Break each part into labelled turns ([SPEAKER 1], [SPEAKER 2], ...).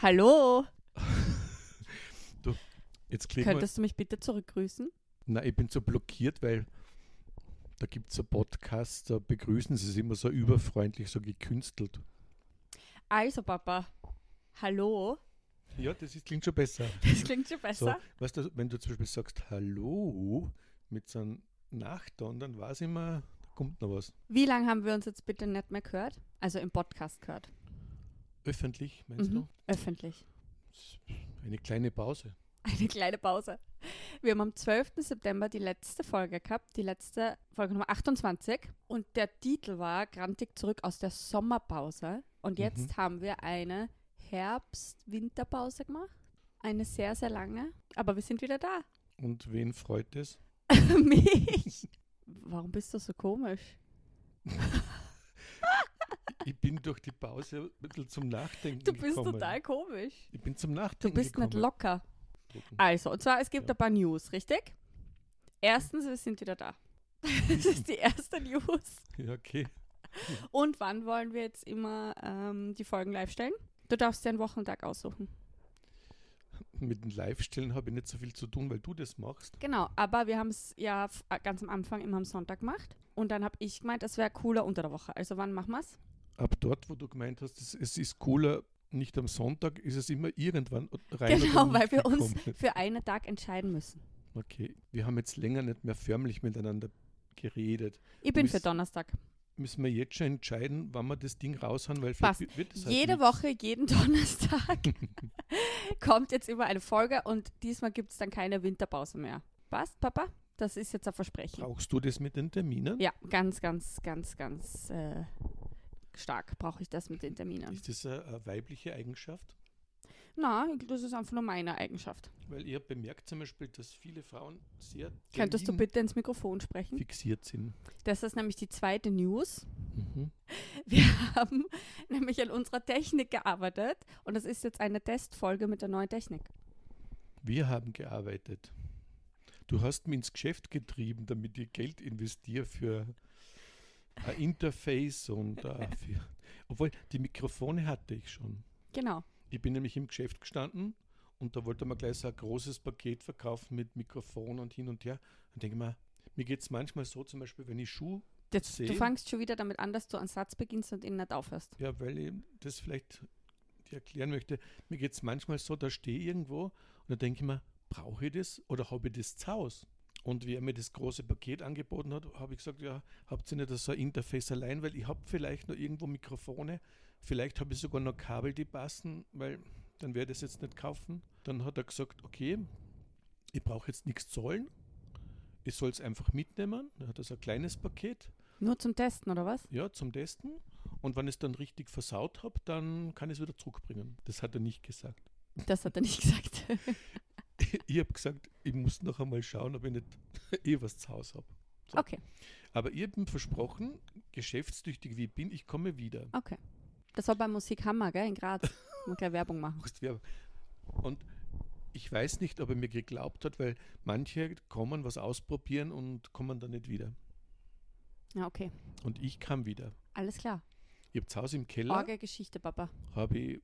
[SPEAKER 1] Hallo,
[SPEAKER 2] Jetzt klicken wir.
[SPEAKER 1] könntest du mich bitte zurückgrüßen?
[SPEAKER 2] Nein, ich bin so blockiert, weil da gibt es so Podcasts, da begrüßen sie es immer so überfreundlich, so gekünstelt.
[SPEAKER 1] Also, Papa, hallo.
[SPEAKER 2] Ja, das ist, klingt schon besser.
[SPEAKER 1] Das klingt schon
[SPEAKER 2] So,
[SPEAKER 1] besser.
[SPEAKER 2] weißt du, wenn du zum Beispiel sagst Hallo mit so einem Nachton, dann weiß ich immer, da kommt noch was.
[SPEAKER 1] Wie lange haben wir uns jetzt bitte nicht mehr gehört? Also im Podcast gehört.
[SPEAKER 2] Öffentlich, meinst
[SPEAKER 1] Mhm. Öffentlich.
[SPEAKER 2] du? Eine kleine Pause.
[SPEAKER 1] Eine kleine Pause. Wir haben am 12. September die letzte Folge gehabt, die letzte Folge Nummer 28. Und der Titel war Grantig zurück aus der Sommerpause. Und jetzt haben wir eine Herbst-Winterpause gemacht. Eine sehr, sehr lange. Aber wir sind wieder da.
[SPEAKER 2] Und wen freut es?
[SPEAKER 1] Mich. Warum bist du so komisch?
[SPEAKER 2] Ich bin durch die Pause ein bisschen zum Nachdenken
[SPEAKER 1] Du bist
[SPEAKER 2] gekommen.
[SPEAKER 1] total komisch.
[SPEAKER 2] Ich bin zum
[SPEAKER 1] Du
[SPEAKER 2] Nachdenken
[SPEAKER 1] bist
[SPEAKER 2] gekommen.
[SPEAKER 1] nicht locker. Also, und zwar, es gibt
[SPEAKER 2] Ja.
[SPEAKER 1] ein paar News, richtig? Erstens, wir sind wieder da. Das ist die erste News.
[SPEAKER 2] Ja, okay.
[SPEAKER 1] Und wann wollen wir jetzt immer ähm, die Folgen live stellen? Du darfst dir einen Wochentag aussuchen.
[SPEAKER 2] Mit den Live-Stellen habe ich nicht so viel zu tun, weil du das machst.
[SPEAKER 1] Genau, aber wir haben es ja f- äh, ganz am Anfang immer am Sonntag gemacht. Und dann habe ich gemeint, es wäre cooler unter der Woche. Also wann machen wir es?
[SPEAKER 2] Ab dort, wo du gemeint hast, es, es ist cooler, nicht am Sonntag, ist es immer irgendwann rein.
[SPEAKER 1] Genau,
[SPEAKER 2] oder
[SPEAKER 1] weil
[SPEAKER 2] nicht
[SPEAKER 1] wir uns
[SPEAKER 2] gekommen.
[SPEAKER 1] für einen Tag entscheiden müssen.
[SPEAKER 2] Okay, wir haben jetzt länger nicht mehr förmlich miteinander geredet.
[SPEAKER 1] Ich bin für
[SPEAKER 2] Müssen-
[SPEAKER 1] Donnerstag.
[SPEAKER 2] Müssen wir jetzt schon entscheiden, wann wir das Ding raushauen, weil
[SPEAKER 1] Passt.
[SPEAKER 2] vielleicht wird- wird es halt
[SPEAKER 1] Jede
[SPEAKER 2] nichts.
[SPEAKER 1] Woche, jeden Donnerstag kommt jetzt immer eine Folge und diesmal gibt es dann keine Winterpause mehr. Passt, Papa? Das ist jetzt ein Versprechen.
[SPEAKER 2] Brauchst du das mit den Terminen?
[SPEAKER 1] Ja, ganz, ganz, ganz, ganz äh, stark brauche ich das mit den Terminen.
[SPEAKER 2] Ist das eine, eine weibliche Eigenschaft?
[SPEAKER 1] Na, das ist einfach nur meine Eigenschaft.
[SPEAKER 2] Weil ihr bemerkt zum Beispiel, dass viele Frauen sehr
[SPEAKER 1] Könntest du
[SPEAKER 2] Termin
[SPEAKER 1] bitte ins Mikrofon sprechen?
[SPEAKER 2] fixiert sind.
[SPEAKER 1] Das ist nämlich die zweite News.
[SPEAKER 2] Mhm.
[SPEAKER 1] Wir haben nämlich an unserer Technik gearbeitet und das ist jetzt eine Testfolge mit der neuen Technik.
[SPEAKER 2] Wir haben gearbeitet. Du hast mich ins Geschäft getrieben, damit ich Geld investiere für ein Interface und äh, für. Obwohl, die Mikrofone hatte ich schon.
[SPEAKER 1] Genau.
[SPEAKER 2] Ich bin nämlich im Geschäft gestanden und da wollte man gleich so ein großes Paket verkaufen mit Mikrofon und hin und her. Dann denke ich mir, mir geht es manchmal so, zum Beispiel, wenn ich Schuh,
[SPEAKER 1] Jetzt, du
[SPEAKER 2] Sehen.
[SPEAKER 1] fangst schon wieder damit an, dass du einen Satz beginnst und ihn nicht aufhörst.
[SPEAKER 2] ja, weil ich das vielleicht dir erklären möchte, mir geht es manchmal so, da stehe ich irgendwo und dann denke ich mir, brauche ich das oder habe ich das zu Hause? Und wie er mir das große Paket angeboten hat, habe ich gesagt, ja, habt ihr nicht so ein Interface allein, weil ich habe vielleicht noch irgendwo Mikrofone, vielleicht habe ich sogar noch Kabel, die passen, weil dann werde ich das jetzt nicht kaufen. Dann hat er gesagt, okay, ich brauche jetzt nichts zahlen, ich soll es einfach mitnehmen. Dann hat er so ein kleines Paket
[SPEAKER 1] Nur zum Testen, oder was?
[SPEAKER 2] ja, zum Testen. Und wenn ich es dann richtig versaut habe, dann kann ich es wieder zurückbringen. Das hat er nicht gesagt.
[SPEAKER 1] Das hat er nicht gesagt.
[SPEAKER 2] ich habe gesagt, ich muss noch einmal schauen, ob ich nicht eh was zu Hause habe. So.
[SPEAKER 1] Okay,
[SPEAKER 2] Aber ich habe ihm versprochen, geschäftstüchtig wie ich bin, ich komme wieder.
[SPEAKER 1] okay. Das war bei Musikhammer, gell, in Graz. Muss gleich Werbung machen.
[SPEAKER 2] Machst Werbung. Und ich weiß nicht, ob er mir geglaubt hat, weil manche kommen, was ausprobieren und kommen dann nicht wieder.
[SPEAKER 1] Ja, okay.
[SPEAKER 2] Und ich kam wieder.
[SPEAKER 1] Alles klar.
[SPEAKER 2] Ich habe zu Hause im Keller
[SPEAKER 1] Orge Geschichte, Papa.
[SPEAKER 2] habe ich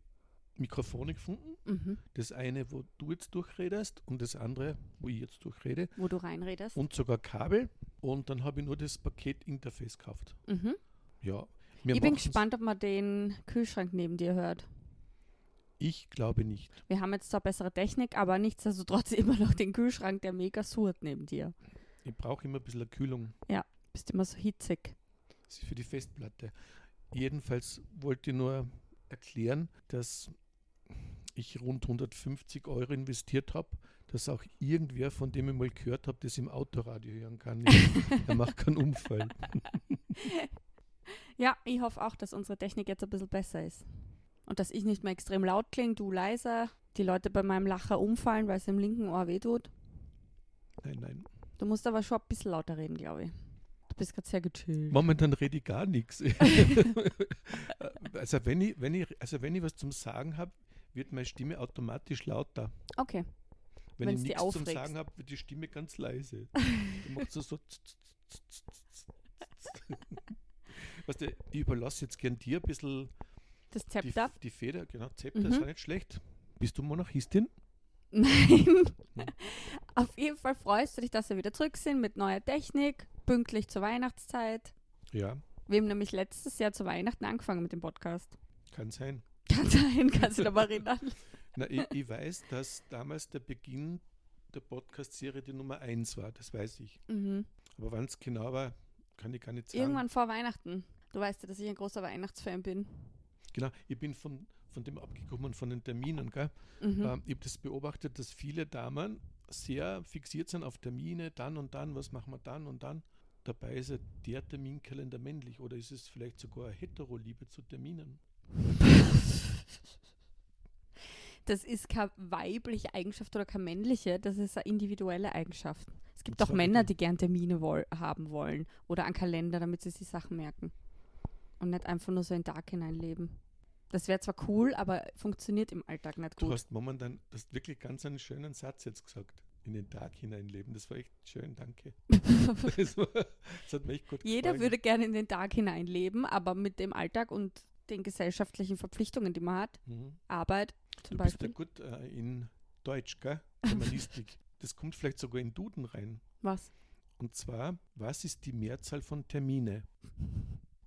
[SPEAKER 2] Mikrofone gefunden.
[SPEAKER 1] Mhm.
[SPEAKER 2] Das eine, wo du jetzt durchredest und das andere, wo ich jetzt durchrede.
[SPEAKER 1] Wo du reinredest.
[SPEAKER 2] und sogar Kabel. Und dann habe ich nur das Paket Interface gekauft.
[SPEAKER 1] Mhm.
[SPEAKER 2] Ja. wir
[SPEAKER 1] Ich bin
[SPEAKER 2] machen's.
[SPEAKER 1] gespannt, ob man den Kühlschrank neben dir hört.
[SPEAKER 2] Ich glaube nicht.
[SPEAKER 1] Wir haben jetzt zwar bessere Technik, aber nichtsdestotrotz immer noch den Kühlschrank, der mega surrt neben dir.
[SPEAKER 2] Ich brauche immer ein bisschen eine Kühlung.
[SPEAKER 1] Bist immer so hitzig.
[SPEAKER 2] Das ist für die Festplatte. Jedenfalls wollte ich nur erklären, dass ich rund 150 Euro investiert habe, dass auch irgendwer, von dem ich mal gehört habe, das im Autoradio hören kann. er macht keinen Unfall.
[SPEAKER 1] Ja, ich hoffe auch, dass unsere Technik jetzt ein bisschen besser ist. Und dass ich nicht mehr extrem laut klinge, du leiser, die Leute bei meinem Lacher umfallen, weil es im linken Ohr wehtut.
[SPEAKER 2] Nein, nein.
[SPEAKER 1] Du musst aber schon ein bisschen lauter reden, glaube ich. Du bist gerade sehr gechillt.
[SPEAKER 2] Momentan rede ich gar nichts. Also wenn ich, wenn ich, also wenn ich was zum Sagen habe, wird meine Stimme automatisch lauter.
[SPEAKER 1] Okay.
[SPEAKER 2] Wenn
[SPEAKER 1] Wenn's die
[SPEAKER 2] ich nichts zum
[SPEAKER 1] aufregst.
[SPEAKER 2] Sagen habe, wird die Stimme ganz leise. Du machst so. so tz, tz, tz, tz, tz, tz. Weißt du, ich überlasse jetzt gern dir ein bisschen
[SPEAKER 1] Das
[SPEAKER 2] die,
[SPEAKER 1] Zepter.
[SPEAKER 2] die Feder. Genau, Zepter
[SPEAKER 1] Mhm.
[SPEAKER 2] ist auch nicht schlecht. Bist du Monarchistin?
[SPEAKER 1] Nein. Auf jeden Fall freust du dich, dass wir wieder zurück sind mit neuer Technik, pünktlich zur Weihnachtszeit.
[SPEAKER 2] Ja,
[SPEAKER 1] Wir haben nämlich letztes Jahr zu Weihnachten angefangen mit dem Podcast.
[SPEAKER 2] kann sein.
[SPEAKER 1] Kann sein, kannst du dich mal erinnern.
[SPEAKER 2] Na, ich, ich weiß, dass damals der Beginn der Podcast-Serie die Nummer 1 war, das weiß ich.
[SPEAKER 1] Mhm.
[SPEAKER 2] Aber wann es genau war, kann ich gar nicht sagen.
[SPEAKER 1] Irgendwann vor Weihnachten. Du weißt ja, dass ich ein großer Weihnachtsfan bin.
[SPEAKER 2] Genau, ich bin von, von dem abgekommen, von den Terminen. Gell?
[SPEAKER 1] Mhm.
[SPEAKER 2] Ähm, ich habe das beobachtet, dass viele Damen sehr fixiert sind auf Termine, dann und dann, was machen wir dann und dann. Dabei ist ja der Terminkalender männlich oder ist es vielleicht sogar eine Hetero-Liebe zu Terminen?
[SPEAKER 1] Das ist keine weibliche Eigenschaft oder keine männliche, das ist eine individuelle Eigenschaft. Es gibt
[SPEAKER 2] Das
[SPEAKER 1] auch
[SPEAKER 2] war
[SPEAKER 1] Männer,
[SPEAKER 2] die-
[SPEAKER 1] die gern Termine woll haben wollen oder einen Kalender, damit sie sich Sachen merken. Und nicht einfach nur so in den Tag hineinleben. Das wäre zwar cool, aber funktioniert im Alltag nicht
[SPEAKER 2] Du
[SPEAKER 1] gut.
[SPEAKER 2] hast momentan du hast wirklich ganz einen schönen Satz jetzt gesagt. In den Tag hineinleben. Das war echt schön, danke. Das, war, das hat mir echt gut
[SPEAKER 1] Jeder
[SPEAKER 2] gefallen.
[SPEAKER 1] würde gerne in den Tag hineinleben, aber mit dem Alltag und den gesellschaftlichen Verpflichtungen, die man hat,
[SPEAKER 2] Mhm.
[SPEAKER 1] Arbeit zum
[SPEAKER 2] Du bist ja
[SPEAKER 1] Beispiel.
[SPEAKER 2] gut äh, in Deutsch, gell? Germanistik. das kommt vielleicht sogar in Duden rein.
[SPEAKER 1] Was?
[SPEAKER 2] Und zwar, was ist die Mehrzahl von Termine?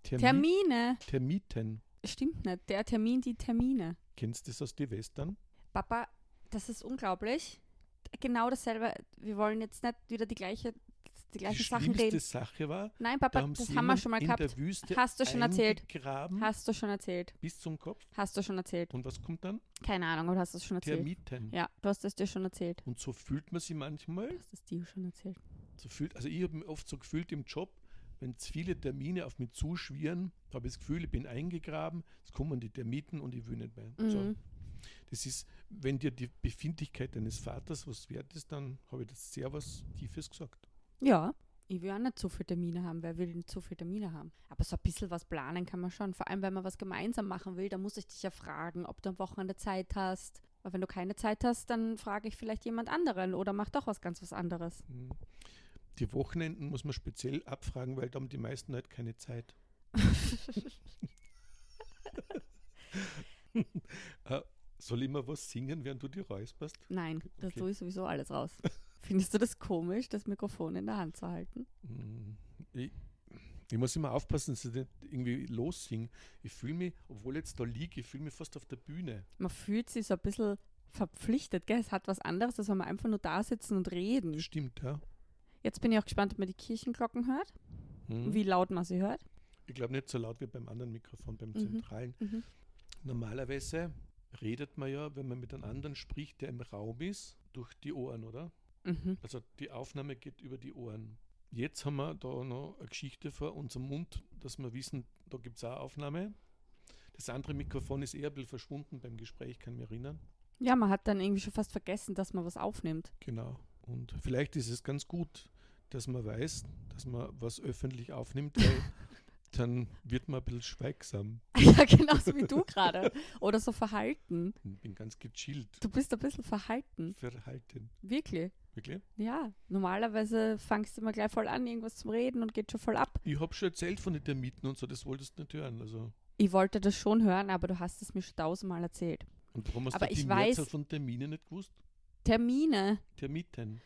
[SPEAKER 2] Termi-
[SPEAKER 1] Termine.
[SPEAKER 2] Termiten.
[SPEAKER 1] Stimmt nicht. Der Termin, die Termine.
[SPEAKER 2] Kennst du das aus den Western?
[SPEAKER 1] Papa, das ist unglaublich. Genau dasselbe. Wir wollen jetzt nicht wieder die gleiche, die gleichen
[SPEAKER 2] die
[SPEAKER 1] also Sachen
[SPEAKER 2] schlimmste
[SPEAKER 1] reden.
[SPEAKER 2] Sache war,
[SPEAKER 1] Nein,
[SPEAKER 2] da
[SPEAKER 1] Papa,
[SPEAKER 2] haben
[SPEAKER 1] das
[SPEAKER 2] sie
[SPEAKER 1] haben wir
[SPEAKER 2] jemand
[SPEAKER 1] schon mal
[SPEAKER 2] in
[SPEAKER 1] gehabt.
[SPEAKER 2] der Wüste
[SPEAKER 1] Hast du schon erzählt.
[SPEAKER 2] eingegraben
[SPEAKER 1] Hast du schon erzählt.
[SPEAKER 2] bis zum Kopf.
[SPEAKER 1] Hast du schon erzählt.
[SPEAKER 2] Und was kommt dann?
[SPEAKER 1] Keine Ahnung, aber du hast es schon erzählt.
[SPEAKER 2] Termiten.
[SPEAKER 1] Ja, du hast es dir schon erzählt.
[SPEAKER 2] Und so fühlt man sie manchmal.
[SPEAKER 1] Du hast es dir schon erzählt.
[SPEAKER 2] So fühlt, also ich habe mich oft so gefühlt im Job, wenn es viele Termine auf mich zuschwirren, habe ich das Gefühl, ich bin eingegraben, es kommen die Termiten und ich will nicht mehr. So.
[SPEAKER 1] Mhm.
[SPEAKER 2] Das ist, wenn dir die Befindlichkeit deines Vaters was wert ist, dann habe ich das sehr was Tiefes gesagt.
[SPEAKER 1] Ja. Ich will auch nicht zu viele Termine haben. Wer will denn zu viele Termine haben? Aber so ein bisschen was planen kann man schon. Vor allem, wenn man was gemeinsam machen will, dann muss ich dich ja fragen, ob du am Wochenende Zeit hast. Weil wenn du keine Zeit hast, dann frage ich vielleicht jemand anderen oder mach doch was ganz was anderes.
[SPEAKER 2] Mhm. Die Wochenenden muss man speziell abfragen, weil da haben die meisten halt keine Zeit. Äh, Soll ich mal was singen, während du dir räusperst?
[SPEAKER 1] Nein, da
[SPEAKER 2] Okay.
[SPEAKER 1] tue ich sowieso alles raus. Findest du das komisch, das Mikrofon in der Hand zu halten?
[SPEAKER 2] Mm, Ich, ich muss immer aufpassen, dass ich nicht irgendwie lossinge. Ich fühle mich, obwohl ich jetzt da liege, ich fühle mich fast auf der Bühne.
[SPEAKER 1] Man fühlt sich so ein bisschen verpflichtet, gell? Es hat was anderes, als wenn wir einfach nur da sitzen und
[SPEAKER 2] Das
[SPEAKER 1] reden.
[SPEAKER 2] stimmt, ja.
[SPEAKER 1] Jetzt bin ich auch gespannt, ob man die Kirchenglocken hört,
[SPEAKER 2] Mhm.
[SPEAKER 1] wie laut man sie hört.
[SPEAKER 2] Ich glaube nicht so laut wie beim anderen Mikrofon, beim
[SPEAKER 1] Mhm.
[SPEAKER 2] zentralen.
[SPEAKER 1] Mhm.
[SPEAKER 2] Normalerweise redet man ja, wenn man mit einem anderen spricht, der im Raum ist, durch die Ohren, oder?
[SPEAKER 1] Mhm.
[SPEAKER 2] Also die Aufnahme geht über die Ohren. Jetzt haben wir da noch eine Geschichte vor unserem Mund, dass wir wissen, da gibt es auch eine Aufnahme. Das andere Mikrofon ist eher ein bisschen verschwunden beim Gespräch, kann ich mich erinnern.
[SPEAKER 1] Ja, man hat dann irgendwie schon fast vergessen, dass man was aufnimmt.
[SPEAKER 2] Genau. Und vielleicht ist es ganz gut, dass man weiß, dass man was öffentlich aufnimmt, weil dann wird man ein bisschen schweigsam.
[SPEAKER 1] ja, genauso wie du gerade. Oder so verhalten.
[SPEAKER 2] Ich bin ganz gechillt,
[SPEAKER 1] Du bist ein bisschen verhalten.
[SPEAKER 2] verhalten.
[SPEAKER 1] Wirklich.
[SPEAKER 2] Wirklich?
[SPEAKER 1] Ja. Normalerweise fangst du immer gleich voll an, irgendwas zum Reden und geht schon voll ab.
[SPEAKER 2] Ich habe schon erzählt von den Termiten und so, das wolltest du nicht hören. Also,
[SPEAKER 1] Ich wollte das schon hören, aber du hast es mir schon tausendmal erzählt.
[SPEAKER 2] und warum hast
[SPEAKER 1] Aber
[SPEAKER 2] du
[SPEAKER 1] ich
[SPEAKER 2] die
[SPEAKER 1] weiß-
[SPEAKER 2] Mehrzahl von Terminen nicht gewusst?
[SPEAKER 1] Termine.
[SPEAKER 2] Termiten.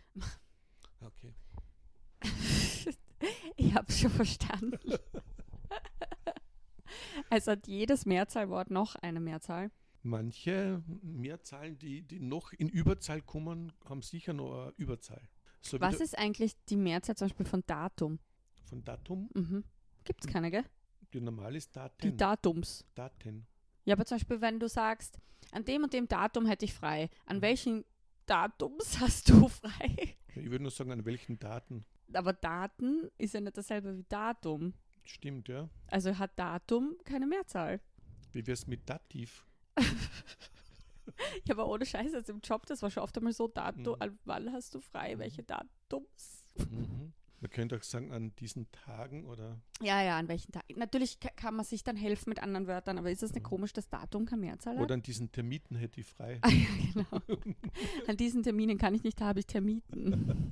[SPEAKER 2] Okay.
[SPEAKER 1] ich hab's schon verstanden. es hat jedes Mehrzahlwort noch eine Mehrzahl.
[SPEAKER 2] Manche Mehrzahlen, die, die noch in Überzahl kommen, haben sicher noch eine Überzahl. So wie
[SPEAKER 1] Was
[SPEAKER 2] der-
[SPEAKER 1] ist eigentlich die Mehrzahl zum Beispiel von Datum?
[SPEAKER 2] Von Datum,
[SPEAKER 1] Mhm. Gibt's keine, gell?
[SPEAKER 2] die normal ist Daten.
[SPEAKER 1] Die Datums.
[SPEAKER 2] Daten.
[SPEAKER 1] Ja, aber zum Beispiel, wenn du sagst, an dem und dem Datum hätte ich frei,
[SPEAKER 2] Mhm.
[SPEAKER 1] an welchen Datums hast du frei?
[SPEAKER 2] Ich würde nur sagen, an welchen Daten.
[SPEAKER 1] Aber Daten ist ja nicht dasselbe wie Datum.
[SPEAKER 2] Stimmt, ja.
[SPEAKER 1] Also hat Datum keine Mehrzahl.
[SPEAKER 2] Wie wäre es mit Dativ?
[SPEAKER 1] Ja, aber ohne Scheiß, also im Job, das war schon oft einmal so, Datum,
[SPEAKER 2] Mhm.
[SPEAKER 1] an wann hast du frei,
[SPEAKER 2] Mhm.
[SPEAKER 1] welche Datums?
[SPEAKER 2] Mhm. Man könnte auch sagen, an diesen Tagen oder.
[SPEAKER 1] Ja, ja, an welchen Tag. Natürlich ka- kann man sich dann helfen mit anderen Wörtern, aber ist es nicht
[SPEAKER 2] Mhm.
[SPEAKER 1] komisch, dass Datum keine Mehrzahl hat?
[SPEAKER 2] Oder an diesen Termiten hätte ich frei.
[SPEAKER 1] ah, ja, genau. An diesen Terminen kann ich nicht, da habe ich Termiten.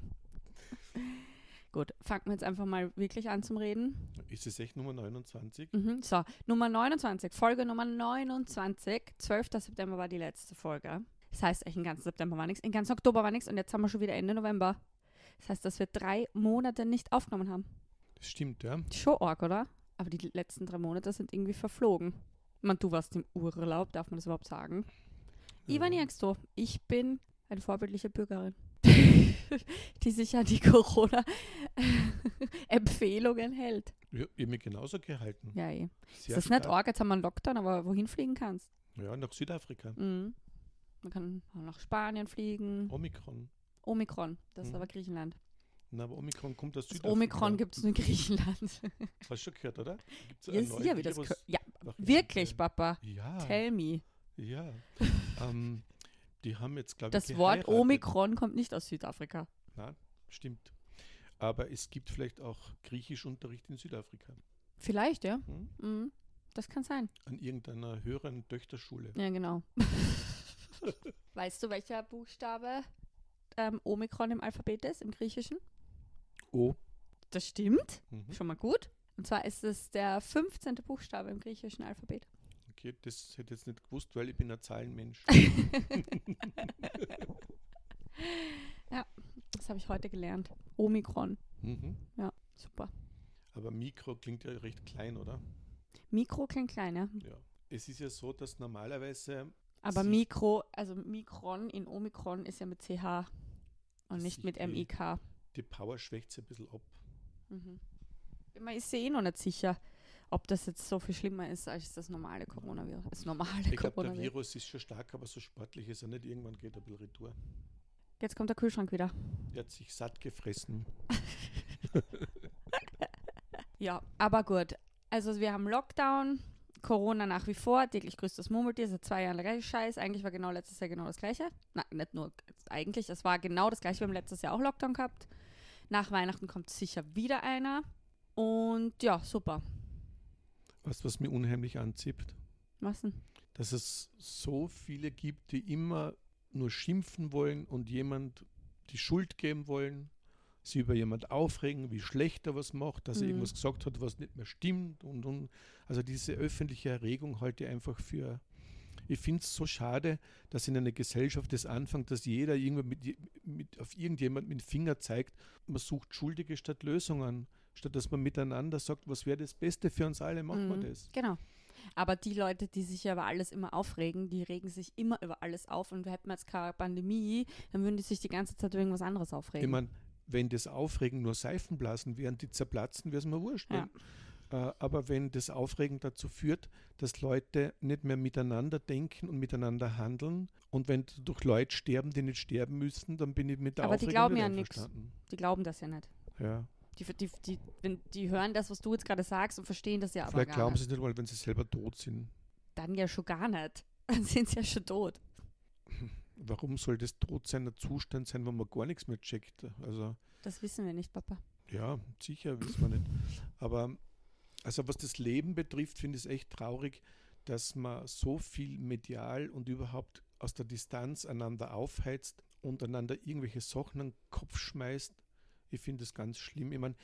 [SPEAKER 1] Gut, fangen wir jetzt einfach mal wirklich an zum Reden.
[SPEAKER 2] Ist es echt Nummer 29?
[SPEAKER 1] Mhm, so, Nummer 29, Folge Nummer 29, 12. September war die letzte Folge. Das heißt, echt, den ganzen September war nichts, den ganzen Oktober war nichts und jetzt haben wir schon wieder Ende November. Das heißt, dass wir drei Monate nicht aufgenommen haben.
[SPEAKER 2] Das stimmt, ja.
[SPEAKER 1] Schon arg, oder? Aber die letzten drei Monate sind irgendwie verflogen. Ich meine, du warst im Urlaub, darf man das überhaupt sagen? Ich war nirgends so. Ich bin eine vorbildliche Bürgerin, die sich an die Corona-Empfehlungen hält.
[SPEAKER 2] Ja, ich habe mich genauso gehalten.
[SPEAKER 1] Ja, eh.
[SPEAKER 2] Sehr
[SPEAKER 1] das ist nicht
[SPEAKER 2] stark.
[SPEAKER 1] arg, jetzt haben wir einen Lockdown, aber wohin fliegen kannst.
[SPEAKER 2] Ja, nach Südafrika.
[SPEAKER 1] Mhm. Man kann auch nach Spanien fliegen.
[SPEAKER 2] Omikron.
[SPEAKER 1] Omikron, das ist
[SPEAKER 2] Oh. Mhm.
[SPEAKER 1] aber Griechenland.
[SPEAKER 2] Na, aber Omikron kommt aus
[SPEAKER 1] Das
[SPEAKER 2] Südafrika.
[SPEAKER 1] Omikron gibt es nur in Griechenland.
[SPEAKER 2] Hast du schon gehört, oder? Gibt's ein
[SPEAKER 1] Yes,
[SPEAKER 2] neues
[SPEAKER 1] ja, wie das
[SPEAKER 2] Virus
[SPEAKER 1] gehört- ja,
[SPEAKER 2] nach
[SPEAKER 1] wirklich,
[SPEAKER 2] Indien?
[SPEAKER 1] Papa.
[SPEAKER 2] Ja,
[SPEAKER 1] Tell me.
[SPEAKER 2] ja. ähm, die haben jetzt, glaube ich,
[SPEAKER 1] Das Wort
[SPEAKER 2] geheiratet.
[SPEAKER 1] Omikron kommt nicht aus Südafrika.
[SPEAKER 2] Stimmt. Aber es gibt vielleicht auch Griechischunterricht in Südafrika.
[SPEAKER 1] Vielleicht, ja.
[SPEAKER 2] Hm?
[SPEAKER 1] Mhm. Das kann sein.
[SPEAKER 2] An irgendeiner höheren Töchterschule.
[SPEAKER 1] Ja, genau. weißt du, welcher Buchstabe ähm, Omikron im Alphabet ist, im Griechischen?
[SPEAKER 2] Oh.
[SPEAKER 1] Das stimmt.
[SPEAKER 2] Mhm.
[SPEAKER 1] Schon mal gut. Und zwar ist es der 15. Buchstabe im griechischen Alphabet.
[SPEAKER 2] Okay, das hätte ich jetzt nicht gewusst, weil ich bin ein Zahlenmensch.
[SPEAKER 1] Das habe ich heute gelernt. Omikron.
[SPEAKER 2] mhm.
[SPEAKER 1] Super.
[SPEAKER 2] Aber Mikro klingt ja recht klein, oder?
[SPEAKER 1] Mikro klingt kleiner,
[SPEAKER 2] Ja. Es ist ja so, dass normalerweise
[SPEAKER 1] aber
[SPEAKER 2] Sie-
[SPEAKER 1] Mikro, also Mikron in Omikron ist ja mit CH und
[SPEAKER 2] Das
[SPEAKER 1] nicht mit
[SPEAKER 2] sieht eh.
[SPEAKER 1] MIK.
[SPEAKER 2] die Power schwächt sich ein bisschen ab.
[SPEAKER 1] Mhm. Man ist sich eh noch nicht sicher, ob das jetzt so viel schlimmer ist als das normale Coronavirus. Das normale
[SPEAKER 2] Ich glaube, der
[SPEAKER 1] Coronavirus.
[SPEAKER 2] Virus ist schon stark, aber so sportlich ist er nicht. Irgendwann geht er ein bisschen retour.
[SPEAKER 1] Jetzt kommt der Kühlschrank wieder.
[SPEAKER 2] Er hat sich satt gefressen.
[SPEAKER 1] Ja, aber gut. Also wir haben Lockdown, Corona nach wie vor, täglich grüßt das Murmeltier, seit zwei Jahren der gleiche Scheiß. Eigentlich war genau letztes Jahr genau das gleiche. Na, nicht nur eigentlich, es war genau das gleiche. Wir haben letztes Jahr auch Lockdown gehabt. Nach Weihnachten kommt sicher wieder einer. Und ja, super.
[SPEAKER 2] Weißt du, was mir unheimlich anzieht?
[SPEAKER 1] Was denn?
[SPEAKER 2] dass es so viele gibt, die immer nur schimpfen wollen und jemand die Schuld geben wollen, sie über jemand aufregen, wie schlecht er was macht, dass er
[SPEAKER 1] Mhm.
[SPEAKER 2] irgendwas gesagt hat, was nicht mehr stimmt und, und also diese öffentliche Erregung halte ich einfach für ich finde es so schade, dass in einer Gesellschaft das anfängt, dass jeder irgendwo mit, je- mit, auf irgendjemand mit dem Finger zeigt. Man sucht Schuldige statt Lösungen, statt dass man miteinander sagt, was wäre das Beste für uns alle, machen
[SPEAKER 1] Mhm.
[SPEAKER 2] wir das.
[SPEAKER 1] Genau. Aber die Leute, die sich ja über alles immer aufregen, die regen sich immer über alles auf. Und wir hätten jetzt keine Pandemie, dann würden die sich die ganze Zeit über irgendwas anderes aufregen.
[SPEAKER 2] Ich meine, wenn das Aufregen nur Seifenblasen wären, die zerplatzen, wäre es mir wurscht.
[SPEAKER 1] Ja.
[SPEAKER 2] Wenn, äh, aber wenn das Aufregen dazu führt, dass Leute nicht mehr miteinander denken und miteinander handeln und wenn durch Leute sterben, die nicht sterben müssen, dann bin ich mit der
[SPEAKER 1] Aber die
[SPEAKER 2] Aufregung
[SPEAKER 1] glauben
[SPEAKER 2] nicht
[SPEAKER 1] ja an nix.
[SPEAKER 2] einverstanden.
[SPEAKER 1] die glauben das ja nicht.
[SPEAKER 2] Ja.
[SPEAKER 1] Die, die, die, wenn, die hören das, was du jetzt gerade sagst und verstehen das ja aber
[SPEAKER 2] Vielleicht
[SPEAKER 1] gar
[SPEAKER 2] glauben
[SPEAKER 1] nicht.
[SPEAKER 2] sie es nicht mal, wenn sie selber tot sind.
[SPEAKER 1] Dann ja schon gar nicht. Dann sind sie ja schon tot.
[SPEAKER 2] Warum soll das Todsein ein Zustand sein, wo man gar nichts mehr checkt? Also
[SPEAKER 1] Das wissen wir nicht, Papa.
[SPEAKER 2] Ja, sicher, wissen wir nicht. Aber also was das Leben betrifft, finde ich es echt traurig, dass man so viel medial und überhaupt aus der Distanz einander aufheizt und einander irgendwelche Sachen an den Kopf schmeißt. Ich finde das ganz schlimm. Ich meine,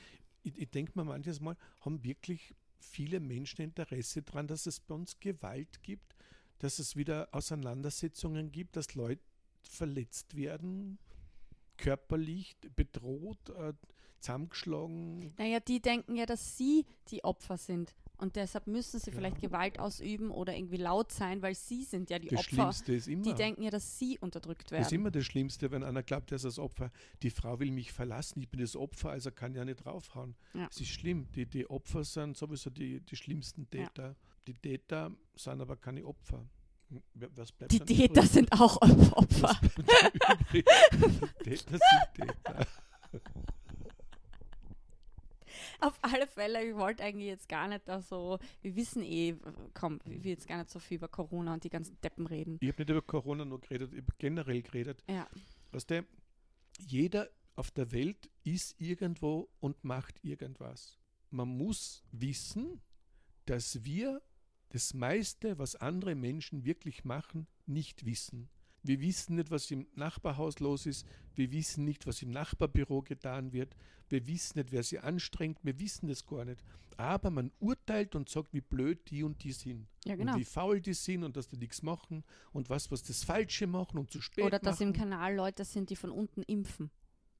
[SPEAKER 2] ich, ich denke mir manches Mal, haben wirklich viele Menschen Interesse daran, dass es bei uns Gewalt gibt, dass es wieder Auseinandersetzungen gibt, dass Leute verletzt werden, körperlich bedroht, äh, zusammengeschlagen.
[SPEAKER 1] Naja, die denken ja, dass sie die Opfer sind. Und deshalb müssen sie
[SPEAKER 2] Ja.
[SPEAKER 1] vielleicht Gewalt ausüben oder irgendwie laut sein, weil sie sind ja die
[SPEAKER 2] Das
[SPEAKER 1] Opfer.
[SPEAKER 2] Schlimmste ist immer.
[SPEAKER 1] Die denken ja, dass sie unterdrückt
[SPEAKER 2] das ist
[SPEAKER 1] werden.
[SPEAKER 2] immer das Schlimmste, wenn einer glaubt, er ist das Opfer. Die Frau will mich verlassen, ich bin das Opfer, also kann ja nicht draufhauen.
[SPEAKER 1] Ja.
[SPEAKER 2] Es ist schlimm. Die, die Opfer sind sowieso die, die schlimmsten
[SPEAKER 1] Ja.
[SPEAKER 2] Täter. Die Täter sind aber keine Opfer. Hm, wer- Was bleibt
[SPEAKER 1] Die
[SPEAKER 2] dann
[SPEAKER 1] Täter
[SPEAKER 2] übrig?
[SPEAKER 1] sind auch Opfer.
[SPEAKER 2] Was bleibt dann übrig? Die Täter sind Täter.
[SPEAKER 1] Auf alle Fälle, ich wollte eigentlich jetzt gar nicht da so, wir wissen eh, komm, wir will jetzt gar nicht so viel über Corona und die ganzen Deppen reden.
[SPEAKER 2] Ich habe nicht über Corona nur geredet, ich habe generell geredet.
[SPEAKER 1] Ja,
[SPEAKER 2] Weißt du, jeder auf der Welt ist irgendwo und macht irgendwas. Man muss wissen, dass wir das meiste, was andere Menschen wirklich machen, nicht wissen. Wir wissen nicht, was im Nachbarhaus los ist. Wir wissen nicht, was im Nachbarbüro getan wird. Wir wissen nicht, wer sie anstrengt. Wir wissen das gar nicht. Aber man urteilt und sagt, wie blöd die und die sind.
[SPEAKER 1] Ja, genau.
[SPEAKER 2] Und wie faul die sind und dass die nichts machen und was, was das Falsche machen und zu spät
[SPEAKER 1] Oder dass
[SPEAKER 2] machen.
[SPEAKER 1] im Kanal Leute sind, die von unten impfen.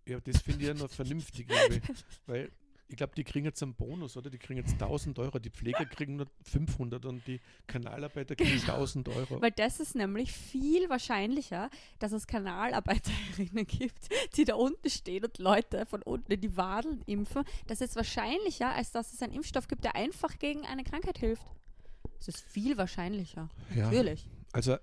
[SPEAKER 2] Ja, das finde ich ja noch vernünftig. irgendwie. weil ich glaube, die kriegen jetzt einen Bonus, oder? Die kriegen jetzt 1000 Euro. Die Pfleger kriegen nur 500 und die Kanalarbeiter kriegen 1000 Euro.
[SPEAKER 1] Weil das ist nämlich viel wahrscheinlicher, dass es Kanalarbeiterinnen gibt, die da unten stehen und Leute von unten in die Wadeln impfen. Das ist wahrscheinlicher, als dass es einen Impfstoff gibt, der einfach gegen eine Krankheit hilft. Das ist viel wahrscheinlicher.
[SPEAKER 2] Ja.
[SPEAKER 1] Natürlich.
[SPEAKER 2] Also,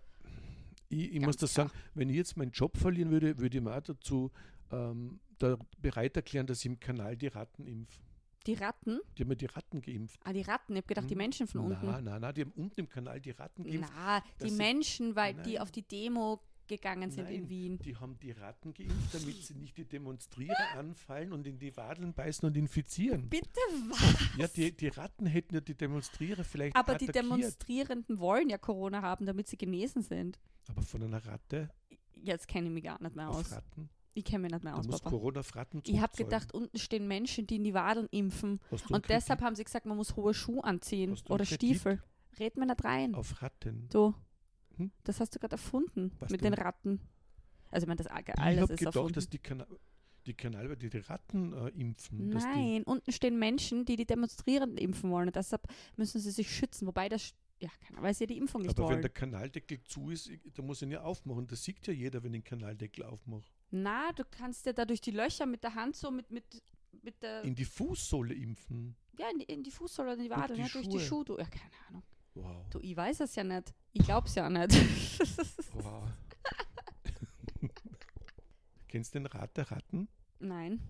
[SPEAKER 2] ich, ich
[SPEAKER 1] Ganz
[SPEAKER 2] muss das sagen, wenn ich jetzt meinen Job verlieren würde, würde ich mir auch dazu ähm, da bereit erklären, dass ich im Kanal die Ratten impf.
[SPEAKER 1] Die Ratten,
[SPEAKER 2] Die haben ja die Ratten geimpft.
[SPEAKER 1] ah, die Ratten, ich habe gedacht, die
[SPEAKER 2] Hm.
[SPEAKER 1] Menschen von unten.
[SPEAKER 2] Nein, nein, nein, die haben unten im Kanal die Ratten geimpft.
[SPEAKER 1] Na, die
[SPEAKER 2] dass sie-
[SPEAKER 1] Menschen, weil die
[SPEAKER 2] Nein.
[SPEAKER 1] auf die Demo gegangen sind in
[SPEAKER 2] Nein,
[SPEAKER 1] Wien.
[SPEAKER 2] Die haben die Ratten geimpft, damit sie nicht die Demonstrierer anfallen und in die Wadeln beißen und infizieren.
[SPEAKER 1] Bitte was?
[SPEAKER 2] Ja, die, die Ratten hätten ja die Demonstrierer vielleicht
[SPEAKER 1] Aber die
[SPEAKER 2] attackiert.
[SPEAKER 1] Demonstrierenden wollen ja Corona haben, damit sie genesen sind.
[SPEAKER 2] Aber von einer Ratte
[SPEAKER 1] Jetzt kenne ich mich gar nicht mehr
[SPEAKER 2] auf
[SPEAKER 1] aus.
[SPEAKER 2] Ratten?
[SPEAKER 1] Ich kenne mich nicht mehr
[SPEAKER 2] Da
[SPEAKER 1] aus,
[SPEAKER 2] muss
[SPEAKER 1] Papa.
[SPEAKER 2] Corona auf Ratten
[SPEAKER 1] Ich habe
[SPEAKER 2] zurückzahlen.
[SPEAKER 1] gedacht, unten stehen Menschen, die in die Wadeln impfen.
[SPEAKER 2] Hast du einen
[SPEAKER 1] Und deshalb
[SPEAKER 2] Kredit
[SPEAKER 1] haben sie gesagt, man muss hohe Schuhe anziehen
[SPEAKER 2] Hast du
[SPEAKER 1] oder
[SPEAKER 2] einen Kredit?
[SPEAKER 1] Stiefel. Red mir nicht rein.
[SPEAKER 2] auf Ratten.
[SPEAKER 1] Du,
[SPEAKER 2] Hm?
[SPEAKER 1] das hast du gerade erfunden
[SPEAKER 2] Was
[SPEAKER 1] mit
[SPEAKER 2] denn?
[SPEAKER 1] den Ratten. Also ich meine, das Alge-
[SPEAKER 2] ich
[SPEAKER 1] alles
[SPEAKER 2] habe
[SPEAKER 1] ist
[SPEAKER 2] gedacht,
[SPEAKER 1] erfunden.
[SPEAKER 2] dass die, Kana die Kanalber die, die Ratten äh, impfen. dass die-
[SPEAKER 1] Nein, unten stehen Menschen, die die Demonstrierenden impfen wollen. Und deshalb müssen sie sich schützen. Wobei das, sch- ja, keiner weiß ja die Impfung nicht
[SPEAKER 2] aber wenn
[SPEAKER 1] wollen.
[SPEAKER 2] der Kanaldeckel zu ist, ich- da muss ich ihn ja aufmachen. Das sieht ja jeder, wenn ich den Kanaldeckel aufmache.
[SPEAKER 1] Na, du kannst ja da durch die Löcher mit der Hand so mit, mit, mit der,
[SPEAKER 2] In die Fußsohle impfen.
[SPEAKER 1] ja, in die, in die Fußsohle oder in die
[SPEAKER 2] Durch
[SPEAKER 1] Wadeln,
[SPEAKER 2] die
[SPEAKER 1] ja, durch die
[SPEAKER 2] Schuhe.
[SPEAKER 1] Schuhe. Du, ja, keine Ahnung.
[SPEAKER 2] Wow.
[SPEAKER 1] Du, ich weiß es ja nicht. Ich glaub's ja nicht.
[SPEAKER 2] wow. Kennst du den Rat der Ratten?
[SPEAKER 1] Nein.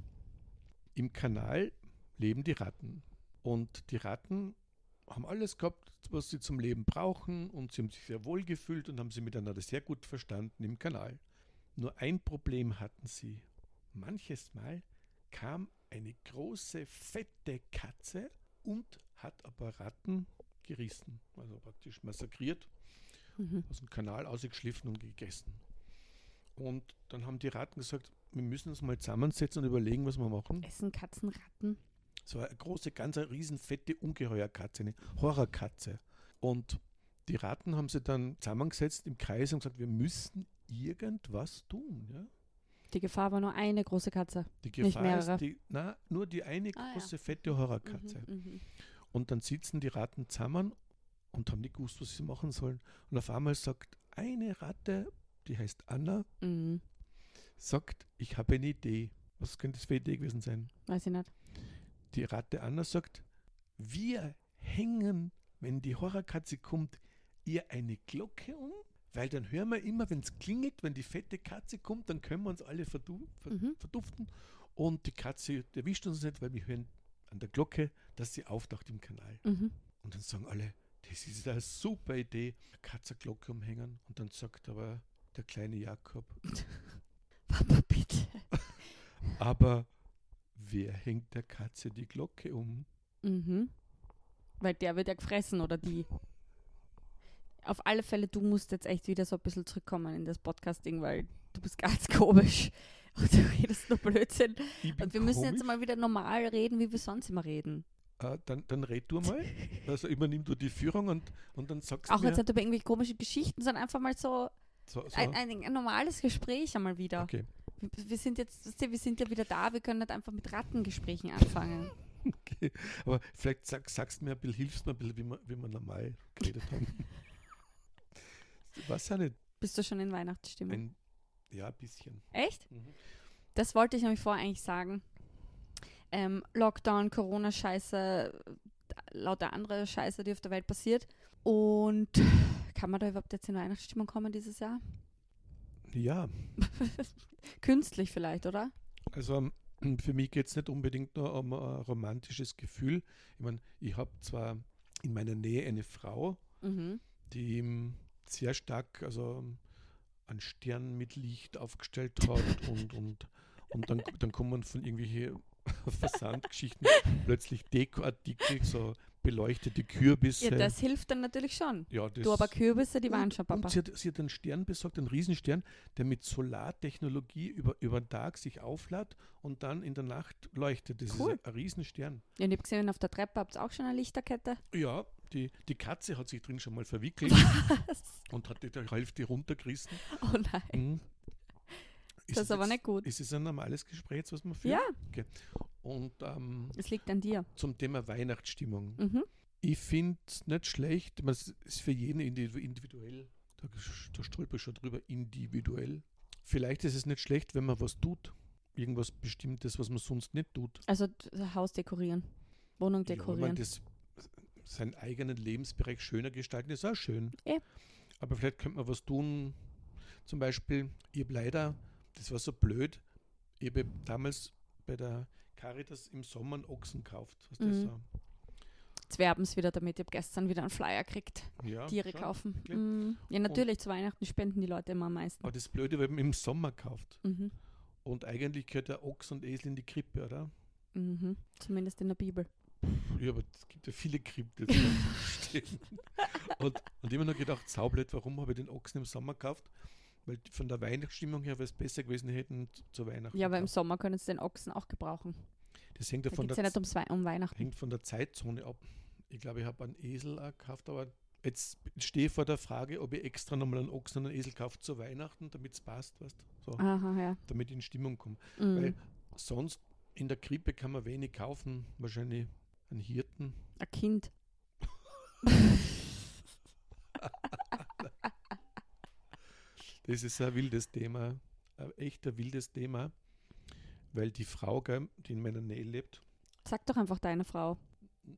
[SPEAKER 2] Im Kanal leben die Ratten. Und die Ratten haben alles gehabt, was sie zum Leben brauchen und sie haben sich sehr wohl gefühlt und haben sie miteinander sehr gut verstanden im Kanal. Nur ein Problem hatten sie. Manches Mal kam eine große, fette Katze und hat aber Ratten gerissen, also praktisch massakriert
[SPEAKER 1] Mhm.
[SPEAKER 2] aus dem Kanal ausgeschliffen und gegessen. Und dann haben die Ratten gesagt, wir müssen uns mal zusammensetzen und überlegen, was wir machen.
[SPEAKER 1] Essen Katzen Ratten?
[SPEAKER 2] Es war eine große, ganz eine riesenfette Ungeheuerkatze, eine Horrorkatze. Und die Ratten haben sie dann zusammengesetzt im Kreis und gesagt, wir müssen irgendwas tun. Ja?
[SPEAKER 1] Die Gefahr war nur eine große Katze.
[SPEAKER 2] Die
[SPEAKER 1] Nicht mehrere.
[SPEAKER 2] ist, die, na, nur die eine
[SPEAKER 1] Ah, ja.
[SPEAKER 2] große, fette Horrorkatze.
[SPEAKER 1] Mhm, mhm.
[SPEAKER 2] Und dann sitzen die Ratten zusammen und haben nicht gewusst, was sie machen sollen. Und auf einmal sagt eine Ratte, die heißt Anna,
[SPEAKER 1] Mhm.
[SPEAKER 2] sagt, ich habe eine Idee. Was könnte das für eine Idee gewesen sein?
[SPEAKER 1] Weiß ich nicht.
[SPEAKER 2] Die Ratte Anna sagt, wir hängen, wenn die Horrorkatze kommt, ihr eine Glocke um, weil dann hören wir immer, wenn es klingelt, wenn die fette Katze kommt, dann können wir uns alle verdu ver
[SPEAKER 1] Mhm.
[SPEAKER 2] verduften. Und die Katze die erwischt uns nicht, weil wir hören an der Glocke, dass sie auftaucht im Kanal.
[SPEAKER 1] Mhm.
[SPEAKER 2] Und dann sagen alle, das ist eine super Idee, Katze eine Glocke umhängen. Und dann sagt aber der kleine Jakob,
[SPEAKER 1] Papa, bitte.
[SPEAKER 2] Aber wer hängt der Katze die Glocke um?
[SPEAKER 1] Mhm. Weil der wird ja gefressen oder die. Auf alle Fälle, du musst jetzt echt wieder so ein bisschen zurückkommen in das Podcasting, weil du bist ganz komisch und du redest nur Blödsinn.
[SPEAKER 2] Ich bin
[SPEAKER 1] Und wir müssen jetzt
[SPEAKER 2] komisch.
[SPEAKER 1] mal wieder normal reden, wie wir sonst immer reden.
[SPEAKER 2] Ah, dann, dann red du mal. Also übernimm du die Führung und, und dann sagst
[SPEAKER 1] Auch
[SPEAKER 2] du mir.
[SPEAKER 1] jetzt nicht über irgendwelche komischen Geschichten, sondern einfach mal so
[SPEAKER 2] So, so.
[SPEAKER 1] ein, ein, ein normales Gespräch einmal wieder.
[SPEAKER 2] Okay.
[SPEAKER 1] Wir, wir sind jetzt, wisst ihr, wir sind ja wieder da, wir können nicht einfach mit Rattengesprächen anfangen.
[SPEAKER 2] okay. Aber vielleicht sag, sagst du mir ein bisschen, hilfst mir ein bisschen, wie wir, wie wir normal geredet haben. Was ja nicht.
[SPEAKER 1] Bist du schon in Weihnachtsstimmung?
[SPEAKER 2] Ein, ja, ein bisschen.
[SPEAKER 1] Echt?
[SPEAKER 2] Mhm.
[SPEAKER 1] Das wollte ich nämlich vorher eigentlich sagen. Ähm, Lockdown, Corona-Scheiße, lauter andere Scheiße, die auf der Welt passiert. Und kann man da überhaupt jetzt in Weihnachtsstimmung kommen dieses Jahr?
[SPEAKER 2] Ja,
[SPEAKER 1] Künstlich vielleicht, oder?
[SPEAKER 2] Also ähm, für mich geht es nicht unbedingt nur um ein romantisches Gefühl. Ich meine, ich habe zwar in meiner Nähe eine Frau,
[SPEAKER 1] Mhm.
[SPEAKER 2] die ihm sehr stark also einen Stern mit Licht aufgestellt hat und, und, und dann, dann kommen von irgendwelche Versandgeschichten plötzlich Dekoartikel, so beleuchtete Kürbisse.
[SPEAKER 1] Ja, das hilft dann natürlich schon.
[SPEAKER 2] Ja, das
[SPEAKER 1] Du, aber Kürbisse, die waren
[SPEAKER 2] und,
[SPEAKER 1] schon, Papa.
[SPEAKER 2] Und sie hat, sie hat einen Stern besorgt, einen Riesenstern, der mit Solartechnologie über, über den Tag sich auflädt und dann in der Nacht leuchtet. Das
[SPEAKER 1] Cool.
[SPEAKER 2] ist ein, ein Riesenstern.
[SPEAKER 1] Ja, und ich habe gesehen, auf der Treppe habt ihr auch schon eine Lichterkette.
[SPEAKER 2] Ja, die, die Katze hat sich drin schon mal verwickelt und hat die der Hälfte runtergerissen.
[SPEAKER 1] Oh nein.
[SPEAKER 2] Mhm.
[SPEAKER 1] Das
[SPEAKER 2] Ist es
[SPEAKER 1] ist aber
[SPEAKER 2] jetzt-
[SPEAKER 1] nicht gut.
[SPEAKER 2] Ist es ein normales Gespräch, jetzt, was man führt?
[SPEAKER 1] Ja,
[SPEAKER 2] Und ähm,
[SPEAKER 1] es liegt an dir.
[SPEAKER 2] zum Thema Weihnachtsstimmung.
[SPEAKER 1] Mhm.
[SPEAKER 2] Ich finde es nicht schlecht, man es ist für jeden individu- individuell, da, sch- da stolper ich schon drüber, individuell. Vielleicht ist es nicht schlecht, wenn man was tut. Irgendwas Bestimmtes, was man sonst nicht tut.
[SPEAKER 1] Also d- Haus dekorieren, Wohnung
[SPEAKER 2] Ja, ich mein,
[SPEAKER 1] dekorieren.
[SPEAKER 2] das, seinen eigenen Lebensbereich schöner gestalten ist auch schön.
[SPEAKER 1] Eh.
[SPEAKER 2] Aber vielleicht könnte man was tun. Zum Beispiel, ich habe leider, das war so blöd, ich habe damals bei der Caritas im Sommer einen Ochsen gekauft. Was das
[SPEAKER 1] Mhm. Jetzt werben sie wieder damit. Ich habe gestern wieder einen Flyer gekriegt.
[SPEAKER 2] ja,
[SPEAKER 1] Tiere
[SPEAKER 2] schon.
[SPEAKER 1] kaufen.
[SPEAKER 2] klick.
[SPEAKER 1] Mhm. Ja, natürlich, zu Weihnachten spenden die Leute immer am meisten.
[SPEAKER 2] Aber das Blöde, weil man im Sommer kauft.
[SPEAKER 1] Mhm.
[SPEAKER 2] Und eigentlich gehört der Ochs und Esel in die Krippe, oder?
[SPEAKER 1] Mhm. Zumindest in der Bibel.
[SPEAKER 2] Ja, aber es gibt ja viele Krippen. die da stehen. und, und immer noch gedacht, saublöd, warum habe ich den Ochsen im Sommer gekauft? Weil die- von der Weihnachtsstimmung her wäre es besser gewesen, hätten zu- zu Weihnachten.
[SPEAKER 1] Ja, aber im
[SPEAKER 2] gekauft.
[SPEAKER 1] Sommer können sie den Ochsen auch gebrauchen.
[SPEAKER 2] das hängt ja
[SPEAKER 1] Da
[SPEAKER 2] von
[SPEAKER 1] geht es
[SPEAKER 2] der,
[SPEAKER 1] ja nicht ums Wei- um Weihnachten.
[SPEAKER 2] hängt von der Zeitzone ab. Ich glaube, ich habe einen Esel auch gekauft, aber jetzt stehe ich vor der Frage, ob ich extra nochmal einen Ochsen und einen Esel kaufe zu Weihnachten, damit es passt, weißt du? So,
[SPEAKER 1] Aha, ja.
[SPEAKER 2] damit ich in Stimmung komme. Weil
[SPEAKER 1] Mhm.
[SPEAKER 2] sonst in der Krippe kann man wenig kaufen. Wahrscheinlich einen Hirten.
[SPEAKER 1] Ein Kind.
[SPEAKER 2] Das ist ein wildes Thema. Ein echter wildes Thema. Weil die Frau, gell, die in meiner Nähe lebt,
[SPEAKER 1] Sag doch einfach deine Frau.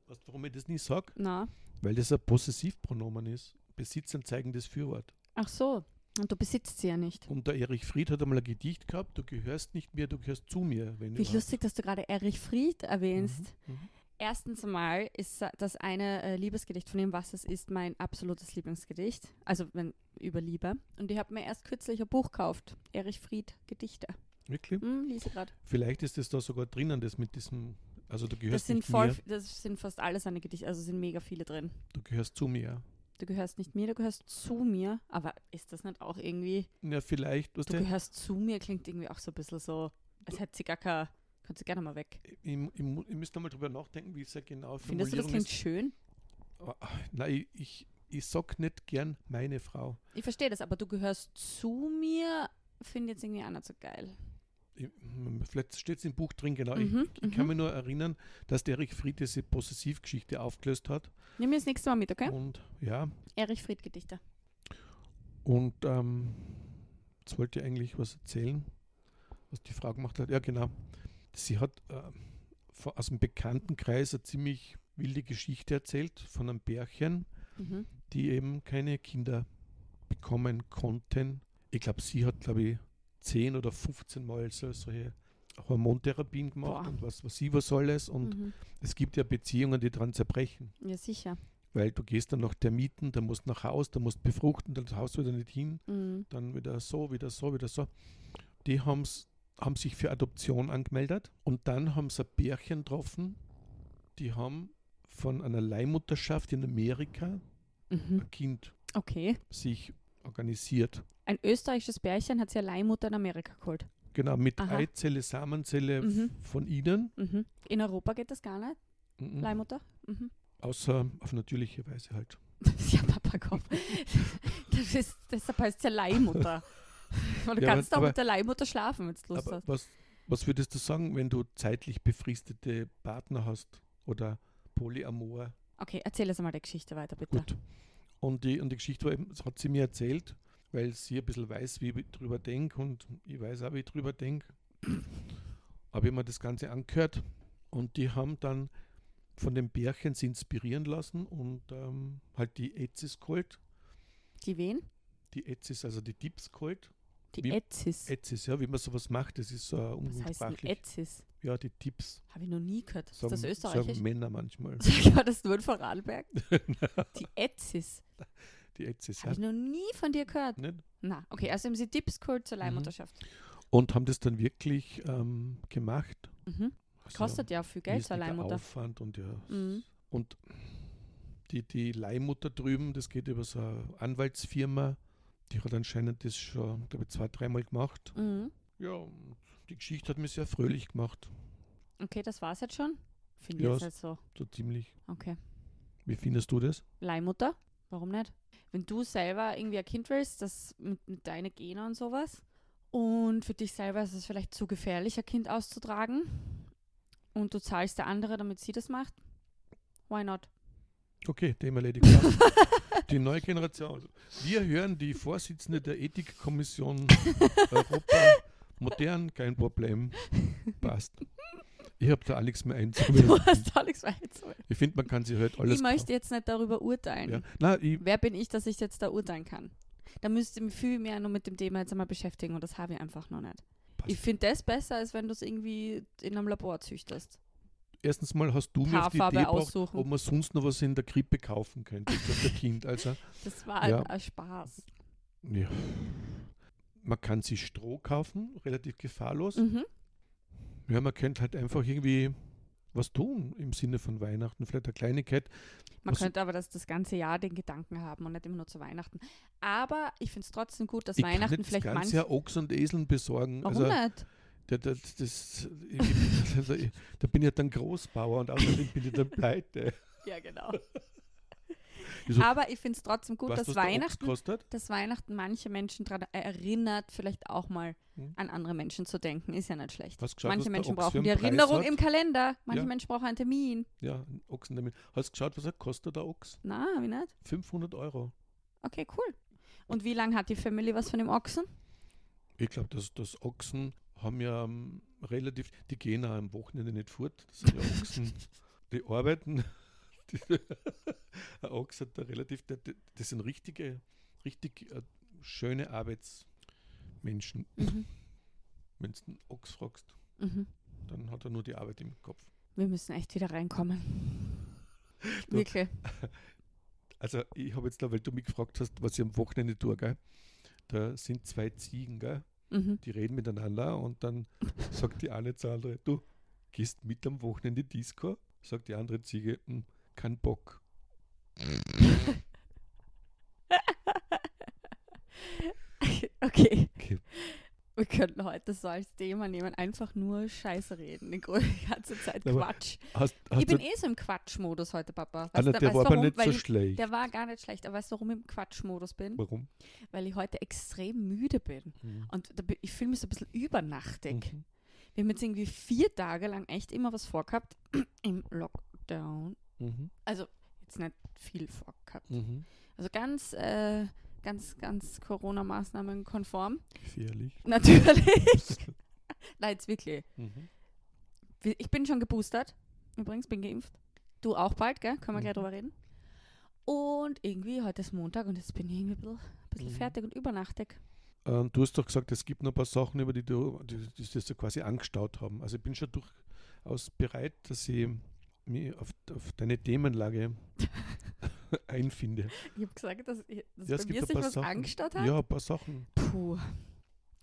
[SPEAKER 2] weißt du, warum ich das nie sage?
[SPEAKER 1] Na,
[SPEAKER 2] Weil das ein Possessivpronomen ist. Besitzanzeigendes Fürwort.
[SPEAKER 1] ach so. Und du besitzt sie ja nicht.
[SPEAKER 2] Und der Erich Fried hat einmal ein Gedicht gehabt: Du gehörst nicht mir, du gehörst zu mir. Wenn
[SPEAKER 1] Wie
[SPEAKER 2] überhaupt.
[SPEAKER 1] lustig, dass du gerade Erich Fried erwähnst.
[SPEAKER 2] Mhm.
[SPEAKER 1] Erstens mal ist äh, das eine äh, Liebesgedicht von ihm, was es ist, mein absolutes Lieblingsgedicht. Also wenn über Liebe. Und ich habe mir erst kürzlich ein Buch gekauft. Erich Fried Gedichte.
[SPEAKER 2] Wirklich?
[SPEAKER 1] Hm, lese gerade.
[SPEAKER 2] Vielleicht ist das da sogar drinnen, das mit diesem. Also, du gehörst
[SPEAKER 1] Das sind
[SPEAKER 2] nicht
[SPEAKER 1] voll,
[SPEAKER 2] mir,
[SPEAKER 1] das sind fast alle seine Gedichte, also sind mega viele drin.
[SPEAKER 2] du gehörst zu mir.
[SPEAKER 1] Du gehörst nicht mir, du gehörst zu mir. Aber ist das nicht auch irgendwie,
[SPEAKER 2] Ja, vielleicht, was
[SPEAKER 1] du gehörst zu mir, klingt irgendwie auch so ein bisschen so, als hätte sie gar kein, kannst du gerne mal weg.
[SPEAKER 2] Ich, ich, mu- ich müsste mal drüber nachdenken, wie es ja genau
[SPEAKER 1] Findest du, das
[SPEAKER 2] Formulierung
[SPEAKER 1] klingt
[SPEAKER 2] ist.
[SPEAKER 1] schön?
[SPEAKER 2] Aber, ah, Nein, ich, ich sag nicht gern meine Frau.
[SPEAKER 1] Ich verstehe das, aber du gehörst zu mir, finde ich jetzt irgendwie auch nicht so geil.
[SPEAKER 2] Ich, m- vielleicht steht es im Buch drin, genau.
[SPEAKER 1] Mhm,
[SPEAKER 2] ich ich kann
[SPEAKER 1] mhm.
[SPEAKER 2] mich nur erinnern, dass der Erich Fried diese Possessivgeschichte aufgelöst hat.
[SPEAKER 1] Nimm mir das nächste Mal mit, okay?
[SPEAKER 2] Und ja,
[SPEAKER 1] Erich Fried Gedichte.
[SPEAKER 2] und ähm, jetzt wollte ich eigentlich was erzählen, was die Frau gemacht hat. Ja, genau. Sie hat äh, vor- aus dem Bekanntenkreis eine ziemlich wilde Geschichte erzählt von einem Bärchen,
[SPEAKER 1] Mhm.
[SPEAKER 2] die eben keine Kinder bekommen konnten. Ich glaube, sie hat, glaube ich, 10 oder 15 Mal so, solche Hormontherapien gemacht
[SPEAKER 1] Boah.
[SPEAKER 2] und was, was sie was alles. Und
[SPEAKER 1] Mhm.
[SPEAKER 2] es gibt ja Beziehungen, die dran zerbrechen.
[SPEAKER 1] Ja, sicher.
[SPEAKER 2] Weil du gehst dann nach Termiten, dann musst nach Haus, dann musst befruchten, dann haust wieder nicht hin,
[SPEAKER 1] Mhm.
[SPEAKER 2] dann wieder so, wieder so, wieder so. Die haben's, haben sich für Adoption angemeldet und dann haben sie ein Pärchen getroffen, die haben von einer Leihmutterschaft in Amerika
[SPEAKER 1] Mhm.
[SPEAKER 2] ein Kind
[SPEAKER 1] Okay.
[SPEAKER 2] sich organisiert.
[SPEAKER 1] Ein österreichisches Bärchen hat sich eine Leihmutter in Amerika geholt.
[SPEAKER 2] Genau, mit
[SPEAKER 1] Aha.
[SPEAKER 2] Eizelle, Samenzelle f-
[SPEAKER 1] Mhm.
[SPEAKER 2] von ihnen.
[SPEAKER 1] Mhm. In Europa geht das gar nicht,
[SPEAKER 2] Mhm.
[SPEAKER 1] Leihmutter. Mhm.
[SPEAKER 2] Außer auf natürliche Weise halt.
[SPEAKER 1] ja, Papa, komm. Das ist, deshalb heißt es ja Leihmutter. Weil du
[SPEAKER 2] Ja, aber-
[SPEAKER 1] kannst auch
[SPEAKER 2] aber-
[SPEAKER 1] mit der Leihmutter schlafen, wenn du Lust
[SPEAKER 2] Aber
[SPEAKER 1] hast.
[SPEAKER 2] was, was würdest du sagen, wenn du zeitlich befristete Partner hast oder Polyamor?
[SPEAKER 1] Okay, erzähl jetzt einmal die Geschichte weiter, bitte.
[SPEAKER 2] Gut. Und die, und die Geschichte war eben, das hat sie mir erzählt, weil sie ein bisschen weiß, wie ich drüber denke und ich weiß auch, wie ich drüber denke. Habe ich mir das Ganze angehört und die haben dann von den Bärchen sie inspirieren lassen und ähm, halt die Etzis geholt
[SPEAKER 1] Die wen?
[SPEAKER 2] die Etzis, also die Dips geholt.
[SPEAKER 1] Die
[SPEAKER 2] Wie-
[SPEAKER 1] Etzis.
[SPEAKER 2] Etzis, ja, wie man sowas macht, das ist so äh,
[SPEAKER 1] Was heißt denn
[SPEAKER 2] umgangssprachlich.
[SPEAKER 1] Etzis?
[SPEAKER 2] Ja, die Dips.
[SPEAKER 1] Habe ich noch nie gehört. Ist das
[SPEAKER 2] sagen
[SPEAKER 1] österreichisch?
[SPEAKER 2] Männer manchmal.
[SPEAKER 1] Ja, das ist nur in Vorarlberg. Die Etzis.
[SPEAKER 2] Die Etzis,
[SPEAKER 1] Habe
[SPEAKER 2] ja.
[SPEAKER 1] ich noch nie von dir gehört.
[SPEAKER 2] Nicht?
[SPEAKER 1] Na, okay, also haben sie Tipps geholt
[SPEAKER 2] Mhm.
[SPEAKER 1] zur Leihmutterschaft.
[SPEAKER 2] Und haben das dann wirklich ähm, gemacht.
[SPEAKER 1] Mhm.
[SPEAKER 2] Also,
[SPEAKER 1] Kostet ja auch viel
[SPEAKER 2] wie
[SPEAKER 1] Geld
[SPEAKER 2] ist
[SPEAKER 1] zur
[SPEAKER 2] nicht der
[SPEAKER 1] Leihmutter.
[SPEAKER 2] Aufwand und ja,
[SPEAKER 1] Mhm.
[SPEAKER 2] Und die, die Leihmutter drüben, das geht über so eine Anwaltsfirma, die hat anscheinend das schon, glaube ich, zwei, dreimal gemacht.
[SPEAKER 1] Mhm.
[SPEAKER 2] Ja, und die Geschichte hat mich sehr fröhlich gemacht,
[SPEAKER 1] Okay, das war's jetzt schon. Finde ich
[SPEAKER 2] Ja,
[SPEAKER 1] jetzt
[SPEAKER 2] es-
[SPEAKER 1] halt so.
[SPEAKER 2] so ziemlich.
[SPEAKER 1] Okay.
[SPEAKER 2] Wie findest du das?
[SPEAKER 1] Leihmutter? Warum nicht? Wenn du selber irgendwie ein Kind willst, das mit, mit deinen Genen und sowas, und für dich selber ist es vielleicht zu gefährlich, ein Kind auszutragen, und du zahlst der andere, damit sie das macht, why not?
[SPEAKER 2] Okay, Thema erledigt. Danke. die neue Generation. Also, Wir hören die Vorsitzende der Ethikkommission Europa. Modern, kein Problem. Passt. Ich habe da Alex mehr
[SPEAKER 1] Du
[SPEAKER 2] einzuwenden.
[SPEAKER 1] hast da nichts weiter.
[SPEAKER 2] Ich finde, man kann sich halt alles.
[SPEAKER 1] Ich möchte jetzt nicht darüber
[SPEAKER 2] kaufen.
[SPEAKER 1] urteilen.
[SPEAKER 2] ja. Nein, ich,
[SPEAKER 1] Wer bin ich, dass ich jetzt da urteilen kann? Da müsste ich mich viel mehr nur mit dem Thema jetzt einmal beschäftigen und das habe ich einfach noch nicht.
[SPEAKER 2] Passt.
[SPEAKER 1] Ich finde das besser, als wenn du es irgendwie in einem Labor züchtest.
[SPEAKER 2] erstens mal hast du mir auf die Idee
[SPEAKER 1] Haarfarbe
[SPEAKER 2] gebracht,
[SPEAKER 1] aussuchen.
[SPEAKER 2] ob man sonst noch was in der Krippe kaufen könnte für das Kind. Also,
[SPEAKER 1] Das war halt
[SPEAKER 2] Ja.
[SPEAKER 1] ein, ein Spaß.
[SPEAKER 2] ja. Man kann sich Stroh kaufen, relativ gefahrlos.
[SPEAKER 1] Mhm.
[SPEAKER 2] Ja, man könnte halt einfach irgendwie was tun im Sinne von Weihnachten. Vielleicht eine Kleinigkeit.
[SPEAKER 1] Man
[SPEAKER 2] Was-
[SPEAKER 1] könnte aber das das ganze Jahr den Gedanken haben und nicht immer nur zu Weihnachten. Aber ich finde es trotzdem gut, dass
[SPEAKER 2] ich kann
[SPEAKER 1] Weihnachten
[SPEAKER 2] nicht
[SPEAKER 1] vielleicht
[SPEAKER 2] das ganze
[SPEAKER 1] manchmal.
[SPEAKER 2] Jahr Ochs und Eseln besorgen.
[SPEAKER 1] Warum
[SPEAKER 2] also,
[SPEAKER 1] nicht?
[SPEAKER 2] da, da, das, ich, also, ich, da bin ich ja dann Großbauer und außerdem bin ich dann pleite.
[SPEAKER 1] Ja, genau.
[SPEAKER 2] Wieso?
[SPEAKER 1] aber ich finde es trotzdem gut,
[SPEAKER 2] weißt du,
[SPEAKER 1] dass
[SPEAKER 2] was der Ochs
[SPEAKER 1] Weihnachten,
[SPEAKER 2] kostet?
[SPEAKER 1] dass Weihnachten manche Menschen daran erinnert, vielleicht auch mal
[SPEAKER 2] Hm.
[SPEAKER 1] an andere Menschen zu denken. Ist ja nicht schlecht.
[SPEAKER 2] Hast du geschaut, was
[SPEAKER 1] Manche
[SPEAKER 2] der
[SPEAKER 1] Menschen
[SPEAKER 2] Ochs für
[SPEAKER 1] brauchen
[SPEAKER 2] einen
[SPEAKER 1] die
[SPEAKER 2] Preis
[SPEAKER 1] Erinnerung
[SPEAKER 2] hat?
[SPEAKER 1] im Kalender. Manche
[SPEAKER 2] Ja.
[SPEAKER 1] Menschen brauchen einen Termin.
[SPEAKER 2] Ja, ein Ochsen damit. Hast du geschaut, was er kostet, der Ochs?
[SPEAKER 1] Na, wie nicht?
[SPEAKER 2] 500 Euro.
[SPEAKER 1] Okay, cool. Und wie lange hat die Family was von dem Ochsen?
[SPEAKER 2] Ich glaube, dass das Ochsen haben ja ähm, relativ, die gehen auch am Wochenende nicht fort. Das sind ja Ochsen, die arbeiten. Die, ein Ochs hat da relativ, der- der- das sind richtige, richtig äh, schöne Arbeitsmenschen.
[SPEAKER 1] Mhm.
[SPEAKER 2] Wenn du einen Ochs fragst,
[SPEAKER 1] Mhm.
[SPEAKER 2] dann hat er nur die Arbeit im Kopf.
[SPEAKER 1] Wir müssen echt wieder reinkommen.
[SPEAKER 2] Du-
[SPEAKER 1] Wirklich.
[SPEAKER 2] Also ich habe jetzt da, weil du mich gefragt hast, was ich am Wochenende tue, gell? Da sind zwei Ziegen, gell?
[SPEAKER 1] Mhm.
[SPEAKER 2] die reden miteinander und dann sagt die eine zur anderen, du gehst mit am Wochenende Disco? Sagt die andere Ziege, "Hm, kein Bock.
[SPEAKER 1] Okay.
[SPEAKER 2] Okay.
[SPEAKER 1] Wir könnten heute so als Thema nehmen, einfach nur Scheiße reden. Die gro- die ganze Zeit
[SPEAKER 2] Aber
[SPEAKER 1] Quatsch.
[SPEAKER 2] Hast,
[SPEAKER 1] Ich
[SPEAKER 2] hast
[SPEAKER 1] bin
[SPEAKER 2] du,
[SPEAKER 1] eh so im Quatschmodus heute, Papa. Weißt
[SPEAKER 2] Anna,
[SPEAKER 1] du-
[SPEAKER 2] der
[SPEAKER 1] weißt
[SPEAKER 2] war aber
[SPEAKER 1] warum?
[SPEAKER 2] nicht
[SPEAKER 1] Weil
[SPEAKER 2] so
[SPEAKER 1] ich-
[SPEAKER 2] schlecht.
[SPEAKER 1] Der war gar nicht schlecht, aber weißt du, warum ich im Quatschmodus bin?
[SPEAKER 2] Warum?
[SPEAKER 1] Weil ich heute extrem müde bin.
[SPEAKER 2] Mhm.
[SPEAKER 1] Und da, bin- ich fühle mich so ein bisschen übernachtig.
[SPEAKER 2] Mhm.
[SPEAKER 1] Wir haben jetzt irgendwie vier Tage lang echt immer was vorgehabt im Lockdown.
[SPEAKER 2] Mhm.
[SPEAKER 1] Also jetzt nicht viel vorgehabt.
[SPEAKER 2] Mhm.
[SPEAKER 1] Also ganz, äh, ganz, ganz Corona-Maßnahmen konform.
[SPEAKER 2] Gefährlich.
[SPEAKER 1] Natürlich. Nein, jetzt wirklich.
[SPEAKER 2] Mhm.
[SPEAKER 1] Wie- Ich bin schon geboostert. Übrigens, bin geimpft. Du auch bald, gell? Können wir
[SPEAKER 2] Mhm.
[SPEAKER 1] gleich drüber reden. Und irgendwie, heute ist Montag und jetzt bin ich irgendwie ein bisschen, ein bisschen
[SPEAKER 2] Mhm.
[SPEAKER 1] fertig und übernachtig.
[SPEAKER 2] Ähm, du hast doch gesagt, es gibt noch ein paar Sachen, über die du die, die, die so quasi angestaut haben. Also ich bin schon durchaus bereit, dass ich mich auf, auf deine Themenlage einfinde.
[SPEAKER 1] Ich habe gesagt, dass, ich, dass
[SPEAKER 2] Ja, es
[SPEAKER 1] bei
[SPEAKER 2] gibt
[SPEAKER 1] mir
[SPEAKER 2] ein
[SPEAKER 1] sich
[SPEAKER 2] paar
[SPEAKER 1] was
[SPEAKER 2] Sachen.
[SPEAKER 1] angestaut hat.
[SPEAKER 2] Ja, ein paar Sachen.
[SPEAKER 1] Puh.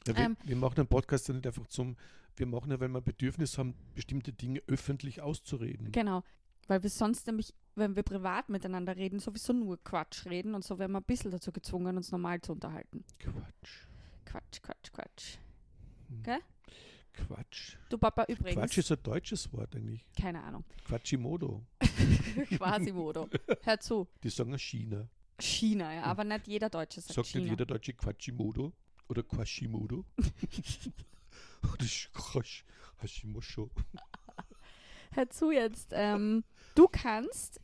[SPEAKER 2] Ja, wir,
[SPEAKER 1] Ähm.
[SPEAKER 2] wir machen den Podcast ja nicht einfach zum, wir machen ja, weil wir ein Bedürfnis haben, bestimmte Dinge öffentlich auszureden.
[SPEAKER 1] Genau, weil wir sonst nämlich, wenn wir privat miteinander reden, sowieso nur Quatsch reden und so werden wir ein bisschen dazu gezwungen, uns normal zu unterhalten.
[SPEAKER 2] Quatsch.
[SPEAKER 1] Quatsch, Quatsch, Quatsch.
[SPEAKER 2] Hm.
[SPEAKER 1] Gell?
[SPEAKER 2] Quatsch.
[SPEAKER 1] Du Papa übrigens.
[SPEAKER 2] Quatsch ist ein deutsches Wort eigentlich.
[SPEAKER 1] keine Ahnung.
[SPEAKER 2] Quatschimodo.
[SPEAKER 1] Quasimodo. Hör zu.
[SPEAKER 2] Die sagen ja China.
[SPEAKER 1] China, ja, aber nicht jeder Deutsche sagt,
[SPEAKER 2] Sagt
[SPEAKER 1] China.
[SPEAKER 2] nicht jeder Deutsche Quatschimodo oder Quashimodo. oder Quash, Hashimosho.
[SPEAKER 1] Hör zu jetzt. Ähm, du kannst,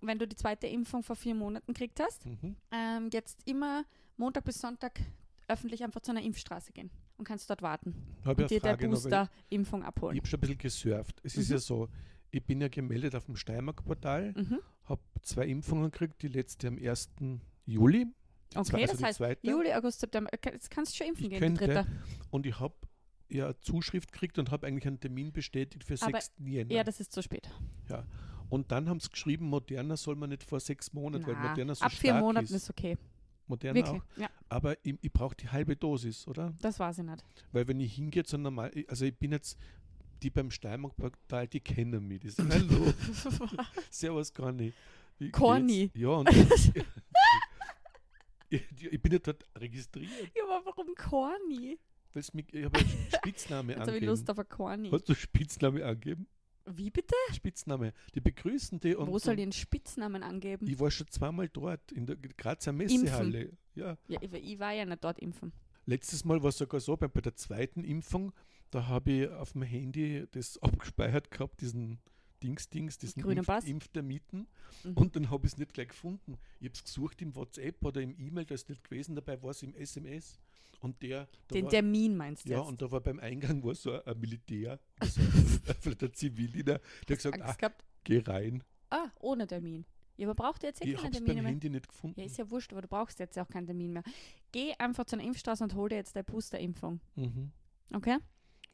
[SPEAKER 1] wenn du die zweite Impfung vor vier Monaten gekriegt hast,
[SPEAKER 2] Mhm.
[SPEAKER 1] ähm, jetzt immer Montag bis Sonntag öffentlich einfach zu einer Impfstraße gehen und kannst dort warten
[SPEAKER 2] Habe
[SPEAKER 1] und dir
[SPEAKER 2] ich eine Frage
[SPEAKER 1] der
[SPEAKER 2] noch, weil
[SPEAKER 1] Booster-Impfung
[SPEAKER 2] Ich
[SPEAKER 1] abholen.
[SPEAKER 2] habe schon ein bisschen gesurft. Es ist
[SPEAKER 1] Mhm.
[SPEAKER 2] ja so, ich bin ja gemeldet auf dem Steiermark-Portal.
[SPEAKER 1] Mhm.
[SPEAKER 2] habe zwei Impfungen gekriegt, die letzte am 1. Juli. Die
[SPEAKER 1] Okay,
[SPEAKER 2] zwei- also
[SPEAKER 1] das
[SPEAKER 2] die
[SPEAKER 1] heißt,
[SPEAKER 2] zweite.
[SPEAKER 1] Juli, August, September. Äh, Jetzt kannst du schon impfen
[SPEAKER 2] Ich
[SPEAKER 1] gehen,
[SPEAKER 2] könnte,
[SPEAKER 1] die dritte.
[SPEAKER 2] Und ich habe ja eine Zuschrift gekriegt und habe eigentlich einen Termin bestätigt für
[SPEAKER 1] Aber
[SPEAKER 2] 6. Jänner.
[SPEAKER 1] Ja, das ist zu spät.
[SPEAKER 2] und dann haben sie geschrieben, Moderna soll man nicht vor sechs Monaten, weil
[SPEAKER 1] Na,
[SPEAKER 2] Moderna so
[SPEAKER 1] ab vier
[SPEAKER 2] stark Genau.
[SPEAKER 1] Monaten
[SPEAKER 2] ist.
[SPEAKER 1] ist okay.
[SPEAKER 2] Moderna
[SPEAKER 1] Wirklich.
[SPEAKER 2] auch.
[SPEAKER 1] Ja,
[SPEAKER 2] Aber ich, ich brauche die halbe Dosis, oder?
[SPEAKER 1] das war sie nicht.
[SPEAKER 2] Weil wenn ich hingehe zu normal, also ich bin jetzt, die beim Steiermark-Portal, die kennen mich. Die sagen, hallo, servus Corny. Wie geht's?"
[SPEAKER 1] Corny.
[SPEAKER 2] Ja, und ich, ich, ich bin ja dort registriert,
[SPEAKER 1] Ja, aber warum Corny?
[SPEAKER 2] weil es mich, ich habe ja Spitzname
[SPEAKER 1] Jetzt habe ich
[SPEAKER 2] angegeben.
[SPEAKER 1] Lust auf ein Corny.
[SPEAKER 2] Hast du Spitzname angegeben?
[SPEAKER 1] Wie bitte?
[SPEAKER 2] Spitzname. Die begrüßen die und,
[SPEAKER 1] Wo soll ich den
[SPEAKER 2] und
[SPEAKER 1] Spitznamen angeben?
[SPEAKER 2] ich war schon zweimal dort in der Grazer Messehalle. Ja.
[SPEAKER 1] ja, ich, ich war ja nicht dort impfen.
[SPEAKER 2] Letztes Mal war es sogar so, bei, bei der zweiten Impfung, da habe ich auf dem Handy das abgespeichert gehabt, diesen Dings-Dings, diesen
[SPEAKER 1] Grünen Pass?
[SPEAKER 2] Impftermiten.
[SPEAKER 1] Mhm.
[SPEAKER 2] Und dann habe ich es nicht gleich gefunden. Ich habe es gesucht im WhatsApp oder im E-Mail, da ist nicht gewesen, dabei war es im SMS. Und der, da
[SPEAKER 1] Den
[SPEAKER 2] war,
[SPEAKER 1] Termin meinst du
[SPEAKER 2] ja,
[SPEAKER 1] jetzt?
[SPEAKER 2] und da war beim Eingang war so ein Militär, so ein, vielleicht ein Zivildiener, der hat gesagt,
[SPEAKER 1] Angst
[SPEAKER 2] ah,
[SPEAKER 1] gehabt?
[SPEAKER 2] geh rein.
[SPEAKER 1] Ah, ohne Termin. Ja, aber braucht ihr jetzt eh
[SPEAKER 2] Ich
[SPEAKER 1] keine
[SPEAKER 2] habe es beim
[SPEAKER 1] Termine mehr?
[SPEAKER 2] Handy nicht gefunden.
[SPEAKER 1] Ja, ist ja wurscht, aber du brauchst jetzt auch keinen Termin mehr. Geh einfach zu einer Impfstraße und hol dir jetzt deine Boosterimpfung.
[SPEAKER 2] mhm.
[SPEAKER 1] Okay?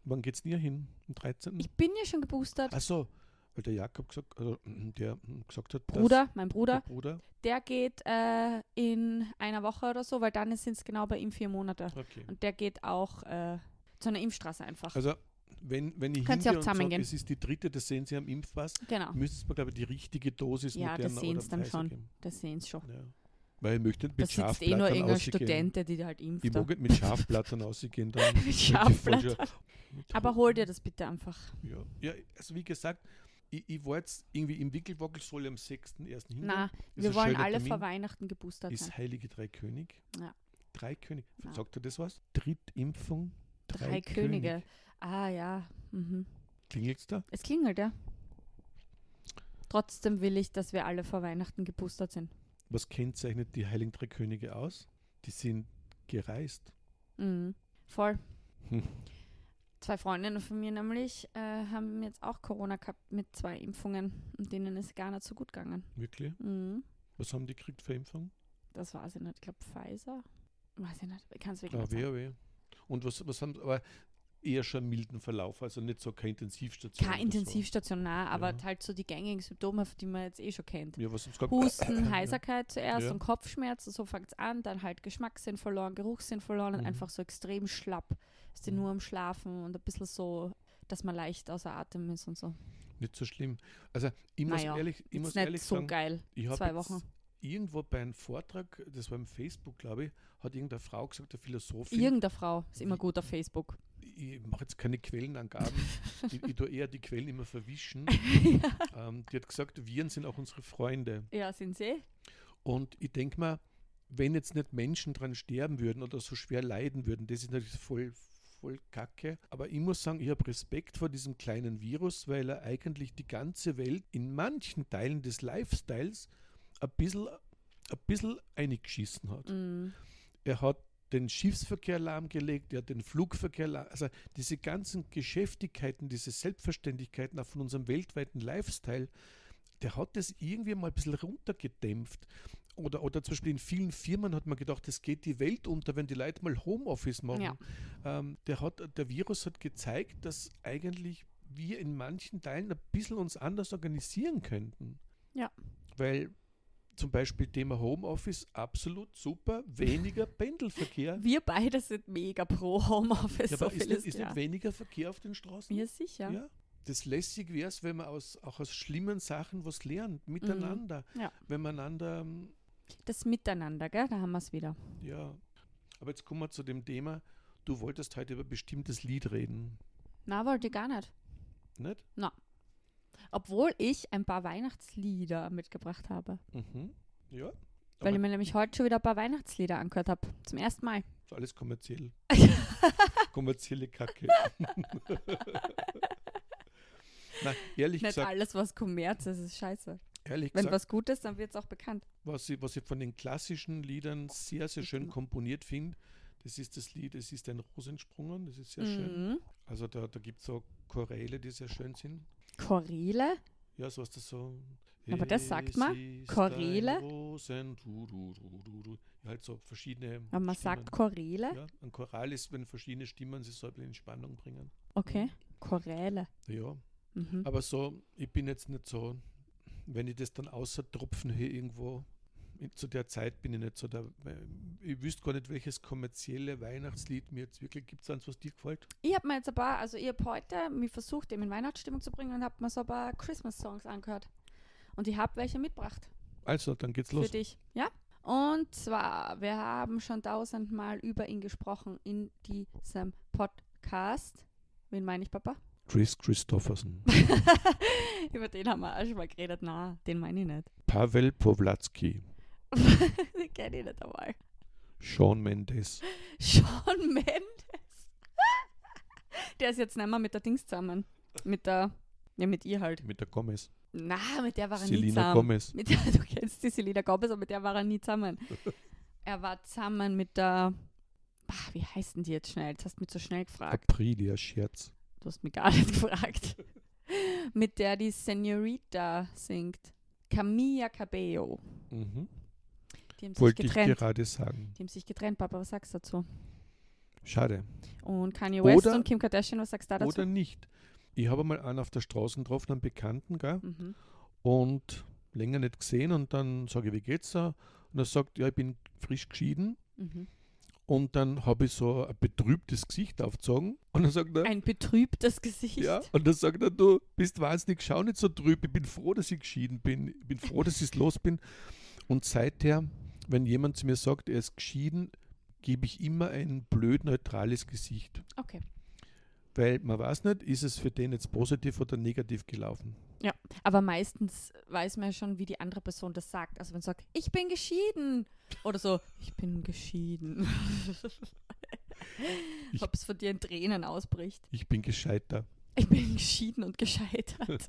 [SPEAKER 2] Wann geht's denn hier hin? Um Am 13.?
[SPEAKER 1] Ich bin ja schon geboostert.
[SPEAKER 2] Achso, weil der Jakob gesagt, also, der mm, gesagt hat, dass-
[SPEAKER 1] Bruder, mein
[SPEAKER 2] der
[SPEAKER 1] Bruder,
[SPEAKER 2] Bruder.
[SPEAKER 1] der geht äh, in einer Woche oder so, weil dann sind es genau bei ihm vier Monate.
[SPEAKER 2] Okay.
[SPEAKER 1] Und der geht auch äh, zu einer Impfstraße einfach.
[SPEAKER 2] Also, wenn, wenn ich
[SPEAKER 1] Könnt ihr auch
[SPEAKER 2] hingehe und sage,
[SPEAKER 1] zusammengehen.
[SPEAKER 2] es ist die dritte, das sehen Sie am Impfpass,
[SPEAKER 1] genau,
[SPEAKER 2] müsste es mir, glaube ich, die richtige Dosis
[SPEAKER 1] Ja, das
[SPEAKER 2] Moderna
[SPEAKER 1] sehen
[SPEAKER 2] oder
[SPEAKER 1] Sie dann
[SPEAKER 2] Pfizer
[SPEAKER 1] schon.
[SPEAKER 2] geben.
[SPEAKER 1] das sehen sie schon.
[SPEAKER 2] Ja. Weil ich möchte nicht
[SPEAKER 1] Da
[SPEAKER 2] mit
[SPEAKER 1] sitzt eh nur
[SPEAKER 2] Schafblattern
[SPEAKER 1] irgendein
[SPEAKER 2] ausgehen.
[SPEAKER 1] Student, der die halt impft.
[SPEAKER 2] Ich mag nicht mit Schafblattern ausgehen. Dann
[SPEAKER 1] Mit Schafblattern. Aber hol dir das bitte einfach.
[SPEAKER 2] Ja. ja, also wie gesagt, ich, ich war jetzt irgendwie im Wickelwackel, soll ich am 6.1. hin.
[SPEAKER 1] Na,
[SPEAKER 2] Ist
[SPEAKER 1] wir
[SPEAKER 2] ein
[SPEAKER 1] wollen
[SPEAKER 2] schöner
[SPEAKER 1] alle
[SPEAKER 2] Termin.
[SPEAKER 1] vor Weihnachten geboostert sein.
[SPEAKER 2] Ist Heilige Drei König.
[SPEAKER 1] Ja.
[SPEAKER 2] Drei König.
[SPEAKER 1] Ja.
[SPEAKER 2] Sagt er das was? Drittimpfung.
[SPEAKER 1] Drei, Könige. Ah ja. Mhm.
[SPEAKER 2] Klingelt's da?
[SPEAKER 1] Es klingelt, ja. Trotzdem will ich, dass wir alle vor Weihnachten geboostert sind.
[SPEAKER 2] Was kennzeichnet die Heiligen Drei Könige aus? Die sind gereist.
[SPEAKER 1] Mhm. Voll.
[SPEAKER 2] Hm.
[SPEAKER 1] Zwei Freundinnen von mir nämlich äh, haben jetzt auch Corona gehabt mit zwei Impfungen und denen ist gar nicht so gut gegangen.
[SPEAKER 2] Wirklich?
[SPEAKER 1] Mhm.
[SPEAKER 2] Was haben die gekriegt für Impfung?
[SPEAKER 1] Das weiß ich nicht. Ich glaube Pfizer. Weiß ich nicht. Ich kann es wirklich
[SPEAKER 2] Ah,
[SPEAKER 1] nicht sagen.
[SPEAKER 2] weh. Und was, was haben aber eher schon einen milden Verlauf, also nicht so keine Intensivstation.
[SPEAKER 1] Keine
[SPEAKER 2] oder so.
[SPEAKER 1] Intensivstation, nein, aber
[SPEAKER 2] Ja.
[SPEAKER 1] halt so die gängigen Symptome, die man jetzt eh schon kennt.
[SPEAKER 2] Ja, was haben sie gesagt?
[SPEAKER 1] Husten, Heiserkeit zuerst
[SPEAKER 2] Ja.
[SPEAKER 1] und Kopfschmerzen, so fängt es an, dann halt Geschmackssinn verloren, Geruchssinn verloren und
[SPEAKER 2] Mhm.
[SPEAKER 1] einfach so extrem schlapp. Ist die
[SPEAKER 2] Mhm.
[SPEAKER 1] nur am Schlafen und ein bisschen so, dass man leicht außer Atem ist und so.
[SPEAKER 2] Nicht so schlimm. Also ich muss
[SPEAKER 1] Naja,
[SPEAKER 2] ehrlich, ich
[SPEAKER 1] Ist
[SPEAKER 2] muss
[SPEAKER 1] nicht
[SPEAKER 2] ehrlich
[SPEAKER 1] so
[SPEAKER 2] sagen,
[SPEAKER 1] geil.
[SPEAKER 2] Ich hab
[SPEAKER 1] Zwei
[SPEAKER 2] jetzt
[SPEAKER 1] Wochen.
[SPEAKER 2] Irgendwo bei einem Vortrag, das war im Facebook, glaube ich, hat irgendeine Frau gesagt, eine Philosophin,
[SPEAKER 1] Irgendeine Frau ist immer
[SPEAKER 2] Wie-
[SPEAKER 1] gut auf Facebook.
[SPEAKER 2] ich mache jetzt keine Quellenangaben, ich, ich tue eher die Quellen immer verwischen. ähm, die hat gesagt, Viren sind auch unsere Freunde.
[SPEAKER 1] Ja, sind sie?
[SPEAKER 2] Und ich denke mal, wenn jetzt nicht Menschen dran sterben würden oder so schwer leiden würden, das ist natürlich voll, voll kacke. Aber ich muss sagen, ich habe Respekt vor diesem kleinen Virus, weil er eigentlich die ganze Welt in manchen Teilen des Lifestyles ein bisschen, ein bisschen eingeschissen hat.
[SPEAKER 1] Mhm.
[SPEAKER 2] Er hat den Schiffsverkehr lahmgelegt, er hat den Flugverkehr lahm, also diese ganzen Geschäftigkeiten, diese Selbstverständlichkeiten auch von unserem weltweiten Lifestyle, der hat das irgendwie mal ein bisschen runtergedämpft. Oder, oder zum Beispiel in vielen Firmen hat man gedacht, es geht die Welt unter, wenn die Leute mal Homeoffice machen.
[SPEAKER 1] Ja.
[SPEAKER 2] Ähm, der, hat, der Virus hat gezeigt, dass eigentlich wir in manchen Teilen ein bisschen uns anders organisieren könnten.
[SPEAKER 1] Ja.
[SPEAKER 2] Weil zum Beispiel Thema Homeoffice absolut super, weniger Pendelverkehr.
[SPEAKER 1] Wir beide sind mega pro Homeoffice.
[SPEAKER 2] Ja,
[SPEAKER 1] so
[SPEAKER 2] aber ist
[SPEAKER 1] viel
[SPEAKER 2] nicht,
[SPEAKER 1] ist,
[SPEAKER 2] ist
[SPEAKER 1] ja.
[SPEAKER 2] nicht weniger Verkehr auf den Straßen?
[SPEAKER 1] ja, sicher.
[SPEAKER 2] Ja. Das lässig wäre es, wenn man aus, auch aus schlimmen Sachen was lernt, miteinander.
[SPEAKER 1] Mhm. Ja.
[SPEAKER 2] Wenn man einander, ähm,
[SPEAKER 1] Das Miteinander, gell? Da haben wir es wieder.
[SPEAKER 2] ja. Aber jetzt kommen wir zu dem Thema, du wolltest heute über ein bestimmtes Lied reden,
[SPEAKER 1] Na, wollte ich gar nicht.
[SPEAKER 2] nicht?
[SPEAKER 1] Obwohl ich ein paar Weihnachtslieder mitgebracht habe.
[SPEAKER 2] Mhm. Ja,
[SPEAKER 1] Weil
[SPEAKER 2] Aber-
[SPEAKER 1] ich mir nämlich heute schon wieder ein paar Weihnachtslieder angehört habe. Zum ersten Mal.
[SPEAKER 2] ist alles kommerziell. Kommerzielle Kacke. Nein, ehrlich
[SPEAKER 1] Nicht
[SPEAKER 2] gesagt,
[SPEAKER 1] alles, was Kommerz ist, ist scheiße.
[SPEAKER 2] ehrlich
[SPEAKER 1] Wenn
[SPEAKER 2] gesagt,
[SPEAKER 1] was gut ist, dann wird es auch bekannt.
[SPEAKER 2] was ich, was ich von den klassischen Liedern sehr, sehr
[SPEAKER 1] Mhm.
[SPEAKER 2] schön komponiert finde, das ist das Lied, es ist ein Rosensprungen, das ist sehr schön.
[SPEAKER 1] Mhm.
[SPEAKER 2] Also da, da gibt es so Choräle, die sehr schön sind.
[SPEAKER 1] Chorile?
[SPEAKER 2] Ja, so was das so.
[SPEAKER 1] Aber das sagt
[SPEAKER 2] Es
[SPEAKER 1] man,
[SPEAKER 2] ist
[SPEAKER 1] Choräle?
[SPEAKER 2] ein Rosen, du, du, du, du, du. Ja, halt so verschiedene.
[SPEAKER 1] Aber man sagt Chorile?
[SPEAKER 2] ja, ein Choral ist, wenn verschiedene Stimmen sich so ein bisschen in Spannung bringen.
[SPEAKER 1] Okay. Choräle.
[SPEAKER 2] Ja,
[SPEAKER 1] Mhm.
[SPEAKER 2] aber so, ich bin jetzt nicht so, wenn ich das dann außer Tropfen hier irgendwo in- zu der Zeit bin ich nicht so da. Ich wüsste gar nicht, welches kommerzielle Weihnachtslied mir jetzt wirklich gibt. Sonst was dir gefällt?
[SPEAKER 1] Ich habe mir jetzt ein paar, also ich habe heute mich versucht, eben in Weihnachtsstimmung zu bringen und habe mir so ein paar Christmas-Songs angehört. Und ich habe welche mitgebracht
[SPEAKER 2] Also, dann geht's los.
[SPEAKER 1] für dich. Ja? Und zwar, wir haben schon tausendmal über ihn gesprochen in diesem Podcast. Wen meine ich, Papa?
[SPEAKER 2] Chris Christofferson,
[SPEAKER 1] über den haben wir auch schon mal geredet. Na, den meine ich nicht.
[SPEAKER 2] Pavel Powlatzki,
[SPEAKER 1] den kenne ich nicht einmal.
[SPEAKER 2] Sean Mendes.
[SPEAKER 1] Sean Mendes. der ist jetzt nicht mehr mit der Dings zusammen. Mit der, ja, mit ihr halt.
[SPEAKER 2] Mit der Gomez.
[SPEAKER 1] Na, mit der war er nie
[SPEAKER 2] Selina
[SPEAKER 1] zusammen.
[SPEAKER 2] Gomez.
[SPEAKER 1] Mit der, du kennst die Selina Gomez, aber mit der war er nie zusammen. er war zusammen mit der. Bah, wie heißt denn die jetzt schnell? Jetzt hast du mich zu schnell gefragt.
[SPEAKER 2] Aprilia Scherz.
[SPEAKER 1] Du hast mich gar nicht gefragt. mit der die Senorita singt. Camilla Cabello.
[SPEAKER 2] Mhm.
[SPEAKER 1] Die haben sich
[SPEAKER 2] Wollte ich
[SPEAKER 1] getrennt.
[SPEAKER 2] gerade sagen.
[SPEAKER 1] Die haben sich getrennt, Papa, was sagst du dazu?
[SPEAKER 2] Schade.
[SPEAKER 1] Und Kanye West
[SPEAKER 2] Oder-
[SPEAKER 1] und Kim Kardashian, was sagst du dazu?
[SPEAKER 2] Oder nicht. Ich habe mal einen auf der Straße getroffen, einen Bekannten, gell?
[SPEAKER 1] Mhm.
[SPEAKER 2] Und länger nicht gesehen. Und dann sage ich, wie geht's da? Und er sagt, ja, ich bin frisch geschieden.
[SPEAKER 1] Mhm.
[SPEAKER 2] Und dann habe ich so ein betrübtes Gesicht aufgezogen. Und dann sagt er,
[SPEAKER 1] Ein betrübtes Gesicht.
[SPEAKER 2] ja, und dann sagt er, du bist wahnsinnig, schau nicht so trüb, ich bin froh, dass ich geschieden bin, ich bin froh, dass ich los bin. Und seither, wenn jemand zu mir sagt, er ist geschieden, gebe ich immer ein blöd neutrales Gesicht.
[SPEAKER 1] Okay.
[SPEAKER 2] Weil man weiß nicht, ist es für den jetzt positiv oder negativ gelaufen.
[SPEAKER 1] Aber meistens weiß man ja schon, wie die andere Person das sagt. Also wenn sie sagt, ich bin geschieden. Oder so, ich bin geschieden.
[SPEAKER 2] Ich-
[SPEAKER 1] Ob es von dir in Tränen ausbricht.
[SPEAKER 2] Ich bin gescheiter.
[SPEAKER 1] Ich bin geschieden und gescheitert.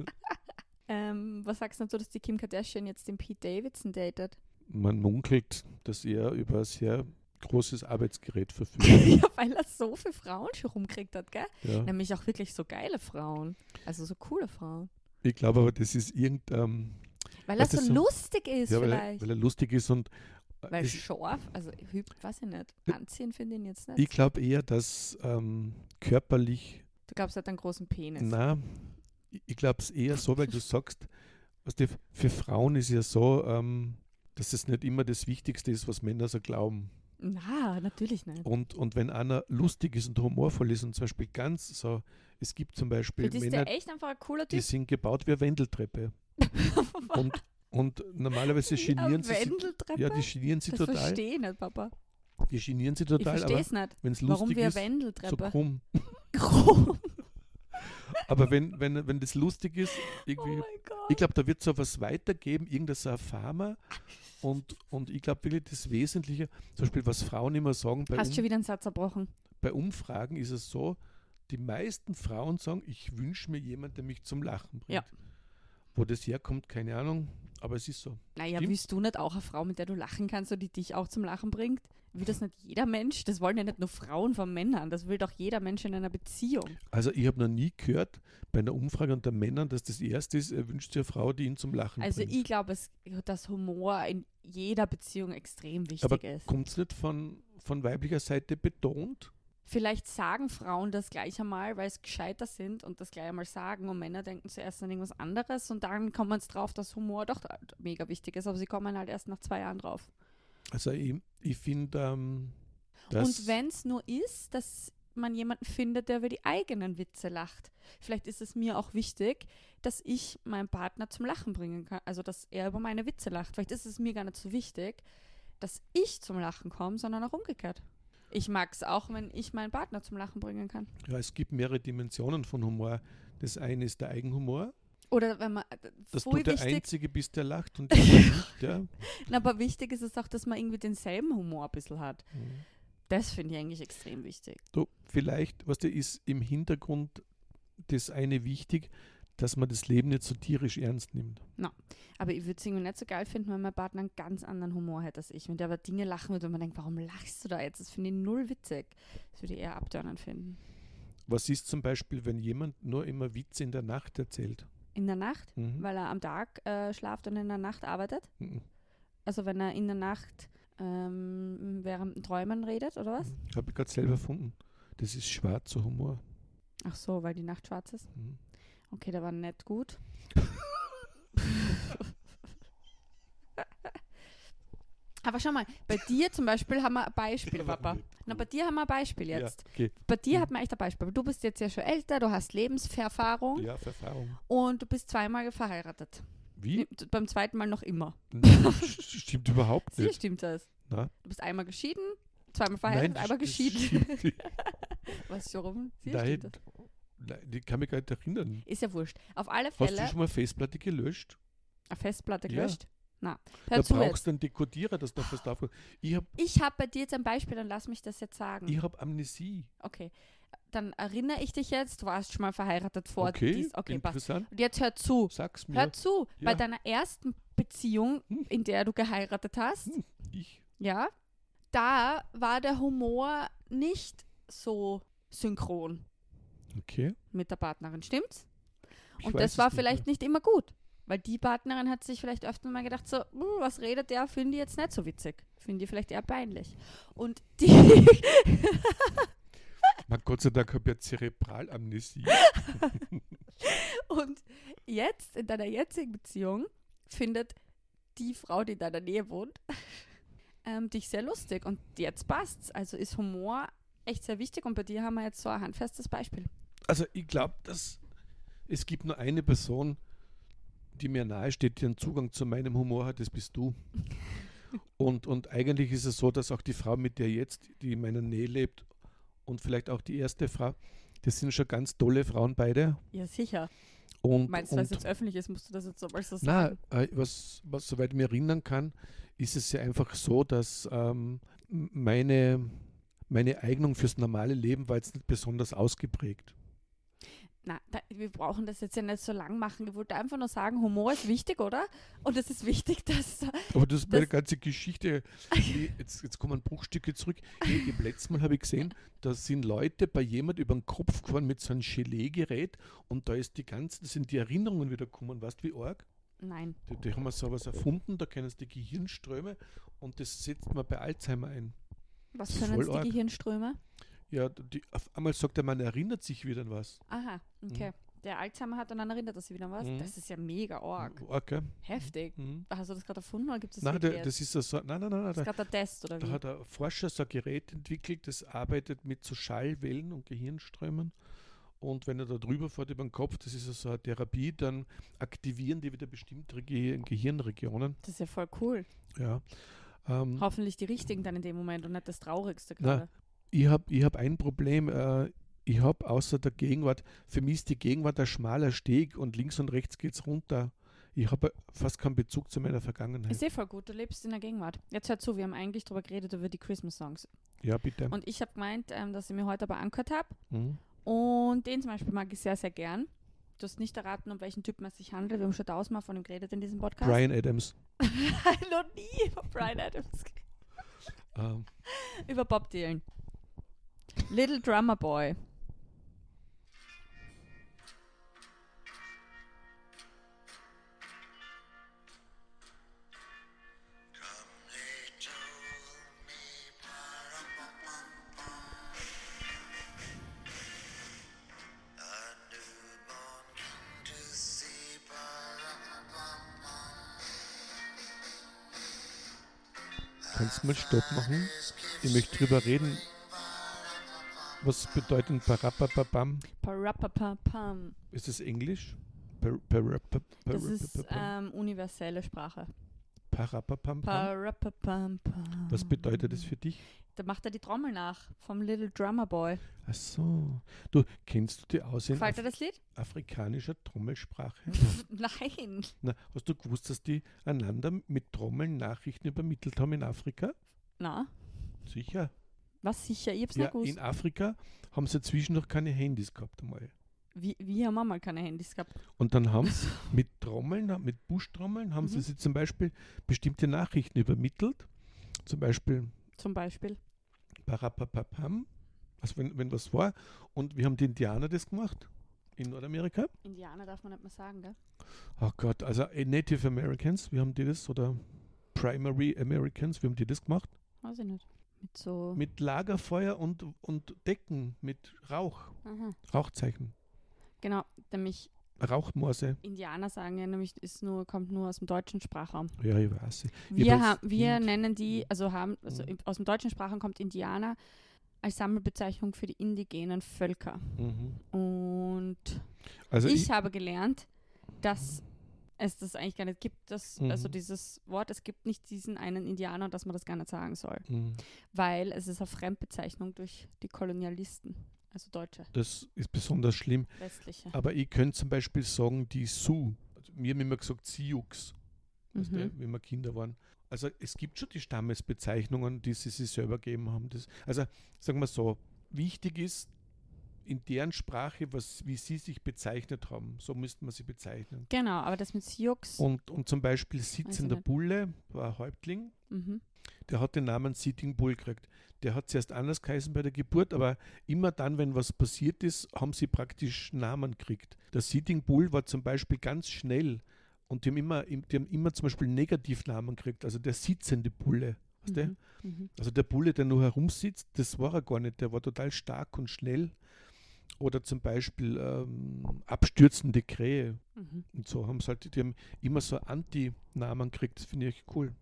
[SPEAKER 1] ähm, was sagst du dazu, dass die Kim Kardashian jetzt den Pete Davidson datet?
[SPEAKER 2] Man munkelt, dass er über ein sehr großes Arbeitsgerät verfügt.
[SPEAKER 1] ja, weil er so viele Frauen schon rumkriegt hat, gell?
[SPEAKER 2] ja.
[SPEAKER 1] Nämlich auch wirklich so geile Frauen. Also so coole Frauen.
[SPEAKER 2] Ich glaube aber, das ist irgendein...
[SPEAKER 1] Weil
[SPEAKER 2] Was
[SPEAKER 1] er so
[SPEAKER 2] ist so-
[SPEAKER 1] lustig ist
[SPEAKER 2] Ja, weil, er,
[SPEAKER 1] vielleicht.
[SPEAKER 2] weil er lustig ist und äh,
[SPEAKER 1] Weil
[SPEAKER 2] es-
[SPEAKER 1] scharf, also hüb, weiß ich nicht.
[SPEAKER 2] Äh,
[SPEAKER 1] Anziehen finde ich ihn jetzt
[SPEAKER 2] ich
[SPEAKER 1] nicht.
[SPEAKER 2] glaube eher, dass ähm, körperlich,
[SPEAKER 1] Du glaubst, er hat einen großen Penis.
[SPEAKER 2] na, ich- ich glaube es eher so, weil du sagst, was die, für Frauen ist ja so, ähm, dass es nicht immer das Wichtigste ist, was Männer so glauben.
[SPEAKER 1] Na, natürlich nicht.
[SPEAKER 2] Und, und wenn einer lustig ist und humorvoll ist und zum Beispiel ganz so, es gibt zum
[SPEAKER 1] Für
[SPEAKER 2] Beispiel
[SPEAKER 1] dich ist
[SPEAKER 2] Männer,
[SPEAKER 1] der echt einfach ein cooler
[SPEAKER 2] die
[SPEAKER 1] Typ.
[SPEAKER 2] sind gebaut wie eine Wendeltreppe. Und, und normalerweise genieren
[SPEAKER 1] Eine
[SPEAKER 2] sie sich.
[SPEAKER 1] Wendeltreppe?
[SPEAKER 2] Ja, die genieren sie
[SPEAKER 1] das
[SPEAKER 2] total.
[SPEAKER 1] verstehe ich nicht, Papa.
[SPEAKER 2] Die genieren sie
[SPEAKER 1] Ich
[SPEAKER 2] total,
[SPEAKER 1] verstehe
[SPEAKER 2] aber
[SPEAKER 1] es nicht.
[SPEAKER 2] wenn es
[SPEAKER 1] Warum
[SPEAKER 2] lustig
[SPEAKER 1] wir
[SPEAKER 2] ist, so
[SPEAKER 1] Wendeltreppe?
[SPEAKER 2] krumm.
[SPEAKER 1] Krumm.
[SPEAKER 2] Aber wenn, wenn, wenn das lustig ist,
[SPEAKER 1] Oh
[SPEAKER 2] irgendwie,
[SPEAKER 1] mein Gott.
[SPEAKER 2] ich glaube, da wird es auch was weitergeben, irgendein so ein Pharma. Und, und ich glaube wirklich, das Wesentliche, zum Beispiel, was Frauen immer sagen, bei,
[SPEAKER 1] Hast
[SPEAKER 2] um,
[SPEAKER 1] schon wieder einen Satz zerbrochen.
[SPEAKER 2] bei Umfragen ist es so, die meisten Frauen sagen, ich wünsche mir jemanden, der mich zum Lachen bringt.
[SPEAKER 1] Ja.
[SPEAKER 2] Wo das herkommt, keine Ahnung, aber es ist so.
[SPEAKER 1] Naja,
[SPEAKER 2] Stimmt.
[SPEAKER 1] willst du nicht auch eine Frau, mit der du lachen kannst und die dich auch zum Lachen bringt? Will das nicht jeder Mensch? Das wollen ja nicht nur Frauen von Männern. Das will doch jeder Mensch in einer Beziehung.
[SPEAKER 2] Also ich habe noch nie gehört bei einer Umfrage unter Männern, dass das Erste ist, er wünscht sich eine Frau, die ihn zum Lachen
[SPEAKER 1] Also
[SPEAKER 2] bringt.
[SPEAKER 1] ich glaube, es- dass Humor in jeder Beziehung extrem wichtig
[SPEAKER 2] aber
[SPEAKER 1] ist.
[SPEAKER 2] kommt es nicht von, von weiblicher Seite betont?
[SPEAKER 1] Vielleicht sagen Frauen das gleich einmal, weil es gescheiter sind und das gleich einmal sagen. Und Männer denken zuerst an irgendwas anderes und dann kommen sie drauf, dass Humor doch mega wichtig ist. Aber sie kommen halt erst nach zwei Jahren drauf.
[SPEAKER 2] Also ich, ich finde, ähm,
[SPEAKER 1] und wenn es nur ist, dass man jemanden findet, der über die eigenen Witze lacht. Vielleicht ist es mir auch wichtig, dass ich meinen Partner zum Lachen bringen kann. Also, dass er über meine Witze lacht. Vielleicht ist es mir gar nicht so wichtig, dass ich zum Lachen komme, sondern auch umgekehrt. Ich mag es auch, wenn ich meinen Partner zum Lachen bringen kann.
[SPEAKER 2] ja, es gibt mehrere Dimensionen von Humor. Das eine ist der Eigenhumor,
[SPEAKER 1] Oder wenn man. äh,
[SPEAKER 2] dass
[SPEAKER 1] voll
[SPEAKER 2] du der
[SPEAKER 1] wichtig,
[SPEAKER 2] Einzige bist, der lacht und die anderen nicht. Ja.
[SPEAKER 1] Na, aber wichtig ist es auch, dass man irgendwie denselben Humor ein bisschen hat. Das finde ich eigentlich extrem wichtig.
[SPEAKER 2] Du, vielleicht, was weißt du, ist im Hintergrund das eine wichtig, dass man das Leben nicht so tierisch ernst nimmt.
[SPEAKER 1] Aber ich würde es irgendwie nicht so geil finden, wenn mein Partner einen ganz anderen Humor hätte als ich. Wenn der aber Dinge lachen würde und man denkt, warum lachst du da jetzt? Das finde ich null witzig. Das würde ich eher abtörnend finden.
[SPEAKER 2] Was ist zum Beispiel, wenn jemand nur immer Witze in der Nacht erzählt?
[SPEAKER 1] In der Nacht,
[SPEAKER 2] Mhm.
[SPEAKER 1] weil er am Tag äh, schlaft und in der Nacht arbeitet.
[SPEAKER 2] Mhm.
[SPEAKER 1] Also wenn er in der Nacht ähm, während dem Träumen redet oder was?
[SPEAKER 2] Habe ich gerade selber erfunden. Das ist schwarzer Humor.
[SPEAKER 1] Ach so, weil die Nacht schwarz ist.
[SPEAKER 2] Mhm.
[SPEAKER 1] Okay, der war nicht gut. Aber schau mal, bei dir zum Beispiel haben wir ein Beispiel,
[SPEAKER 2] Der war
[SPEAKER 1] Papa.
[SPEAKER 2] nicht
[SPEAKER 1] Na,
[SPEAKER 2] gut.
[SPEAKER 1] bei dir haben wir ein Beispiel jetzt.
[SPEAKER 2] Ja, okay. Mhm.
[SPEAKER 1] Bei dir hat man echt ein Beispiel. Aber Du bist jetzt ja schon älter, du hast Lebenserfahrung
[SPEAKER 2] ja für Erfahrung.
[SPEAKER 1] und du bist zweimal verheiratet.
[SPEAKER 2] Wie?
[SPEAKER 1] Beim zweiten Mal noch immer.
[SPEAKER 2] stimmt überhaupt
[SPEAKER 1] Sicher
[SPEAKER 2] nicht.
[SPEAKER 1] stimmt das.
[SPEAKER 2] Na?
[SPEAKER 1] Du bist einmal geschieden, zweimal verheiratet,
[SPEAKER 2] das-
[SPEAKER 1] einmal
[SPEAKER 2] das
[SPEAKER 1] geschieden.
[SPEAKER 2] stimmt nicht.
[SPEAKER 1] Was so rum? Sicher stimmt
[SPEAKER 2] Nein,
[SPEAKER 1] das.
[SPEAKER 2] nein, ich kann mich gar nicht erinnern.
[SPEAKER 1] Ist ja wurscht. Auf alle
[SPEAKER 2] Hast du
[SPEAKER 1] Fälle
[SPEAKER 2] schon mal eine Festplatte gelöscht?
[SPEAKER 1] eine Festplatte
[SPEAKER 2] Ja.
[SPEAKER 1] gelöscht. Na,
[SPEAKER 2] da
[SPEAKER 1] hör zu jetzt. Ah. Hm.
[SPEAKER 2] brauchst du einen Dekodierer, dass du das darfst. Ich habe
[SPEAKER 1] Ich habe bei dir jetzt ein Beispiel, dann lass mich das jetzt sagen.
[SPEAKER 2] ich hab Amnesie.
[SPEAKER 1] Okay. Dann erinnere ich dich jetzt, du warst schon mal verheiratet vor
[SPEAKER 2] okay,
[SPEAKER 1] dies. Okay, passt.
[SPEAKER 2] interessant.
[SPEAKER 1] Und jetzt hör zu.
[SPEAKER 2] Sag's mir.
[SPEAKER 1] Hör zu, bei
[SPEAKER 2] Ja.
[SPEAKER 1] deiner ersten Beziehung,
[SPEAKER 2] Hm.
[SPEAKER 1] in der du geheiratet hast,
[SPEAKER 2] Hm. Ich.
[SPEAKER 1] ja, da war der Humor nicht so synchron
[SPEAKER 2] Okay.
[SPEAKER 1] mit der Partnerin, stimmt's?
[SPEAKER 2] Ich
[SPEAKER 1] Und
[SPEAKER 2] weiß
[SPEAKER 1] das
[SPEAKER 2] es
[SPEAKER 1] war
[SPEAKER 2] nicht mehr.
[SPEAKER 1] vielleicht nicht immer gut, weil die Partnerin hat sich vielleicht öfter mal gedacht, so, "Hm, was redet der, finde ich jetzt nicht so witzig, finde ich vielleicht eher peinlich. Und die,
[SPEAKER 2] Mein Gott sei Dank habe ich ja Zerebralamnesie.
[SPEAKER 1] Und jetzt, in deiner jetzigen Beziehung, findet die Frau, die in deiner Nähe wohnt, ähm, dich sehr lustig. Und jetzt passt's. Also ist Humor echt sehr wichtig. Und bei dir haben wir jetzt so ein handfestes Beispiel.
[SPEAKER 2] Also ich glaube, dass es gibt nur eine Person, die mir nahesteht, die einen Zugang zu meinem Humor hat, das bist du. Und, und eigentlich ist es so, dass auch die Frau, mit der jetzt, die in meiner Nähe lebt und vielleicht auch die erste Frau, das sind schon ganz tolle Frauen beide.
[SPEAKER 1] Ja, sicher.
[SPEAKER 2] Und,
[SPEAKER 1] Meinst du,
[SPEAKER 2] und
[SPEAKER 1] weil es jetzt öffentlich ist, musst du das jetzt nochmal so
[SPEAKER 2] na,
[SPEAKER 1] sagen?
[SPEAKER 2] äh, was, was soweit ich mich erinnern kann, ist es ja einfach so, dass ähm, m- meine, meine Eignung fürs normale Leben war jetzt nicht besonders ausgeprägt.
[SPEAKER 1] Na, da, wir brauchen das jetzt ja nicht so lang machen. Ich wollte einfach nur sagen, Humor ist wichtig, oder? Und es ist wichtig, dass.
[SPEAKER 2] Aber das ist meine
[SPEAKER 1] Das-
[SPEAKER 2] ganze Geschichte. Ich- Jetzt, jetzt kommen Bruchstücke zurück. Ich, ich, letztes Mal habe ich gesehen, da sind Leute bei jemand über den Kopf gefahren mit so einem Gelee-Gerät und da ist die ganze, das sind die Erinnerungen wieder gekommen. Weißt du, wie arg?
[SPEAKER 1] Nein.
[SPEAKER 2] Die, die haben sowas erfunden, da kennen sie die Gehirnströme und das setzt man bei Alzheimer ein.
[SPEAKER 1] Was
[SPEAKER 2] Das ist
[SPEAKER 1] können
[SPEAKER 2] voll
[SPEAKER 1] uns die
[SPEAKER 2] arg.
[SPEAKER 1] Gehirnströme?
[SPEAKER 2] Ja, die, auf einmal sagt er, man erinnert sich wieder an was.
[SPEAKER 1] Aha, okay. Der Alzheimer hat und dann erinnert er sich wieder an was.
[SPEAKER 2] Mhm.
[SPEAKER 1] Das ist ja mega arg.
[SPEAKER 2] Arg, gell?
[SPEAKER 1] Heftig.
[SPEAKER 2] Mhm.
[SPEAKER 1] Hast du das gerade erfunden oder gibt es das
[SPEAKER 2] Nein,
[SPEAKER 1] wirklich
[SPEAKER 2] der,
[SPEAKER 1] jetzt?
[SPEAKER 2] das ist ja so, nein, nein, nein, nein,
[SPEAKER 1] Das ist gerade der Test oder
[SPEAKER 2] Da
[SPEAKER 1] wie?
[SPEAKER 2] hat ein Forscher so ein Gerät entwickelt, das arbeitet mit so Schallwellen und Gehirnströmen. Und wenn er da drüber fährt über den Kopf, das ist ja so eine Therapie, dann aktivieren die wieder bestimmte Ge Gehirnregionen.
[SPEAKER 1] Das ist ja voll cool.
[SPEAKER 2] Ja. Ähm,
[SPEAKER 1] Hoffentlich die richtigen dann in dem Moment und nicht das Traurigste
[SPEAKER 2] Na,
[SPEAKER 1] gerade.
[SPEAKER 2] ich habe ich hab ein Problem. Äh, ich habe außer der Gegenwart, für mich ist die Gegenwart ein schmaler Steg und links und rechts geht's runter. Ich habe fast keinen Bezug zu meiner Vergangenheit.
[SPEAKER 1] Ist eh voll gut, du lebst in der Gegenwart. Jetzt hör zu, wir haben eigentlich drüber geredet über die Christmas-Songs.
[SPEAKER 2] ja, bitte.
[SPEAKER 1] Und ich habe gemeint, ähm, dass ich mir heute aber angehört habe.
[SPEAKER 2] Mhm.
[SPEAKER 1] Und den zum Beispiel mag ich sehr, sehr gern. Du hast nicht erraten, um welchen Typen es sich handelt. Wir haben schon tausendmal von ihm geredet in diesem Podcast.
[SPEAKER 2] Brian Adams.
[SPEAKER 1] Noch nie über Brian Adams. geredet.
[SPEAKER 2] Ähm,
[SPEAKER 1] über Bob Dylan. Little Drummer Boy.
[SPEAKER 2] Kannst du mal Stopp machen? Ich möchte drüber reden. Was bedeutet Parapapapam?
[SPEAKER 1] Parapapapam.
[SPEAKER 2] Ist es Englisch? Par- parapa-
[SPEAKER 1] Das ist
[SPEAKER 2] parapapapam?
[SPEAKER 1] ähm, universelle Sprache.
[SPEAKER 2] Parapapam?
[SPEAKER 1] Parapapam, pam.
[SPEAKER 2] Was bedeutet das für dich?
[SPEAKER 1] Da macht er die Trommel nach vom Little Drummer Boy.
[SPEAKER 2] Ach so. Du, kennst du die aus in
[SPEAKER 1] Gefällt dir
[SPEAKER 2] Af
[SPEAKER 1] das Lied?
[SPEAKER 2] afrikanischer Trommelsprache?
[SPEAKER 1] Nein.
[SPEAKER 2] Na, hast du gewusst, dass die einander mit Trommeln Nachrichten übermittelt haben in Afrika?
[SPEAKER 1] Na,
[SPEAKER 2] Sicher.
[SPEAKER 1] was sicher? Ich hab's
[SPEAKER 2] Ja,
[SPEAKER 1] nicht gewusst.
[SPEAKER 2] in Afrika haben sie zwischen noch keine Handys gehabt einmal.
[SPEAKER 1] Wie, wie haben wir mal keine Handys gehabt?
[SPEAKER 2] Und dann haben sie mit Trommeln, mit Buschtrommeln, haben sie
[SPEAKER 1] Mhm.
[SPEAKER 2] sich zum Beispiel bestimmte Nachrichten übermittelt. Zum Beispiel
[SPEAKER 1] Zum Beispiel.
[SPEAKER 2] Parapapapam, also wenn, wenn was war. Und wir haben die Indianer das gemacht in Nordamerika.
[SPEAKER 1] Indianer darf man nicht mehr sagen, gell?
[SPEAKER 2] Ach Gott, also äh, Native Americans, wir haben die das, oder Primary Americans, wir haben die das gemacht.
[SPEAKER 1] Weiß ich nicht. Mit so.
[SPEAKER 2] Mit Lagerfeuer und, und Decken, mit Rauch,
[SPEAKER 1] Aha.
[SPEAKER 2] Rauchzeichen.
[SPEAKER 1] Genau, nämlich
[SPEAKER 2] Rauchmorse.
[SPEAKER 1] Indianer sagen ja nämlich, ist nur, kommt nur aus dem deutschen Sprachraum.
[SPEAKER 2] Ja, ich weiß. Ich
[SPEAKER 1] Wir,
[SPEAKER 2] hab's-
[SPEAKER 1] haben, wir
[SPEAKER 2] Hm.
[SPEAKER 1] nennen die, also haben, also
[SPEAKER 2] Mhm.
[SPEAKER 1] im- aus dem deutschen Sprachraum kommt Indianer als Sammelbezeichnung für die indigenen Völker.
[SPEAKER 2] Mhm.
[SPEAKER 1] Und
[SPEAKER 2] Also
[SPEAKER 1] ich,
[SPEAKER 2] ich,
[SPEAKER 1] habe gelernt, dass es das eigentlich gar nicht gibt, dass,
[SPEAKER 2] Mhm.
[SPEAKER 1] also dieses Wort, es gibt nicht diesen einen Indianer, dass man das gar nicht sagen soll,
[SPEAKER 2] Mhm.
[SPEAKER 1] weil es ist eine Fremdbezeichnung durch die Kolonialisten, also Deutsche,
[SPEAKER 2] das ist besonders schlimm.
[SPEAKER 1] westliche.
[SPEAKER 2] Aber ich könnte zum Beispiel sagen, die Su. Also mir haben immer gesagt Siux, weißt
[SPEAKER 1] Mhm.
[SPEAKER 2] du, wenn wir Kinder waren. Also es gibt schon die Stammesbezeichnungen, die sie sich selber gegeben haben. Das, also sagen wir so, wichtig ist in deren Sprache, was, wie sie sich bezeichnet haben. So müsste man sie bezeichnen.
[SPEAKER 1] Genau, aber das mit Sioux,
[SPEAKER 2] Und, und zum Beispiel
[SPEAKER 1] Weiß ich
[SPEAKER 2] Sitzender
[SPEAKER 1] nicht.
[SPEAKER 2] Bulle war ein Häuptling.
[SPEAKER 1] mhm.
[SPEAKER 2] der hat den Namen Sitting Bull gekriegt. Der hat zuerst anders geheißen bei der Geburt, aber immer dann, wenn was passiert ist, haben sie praktisch Namen gekriegt. Der Sitting Bull war zum Beispiel ganz schnell und die haben immer, die haben immer zum Beispiel Negativnamen gekriegt, also der sitzende Bulle. Weißt du?
[SPEAKER 1] Mhm. Mhm.
[SPEAKER 2] Also der Bulle, der nur herumsitzt, das war er gar nicht. Der war total stark und schnell. Oder zum Beispiel ähm, abstürzende Krähe
[SPEAKER 1] Mhm.
[SPEAKER 2] und so haben sie halt, die haben immer so Anti-Namen gekriegt. Das finde ich cool.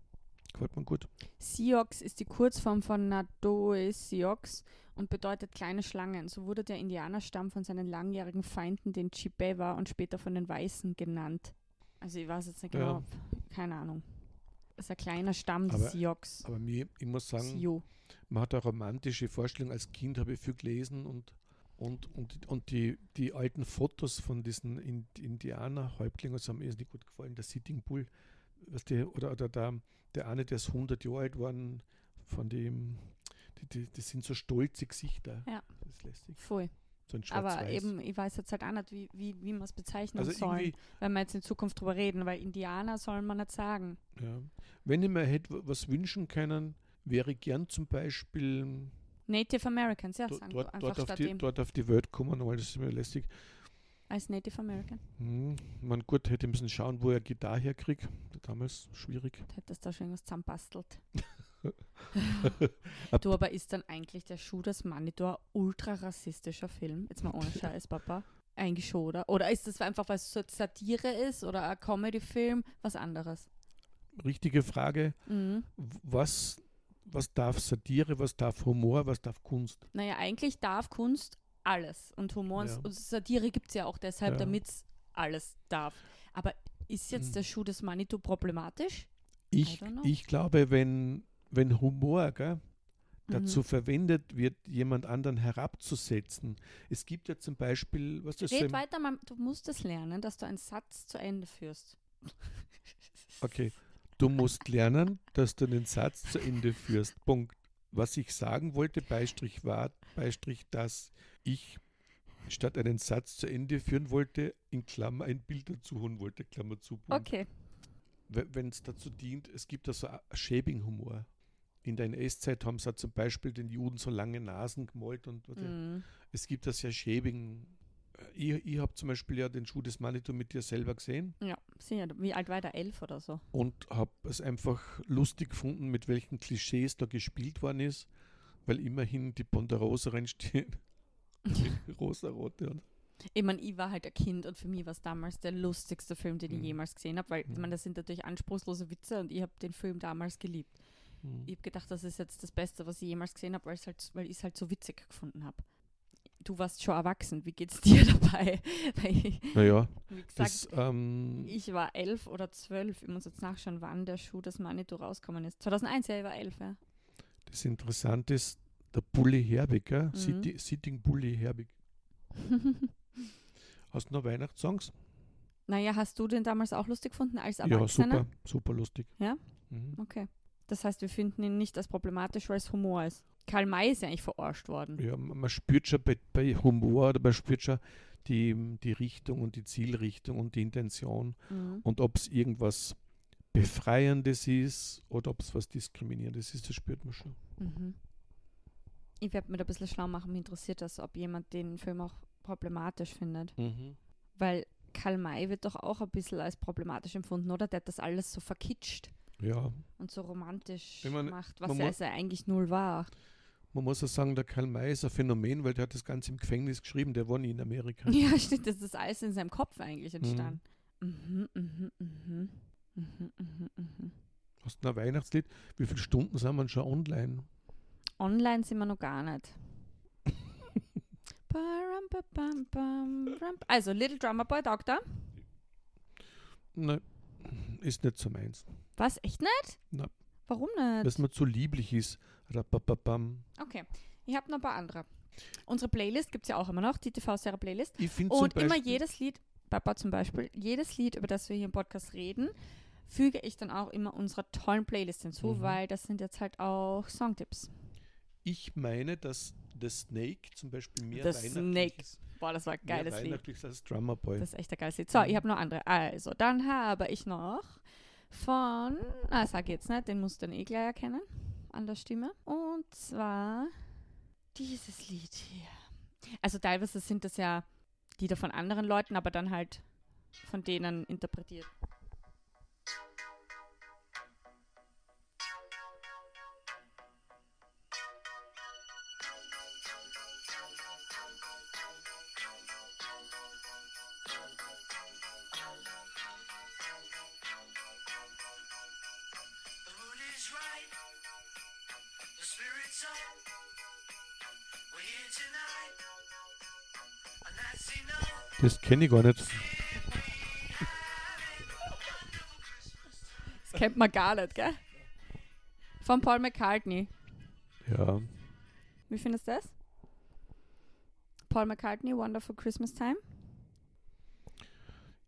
[SPEAKER 2] Gefällt mir gut.
[SPEAKER 1] Sioux ist die Kurzform von Nadoe Sioux und bedeutet kleine Schlangen. So wurde der Indianerstamm von seinen langjährigen Feinden, den Chippewa und später von den Weißen genannt. Also ich weiß jetzt nicht
[SPEAKER 2] Ja.
[SPEAKER 1] genau, ob- keine Ahnung. Das ist ein kleiner Stamm, die
[SPEAKER 2] Aber-
[SPEAKER 1] Sioux.
[SPEAKER 2] Aber mir, ich muss sagen,
[SPEAKER 1] Sio.
[SPEAKER 2] man hat eine romantische Vorstellung. Als Kind habe ich viel gelesen und, und, und, und die, die alten Fotos von diesen In- Indianer-Häuptlingen also haben mir nicht gut gefallen. Der Sitting Bull, was der, oder, oder der, der eine, der ist 100 Jahre alt worden, von dem, die, die, das sind so stolze Gesichter.
[SPEAKER 1] Ja.
[SPEAKER 2] Das ist lästig.
[SPEAKER 1] Voll.
[SPEAKER 2] So ein Schwarz-Weiß.
[SPEAKER 1] Aber eben, ich weiß jetzt halt auch nicht, wie, wie, wie man es bezeichnen
[SPEAKER 2] also
[SPEAKER 1] soll,
[SPEAKER 2] irgendwie,
[SPEAKER 1] wenn wir jetzt in Zukunft drüber reden, weil Indianer soll man nicht sagen.
[SPEAKER 2] ja. wenn ich mir hätte wa- was wünschen können, wäre ich gern zum Beispiel
[SPEAKER 1] Native Americans, ja,
[SPEAKER 2] do-
[SPEAKER 1] sagen wir
[SPEAKER 2] dort,
[SPEAKER 1] einfach
[SPEAKER 2] dort, auf
[SPEAKER 1] statt
[SPEAKER 2] die,
[SPEAKER 1] dem.
[SPEAKER 2] dort auf die Welt kommen, weil das ist mir lästig.
[SPEAKER 1] Als Native American.
[SPEAKER 2] Hm, man gut hätte müssen schauen, wo er Gitarre herkriegt. Damals schwierig.
[SPEAKER 1] Hättest da schon irgendwas zusammenbastelt.
[SPEAKER 2] Ab-
[SPEAKER 1] du, aber ist dann eigentlich der Schuh des Manitor ultra rassistischer Film? Jetzt mal ohne Scheiß, Papa. Eigentlich schon, oder? Oder ist das einfach, weil es so Satire ist oder ein Comedy-Film? Was anderes.
[SPEAKER 2] Richtige Frage.
[SPEAKER 1] Mhm.
[SPEAKER 2] W- Was, was darf Satire, was darf Humor, was darf Kunst?
[SPEAKER 1] Naja, eigentlich darf Kunst alles. Und Humor und-
[SPEAKER 2] Ja.
[SPEAKER 1] und Satire gibt es ja auch deshalb,
[SPEAKER 2] Ja.
[SPEAKER 1] damit es alles darf. Aber ist jetzt
[SPEAKER 2] Mhm.
[SPEAKER 1] der Schuh des Manitou problematisch?
[SPEAKER 2] Ich,
[SPEAKER 1] don't know.
[SPEAKER 2] ich glaube, wenn, wenn Humor gell, dazu
[SPEAKER 1] Mhm.
[SPEAKER 2] verwendet wird, jemand anderen herabzusetzen. Es gibt ja zum Beispiel, was das
[SPEAKER 1] Red weiter, Mam- du musst es lernen, dass du einen Satz zu Ende führst.
[SPEAKER 2] Okay. Du musst lernen, dass du den Satz zu Ende führst. Punkt. Was ich sagen wollte, Beistrich war, Beistrich, dass ich statt einen Satz zu Ende führen wollte, in Klammer ein Bild dazu holen wollte, Klammer zu. Punkt.
[SPEAKER 1] Okay.
[SPEAKER 2] Wenn es dazu dient, es gibt da so a- a Shaving-Humor. In der NS-Zeit haben sie zum Beispiel den Juden so lange Nasen gemalt und was weiß ich.
[SPEAKER 1] Mhm.
[SPEAKER 2] es gibt das ja Shaving. äh, Ich, ich habe zum Beispiel ja den Schuh des Manitou mit dir selber gesehen.
[SPEAKER 1] Ja, sicher. Wie alt war der? Elf oder so.
[SPEAKER 2] und habe es einfach lustig gefunden, mit welchen Klischees da gespielt worden ist, weil immerhin die Ponderosa reinstehen. Die Rosarote. Und
[SPEAKER 1] Ich meine, ich war halt ein Kind und für mich war es damals der lustigste Film, den ich
[SPEAKER 2] Mhm.
[SPEAKER 1] jemals gesehen habe, weil ich
[SPEAKER 2] Mhm.
[SPEAKER 1] meine, das sind natürlich anspruchslose Witze und ich habe den Film damals geliebt.
[SPEAKER 2] Hm.
[SPEAKER 1] Ich habe gedacht, das ist jetzt das Beste, was ich jemals gesehen habe, halt, weil ich es halt so witzig gefunden habe. Du warst schon erwachsen, wie geht's dir dabei? Weil ich,
[SPEAKER 2] Naja,
[SPEAKER 1] wie gesagt,
[SPEAKER 2] das, ähm,
[SPEAKER 1] ich war elf oder zwölf. Ich muss jetzt nachschauen, wann der Schuh des Manitou rausgekommen ist. 2001, ja, ich war elf, ja.
[SPEAKER 2] das Interessante ist, der Bulli Herbig, gell?
[SPEAKER 1] Mhm.
[SPEAKER 2] Sitti- Sitting Bulli Herbig. Hast du noch Weihnachtssongs?
[SPEAKER 1] naja, hast du den damals auch lustig gefunden als
[SPEAKER 2] Ja,
[SPEAKER 1] Erwachsener?
[SPEAKER 2] super, super lustig.
[SPEAKER 1] Ja?
[SPEAKER 2] Mhm.
[SPEAKER 1] Okay. Das heißt, wir finden ihn nicht als problematisch, weil es Humor ist. Karl May ist ja eigentlich verarscht worden.
[SPEAKER 2] Ja, man man spürt schon bei, bei Humor oder man spürt schon die, die Richtung und die Zielrichtung und die Intention.
[SPEAKER 1] Mhm.
[SPEAKER 2] Und ob es irgendwas Befreiendes ist oder ob es was Diskriminierendes ist, das spürt man schon.
[SPEAKER 1] Mhm. Ich werde mir da ein bisschen schlau machen, mich interessiert das, ob jemand den Film auch problematisch findet. Weil Karl May wird doch auch ein bisschen als problematisch empfunden, oder? Der hat das alles so verkitscht
[SPEAKER 2] Ja,
[SPEAKER 1] und so romantisch
[SPEAKER 2] Ich mein,
[SPEAKER 1] gemacht, was
[SPEAKER 2] man
[SPEAKER 1] ja
[SPEAKER 2] mu-
[SPEAKER 1] also eigentlich null war.
[SPEAKER 2] Man muss auch sagen, der Karl May ist ein Phänomen, weil der hat das Ganze im Gefängnis geschrieben, der war nie in Amerika.
[SPEAKER 1] Ja, stimmt, das ist alles in seinem Kopf eigentlich entstanden. Mhm, mhm, mhm. Mhm, mhm, mhm.
[SPEAKER 2] Hast du ein Weihnachtslied? Wie viele Stunden sind wir schon online?
[SPEAKER 1] Online sind wir noch gar nicht. Param, pa, pam, pam, ram. Also, Little Drummer Boy Doctor.
[SPEAKER 2] Nein, ist nicht so meins.
[SPEAKER 1] Was? Echt nicht?
[SPEAKER 2] Na.
[SPEAKER 1] Warum nicht?
[SPEAKER 2] Dass man zu lieblich ist. Rapapapam.
[SPEAKER 1] Okay, ich habe noch ein paar andere. Unsere Playlist gibt es ja auch immer noch, die TV-Serie-Playlist.
[SPEAKER 2] Ich finde zum
[SPEAKER 1] Und
[SPEAKER 2] Beispiel,
[SPEAKER 1] immer jedes Lied, Papa zum Beispiel, jedes Lied, über das wir hier im Podcast reden, füge ich dann auch immer unserer tollen Playlist hinzu,
[SPEAKER 2] Mhm.
[SPEAKER 1] weil das sind jetzt halt auch Songtipps.
[SPEAKER 2] ich meine, dass The Snake zum Beispiel mehr
[SPEAKER 1] The
[SPEAKER 2] weihnachtlich
[SPEAKER 1] Snake.
[SPEAKER 2] ist.
[SPEAKER 1] Boah, das war ein
[SPEAKER 2] Mehr
[SPEAKER 1] geiles Lied.
[SPEAKER 2] weihnachtlich ist als Drummer Boy.
[SPEAKER 1] Das ist echt ein geiles Lied. So,
[SPEAKER 2] Mhm.
[SPEAKER 1] ich habe noch andere. Also, dann habe ich noch von, ah, sag ich jetzt nicht, den musst du dann eh gleich erkennen an der Stimme. Und zwar dieses Lied hier. Also teilweise sind das ja Lieder von anderen Leuten, aber dann halt von denen interpretiert.
[SPEAKER 3] The mood is right, the spirit's up. We're here tonight, and that's enough.
[SPEAKER 2] Das kenne ich gar nicht.
[SPEAKER 1] Das kennt man gar nicht, gell? Von Paul McCartney.
[SPEAKER 2] Ja.
[SPEAKER 1] Wie findest du das? Paul McCartney, Wonderful Christmas Time.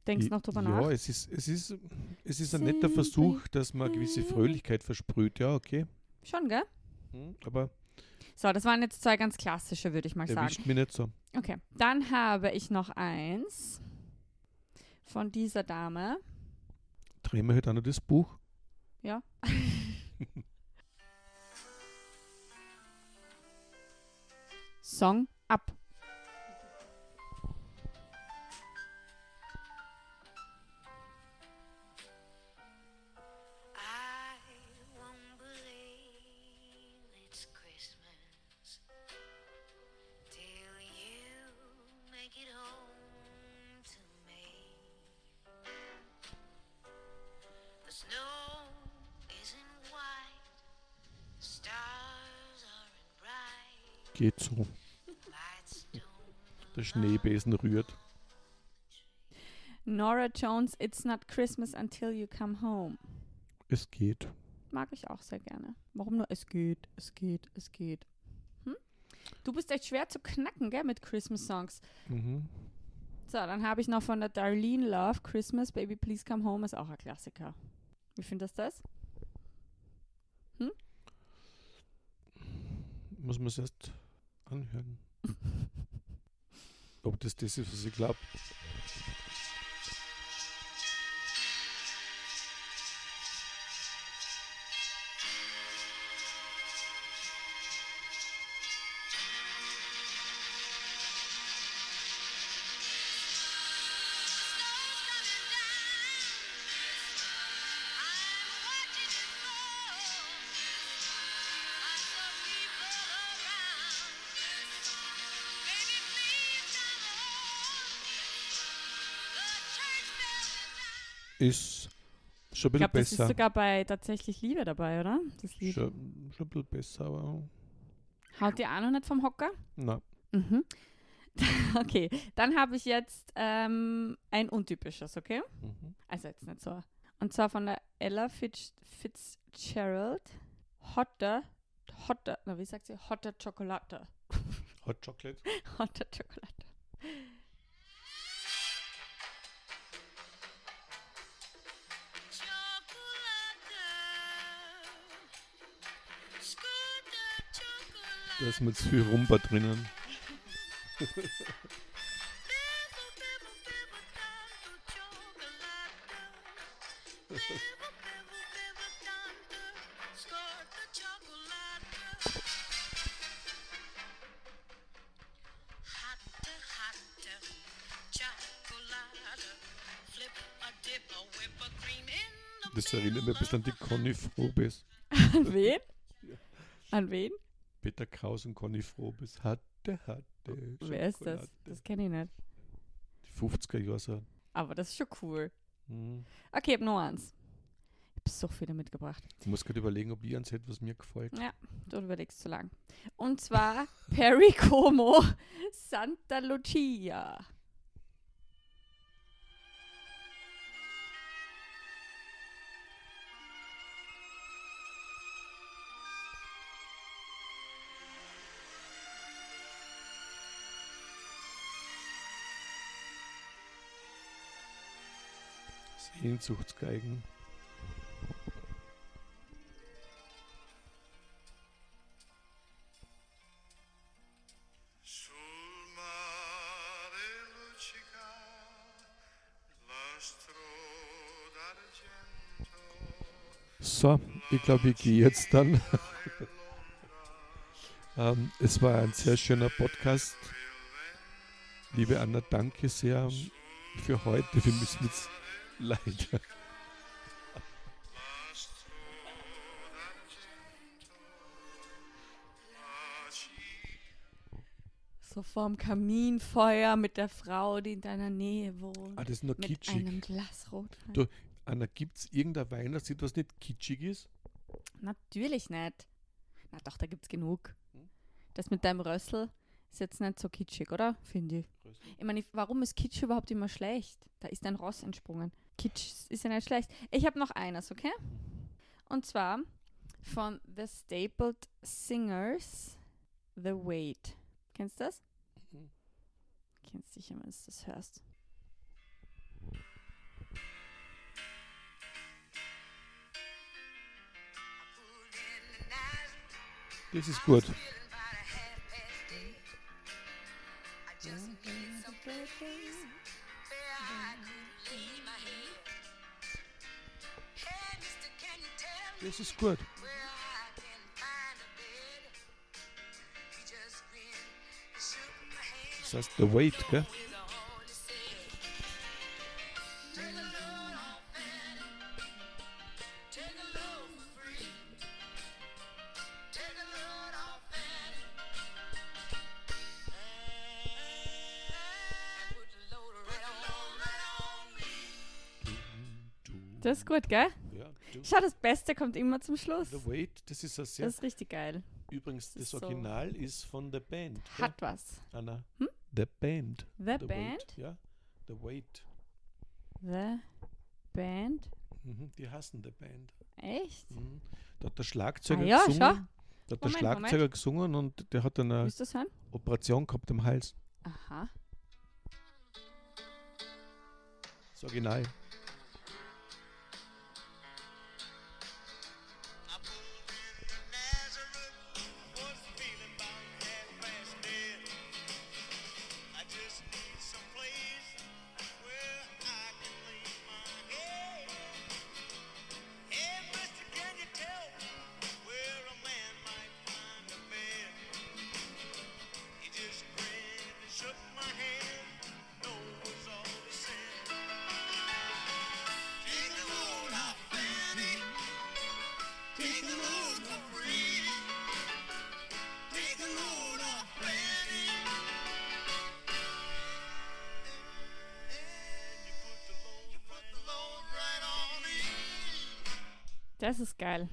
[SPEAKER 1] Denkst
[SPEAKER 2] I-
[SPEAKER 1] noch drüber
[SPEAKER 2] ja,
[SPEAKER 1] nach?
[SPEAKER 2] es ist, es ist, es ist ein
[SPEAKER 1] Sing
[SPEAKER 2] netter
[SPEAKER 1] with
[SPEAKER 2] Versuch, dass man eine gewisse
[SPEAKER 1] me.
[SPEAKER 2] Fröhlichkeit versprüht. Ja, okay. Hm,
[SPEAKER 1] Schon, gell?
[SPEAKER 2] Aber
[SPEAKER 1] So, das waren jetzt zwei ganz klassische, würde ich mal sagen.
[SPEAKER 2] erwischt mich nicht so.
[SPEAKER 1] Okay, dann habe ich noch eins von dieser Dame.
[SPEAKER 2] Drehen wir halt auch noch das Buch.
[SPEAKER 1] Ja. Song ab.
[SPEAKER 3] I won't believe it's Christmas till you make it home to me. The snow isn't white, the stars aren't bright,
[SPEAKER 2] Geht so.
[SPEAKER 3] lights don't.
[SPEAKER 2] Der Schneebesen rührt.
[SPEAKER 1] Nora Jones, It's Not Christmas Until You Come Home.
[SPEAKER 2] Es geht.
[SPEAKER 1] Mag ich auch sehr gerne. Warum nur? Es geht, es geht, es geht. Hm? Du bist echt schwer zu knacken, gell, mit Christmas-Songs.
[SPEAKER 2] Mhm.
[SPEAKER 1] So, dann habe ich noch von der Darlene Love Christmas Baby Please Come Home ist auch ein Klassiker. Wie findest du das?
[SPEAKER 2] Muss man es erst anhören. Ob das das ist, was ich glaube. Ist schon
[SPEAKER 1] Ich
[SPEAKER 2] ein bisschen
[SPEAKER 1] glaube, das ist
[SPEAKER 2] besser.
[SPEAKER 1] sogar bei tatsächlich Liebe dabei, oder? Das Lied.
[SPEAKER 2] Schon, schon ein bisschen besser, aber.
[SPEAKER 1] Haut dir auch noch nicht vom Hocker?
[SPEAKER 2] Nein.
[SPEAKER 1] Mhm. okay, dann habe ich jetzt ähm, ein untypisches, okay?
[SPEAKER 2] Mhm.
[SPEAKER 1] Also jetzt nicht so. Und zwar von der Ella Fitz, Fitzgerald. Hotter, hotter, na wie sagt sie? Hotter Schokolade.
[SPEAKER 2] Hot Chocolate.
[SPEAKER 1] Hotter Schokolade.
[SPEAKER 2] Da ist mir zu viel Rumba drinnen. Das erinnert mich ein bisschen an die Conny Frobes.
[SPEAKER 1] An wen? An wen?
[SPEAKER 2] Peter Kraus und Conny Frobis. Hatte, hatte.
[SPEAKER 1] Wer ist das?
[SPEAKER 2] Schokolade.
[SPEAKER 1] Das kenne ich nicht.
[SPEAKER 2] Die 50er Jahre so.
[SPEAKER 1] Aber das ist schon cool.
[SPEAKER 2] Hm.
[SPEAKER 1] Okay, ich habe noch eins. Ich habe so viele mitgebracht.
[SPEAKER 2] Ich muss gerade überlegen, ob ich eins hätte, was mir gefällt.
[SPEAKER 1] Du überlegst zu lang. Und zwar Perry Como Santa Lucia.
[SPEAKER 2] Sehnsuchtsgeigen.
[SPEAKER 4] Sul mare luccica la d'argento
[SPEAKER 2] So, ich glaube, ich gehe jetzt dann. ähm, es war ein sehr schöner Podcast. Liebe Anna, danke sehr für heute. Wir müssen jetzt leider.
[SPEAKER 1] So vorm Kaminfeuer mit der Frau, die in deiner Nähe wohnt.
[SPEAKER 2] Ah, das ist nur
[SPEAKER 1] mit einem
[SPEAKER 2] kitschig.
[SPEAKER 1] Glas Rotwein.
[SPEAKER 2] Du- Anna, gibt es irgendein Weihnachtslied, was nicht kitschig ist?
[SPEAKER 1] Natürlich nicht. Na doch, da gibt's genug.
[SPEAKER 2] Hm?
[SPEAKER 1] Das mit deinem Rössel ist jetzt nicht so kitschig, oder? Finde ich. Ich meine, warum ist Kitsch überhaupt immer schlecht? Da ist ein Ross entsprungen. Kitsch ist ja nicht schlecht. Ich habe noch eines, okay? Und zwar von The Stapled Singers The Wait. Kennst du das?
[SPEAKER 2] Mhm.
[SPEAKER 1] Kennst dich, wenn du das hörst.
[SPEAKER 3] Pulled in the night.
[SPEAKER 2] Das ist gut.
[SPEAKER 3] Feeling about a half past eight. I just need some place where I could lay my head. Hey, mister, can you tell me
[SPEAKER 2] Das ist gut.
[SPEAKER 3] where I can find a bed? He just grinned and shook my hand.
[SPEAKER 2] Das heißt The Wait, gell?
[SPEAKER 3] Is all he said. Take a look, Fanny. Take a look for free. Take a look, Fanny. And put the load right on, right on me.
[SPEAKER 1] Das ist gut, gell?
[SPEAKER 2] Ja, du.
[SPEAKER 1] Schau, das Beste kommt immer zum Schluss.
[SPEAKER 2] The Wait, das ist ein sehr.
[SPEAKER 1] Das ist richtig geil.
[SPEAKER 2] übrigens, das
[SPEAKER 1] ist so-
[SPEAKER 2] Original ist von The Band. gell?
[SPEAKER 1] Hat was.
[SPEAKER 2] Anna. The Band.
[SPEAKER 1] The,
[SPEAKER 2] The
[SPEAKER 1] Band.
[SPEAKER 2] Wait, ja. The Wait.
[SPEAKER 1] The Band.
[SPEAKER 2] Mhm, die hassen The Band.
[SPEAKER 1] Echt?
[SPEAKER 2] Mhm. Da hat der Schlagzeuger
[SPEAKER 1] Ah ja,
[SPEAKER 2] gesungen.
[SPEAKER 1] schau.
[SPEAKER 2] Da hat der
[SPEAKER 1] Moment,
[SPEAKER 2] Schlagzeuger gesungen und der hat dann eine
[SPEAKER 1] Willst du das hören?
[SPEAKER 2] Operation gehabt am Hals.
[SPEAKER 1] Aha.
[SPEAKER 2] Das Original.
[SPEAKER 4] I pulled into Nazareth, was feeling about half past dead. I just need some place where I can lay my head. Hey, mister, can you tell me where a man might find a bed? He just grinned and shook my hand. No was all he said. Take the load off, Fanny. Take the load off Freddy. Take the load off Fanny. And you put the load, you put the load right on me.
[SPEAKER 1] Das ist geil.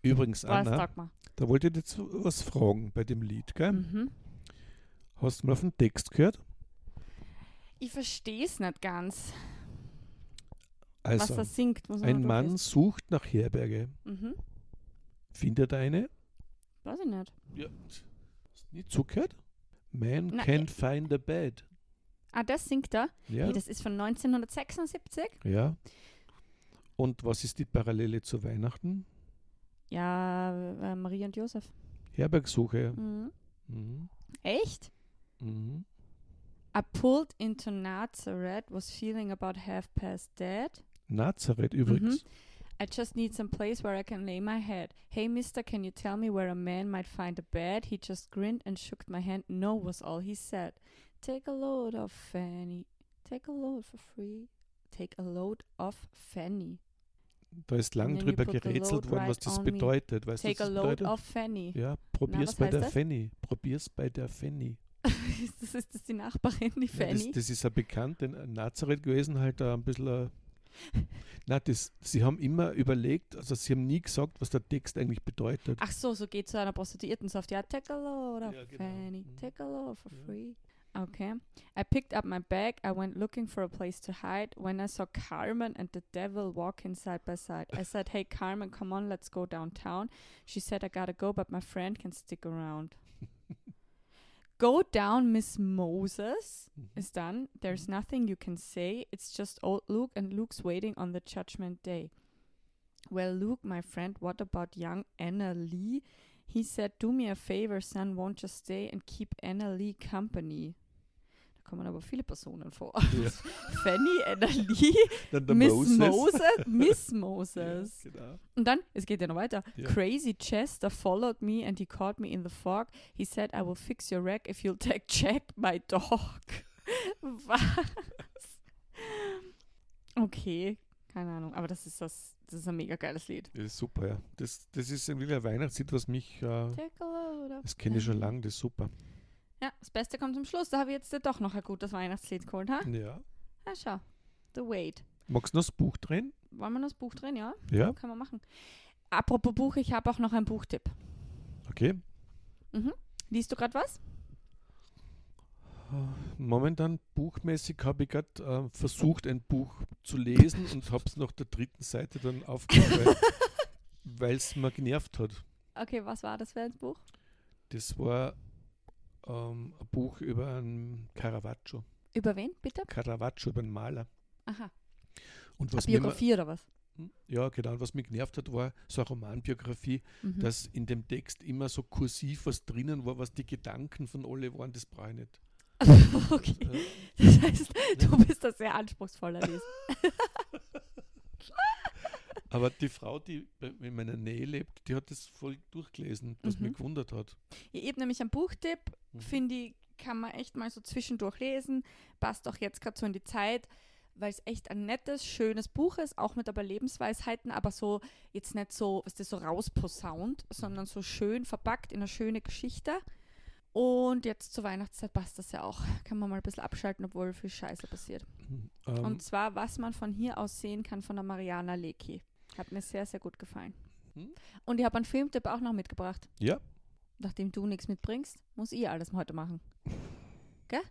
[SPEAKER 2] Übrigens,
[SPEAKER 1] Was
[SPEAKER 2] Anna,
[SPEAKER 1] sag mal.
[SPEAKER 2] da wollte ich jetzt was fragen bei dem Lied, gell?
[SPEAKER 1] Mhm.
[SPEAKER 2] Hast du mal auf den Text gehört?
[SPEAKER 1] Ich verstehe es nicht ganz, was
[SPEAKER 2] Also,
[SPEAKER 1] da singt. Muss man
[SPEAKER 2] ein
[SPEAKER 1] mal
[SPEAKER 2] Mann sucht nach Herberge.
[SPEAKER 1] durchlesen. Mhm.
[SPEAKER 2] Findet eine?
[SPEAKER 1] Weiß ich nicht.
[SPEAKER 2] Ja. Hast du nie zugehört? Man
[SPEAKER 1] Na,
[SPEAKER 2] can't find a bed.
[SPEAKER 1] Ah, das singt er.
[SPEAKER 2] Ja.
[SPEAKER 1] Hey, das ist von 1976.
[SPEAKER 2] ja. Und was ist die Parallele zu Weihnachten?
[SPEAKER 1] Ja, äh, Marie und Josef.
[SPEAKER 2] Herbergsuche.
[SPEAKER 1] Mhm.
[SPEAKER 2] Mhm.
[SPEAKER 1] Echt?
[SPEAKER 2] Mhm.
[SPEAKER 1] I pulled into Nazareth, was feeling about half past dead.
[SPEAKER 2] Nazareth übrigens.
[SPEAKER 1] I just need some place where I can lay my head. Hey, mister, can you tell me where a man might find a bed? He just grinned and shook my hand. No was all he said. Take a load of Fanny. Take a load for free. Take a load of Fanny.
[SPEAKER 2] Da ist lang
[SPEAKER 1] And then you
[SPEAKER 2] drüber
[SPEAKER 1] Mhm. put the
[SPEAKER 2] gerätselt
[SPEAKER 1] load
[SPEAKER 2] worden, was
[SPEAKER 1] right
[SPEAKER 2] das
[SPEAKER 1] on me.
[SPEAKER 2] bedeutet. Weißt du, was
[SPEAKER 1] Take a
[SPEAKER 2] das
[SPEAKER 1] load
[SPEAKER 2] bedeutet?
[SPEAKER 1] of Fanny.
[SPEAKER 2] Ja, Probier's
[SPEAKER 1] was
[SPEAKER 2] bei
[SPEAKER 1] heißt
[SPEAKER 2] der
[SPEAKER 1] das?
[SPEAKER 2] Fanny. Probier's bei der Fanny.
[SPEAKER 1] das ist das die Nachbarin, die
[SPEAKER 2] Ja,
[SPEAKER 1] Fanny.
[SPEAKER 2] Das, das ist ja bekannt in Nazareth gewesen, halt da ein bisschen. äh, Na, das, sie haben immer überlegt, also sie haben nie gesagt, was der Text eigentlich bedeutet.
[SPEAKER 1] Ach so, so geht zu einer Prostituierten so oft. Ja, take a load of
[SPEAKER 2] Ja, genau.
[SPEAKER 1] Fanny,
[SPEAKER 2] Mhm.
[SPEAKER 1] take a load for
[SPEAKER 2] Ja.
[SPEAKER 1] free. Okay. I picked up my bag. I went looking for a place to hide. When I saw Carmen and the devil walking side by side, I said, Hey, Carmen, come on, let's go downtown. She said, I gotta go, but my friend can stick around. go down, Miss Moses is done. There's
[SPEAKER 2] Mm-hmm.
[SPEAKER 1] nothing you can say. It's just old Luke, and Luke's waiting on the judgment day. Well, Luke, my friend, what about young Anna Lee? He said, Do me a favor, son, won't you stay and keep Anna Lee company? Da kommen aber viele Personen vor.
[SPEAKER 2] Ja.
[SPEAKER 1] Fanny, Anna Lee,
[SPEAKER 2] Dann der
[SPEAKER 1] Miss
[SPEAKER 2] Moses.
[SPEAKER 1] Moses, Miss
[SPEAKER 2] Ja,
[SPEAKER 1] Moses.
[SPEAKER 2] genau.
[SPEAKER 1] Und dann, es geht ja noch weiter.
[SPEAKER 2] Ja.
[SPEAKER 1] Crazy Chester followed me and he caught me in the fog. He said, I will fix your wreck if you'll take Jack, my dog. Was? Okay, keine Ahnung. Aber das ist das, das ist ein mega geiles Lied.
[SPEAKER 2] Das ist super, ja. Das, das ist wirklich ein Weihnachtslied, was mich. Äh,
[SPEAKER 1] Take a load of
[SPEAKER 2] das kenne ich schon
[SPEAKER 1] Fanny.
[SPEAKER 2] lange, das ist super.
[SPEAKER 1] Ja, das Beste kommt zum Schluss. Da habe ich jetzt ja doch noch ein gutes Weihnachtslied geholt, ha?
[SPEAKER 2] Ja.
[SPEAKER 1] Na schau. The Wait.
[SPEAKER 2] Magst du noch das Buch drehen?
[SPEAKER 1] Wollen wir noch das Buch drin, ja?
[SPEAKER 2] Ja,
[SPEAKER 1] Kann man machen. Apropos Buch, ich habe auch noch einen Buchtipp.
[SPEAKER 2] okay.
[SPEAKER 1] Liest du gerade was?
[SPEAKER 2] Momentan buchmäßig habe ich gerade äh, versucht, ein Buch zu lesen und habe es nach der dritten Seite dann aufgehört, weil es mir genervt hat.
[SPEAKER 1] Okay, was war das für ein Buch?
[SPEAKER 2] Das war ähm, ein Buch über einen Caravaggio.
[SPEAKER 1] Über wen, bitte?
[SPEAKER 2] Caravaggio, über einen Maler.
[SPEAKER 1] Aha.
[SPEAKER 2] Und
[SPEAKER 1] Eine
[SPEAKER 2] was mir immer-
[SPEAKER 1] Biografie oder was?
[SPEAKER 2] ja, genau. Und was mich genervt hat, war so eine Romanbiografie,
[SPEAKER 1] Mhm.
[SPEAKER 2] dass in dem Text immer so kursiv was drinnen war, was die Gedanken von alle waren. Das brauche ich nicht.
[SPEAKER 1] okay.
[SPEAKER 2] Äh,
[SPEAKER 1] Das heißt, du bist ein sehr anspruchsvoller Leser.
[SPEAKER 2] Aber die Frau, die bei- in meiner Nähe lebt, die hat das voll durchgelesen, was
[SPEAKER 1] Mhm.
[SPEAKER 2] mich gewundert hat.
[SPEAKER 1] Ich eben nämlich einen Buchtipp,
[SPEAKER 2] Mhm.
[SPEAKER 1] finde ich, kann man echt mal so zwischendurch lesen. Passt auch jetzt gerade so in die Zeit, weil es echt ein nettes, schönes Buch ist, auch mit aber Lebensweisheiten, aber so jetzt nicht so, was das so rausposaunt,
[SPEAKER 2] Mhm.
[SPEAKER 1] sondern so schön verpackt in eine schöne Geschichte. Und jetzt zur Weihnachtszeit passt das ja auch. Kann man mal ein bisschen abschalten, obwohl viel Scheiße passiert.
[SPEAKER 2] Ähm,
[SPEAKER 1] Und zwar, was man von hier aus sehen kann von der Mariana Lecki. Hat mir sehr, sehr gut gefallen.
[SPEAKER 2] Mhm.
[SPEAKER 1] Und ich habe einen Filmtipp auch noch mitgebracht.
[SPEAKER 2] Ja.
[SPEAKER 1] Nachdem du nichts mitbringst, muss ich alles heute machen. Gell?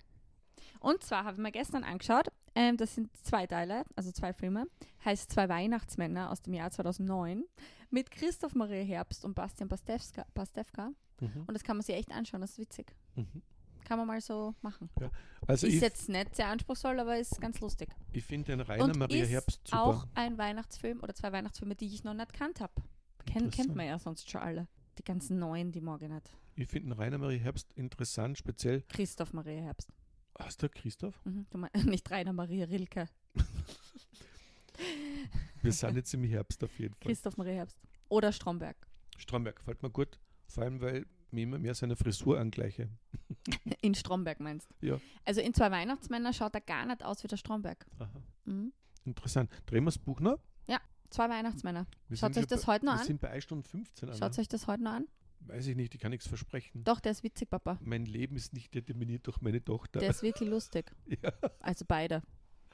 [SPEAKER 1] Und zwar habe ich mir gestern angeschaut, ähm, das sind zwei Teile, also zwei Filme, heißt Zwei Weihnachtsmänner aus dem Jahr 2009 mit Christoph Maria Herbst und Bastian Pastewka. Pastewka.
[SPEAKER 2] mhm,
[SPEAKER 1] Und das kann man sich echt anschauen, das ist witzig.
[SPEAKER 2] mhm.
[SPEAKER 1] Kann man mal so machen.
[SPEAKER 2] Also
[SPEAKER 1] ist
[SPEAKER 2] ich,
[SPEAKER 1] jetzt nicht sehr anspruchsvoll, aber ist ganz lustig.
[SPEAKER 2] ich finde den Rainer
[SPEAKER 1] Und
[SPEAKER 2] Maria
[SPEAKER 1] ist
[SPEAKER 2] Herbst super.
[SPEAKER 1] auch ein Weihnachtsfilm oder zwei Weihnachtsfilme, die ich noch nicht kannt habe. Ken, kennt
[SPEAKER 2] Interessant.
[SPEAKER 1] man ja sonst schon alle. Die ganzen neuen, die morgen hat.
[SPEAKER 2] ich finde den Rainer Maria Herbst interessant, speziell.
[SPEAKER 1] Christoph Maria Herbst.
[SPEAKER 2] Hast du Christoph?
[SPEAKER 1] Mhm, du mein, nicht Rainer Maria Rilke.
[SPEAKER 2] Wir sind jetzt im Herbst auf jeden Fall.
[SPEAKER 1] Christoph Maria Herbst. Oder Stromberg.
[SPEAKER 2] Stromberg gefällt mir gut, vor allem weil mir immer mehr seine Frisur angleiche.
[SPEAKER 1] In Stromberg meinst
[SPEAKER 2] Ja.
[SPEAKER 1] Also in zwei Weihnachtsmänner schaut er gar nicht aus wie der Stromberg.
[SPEAKER 2] Aha.
[SPEAKER 1] Mhm.
[SPEAKER 2] Interessant. Drehen wir das Buch noch?
[SPEAKER 1] Zwei Weihnachtsmänner.
[SPEAKER 2] Wir
[SPEAKER 1] Schaut
[SPEAKER 2] sind
[SPEAKER 1] euch
[SPEAKER 2] schon
[SPEAKER 1] das heute
[SPEAKER 2] bei,
[SPEAKER 1] noch
[SPEAKER 2] Wir
[SPEAKER 1] an?
[SPEAKER 2] sind bei 1 Stunde 15 an.
[SPEAKER 1] Schaut euch das heute noch an?
[SPEAKER 2] Weiß ich nicht, ich kann nichts versprechen.
[SPEAKER 1] Doch, der ist witzig, Papa.
[SPEAKER 2] Mein Leben ist nicht determiniert durch meine Tochter.
[SPEAKER 1] Der ist wirklich lustig.
[SPEAKER 2] ja.
[SPEAKER 1] Also beide.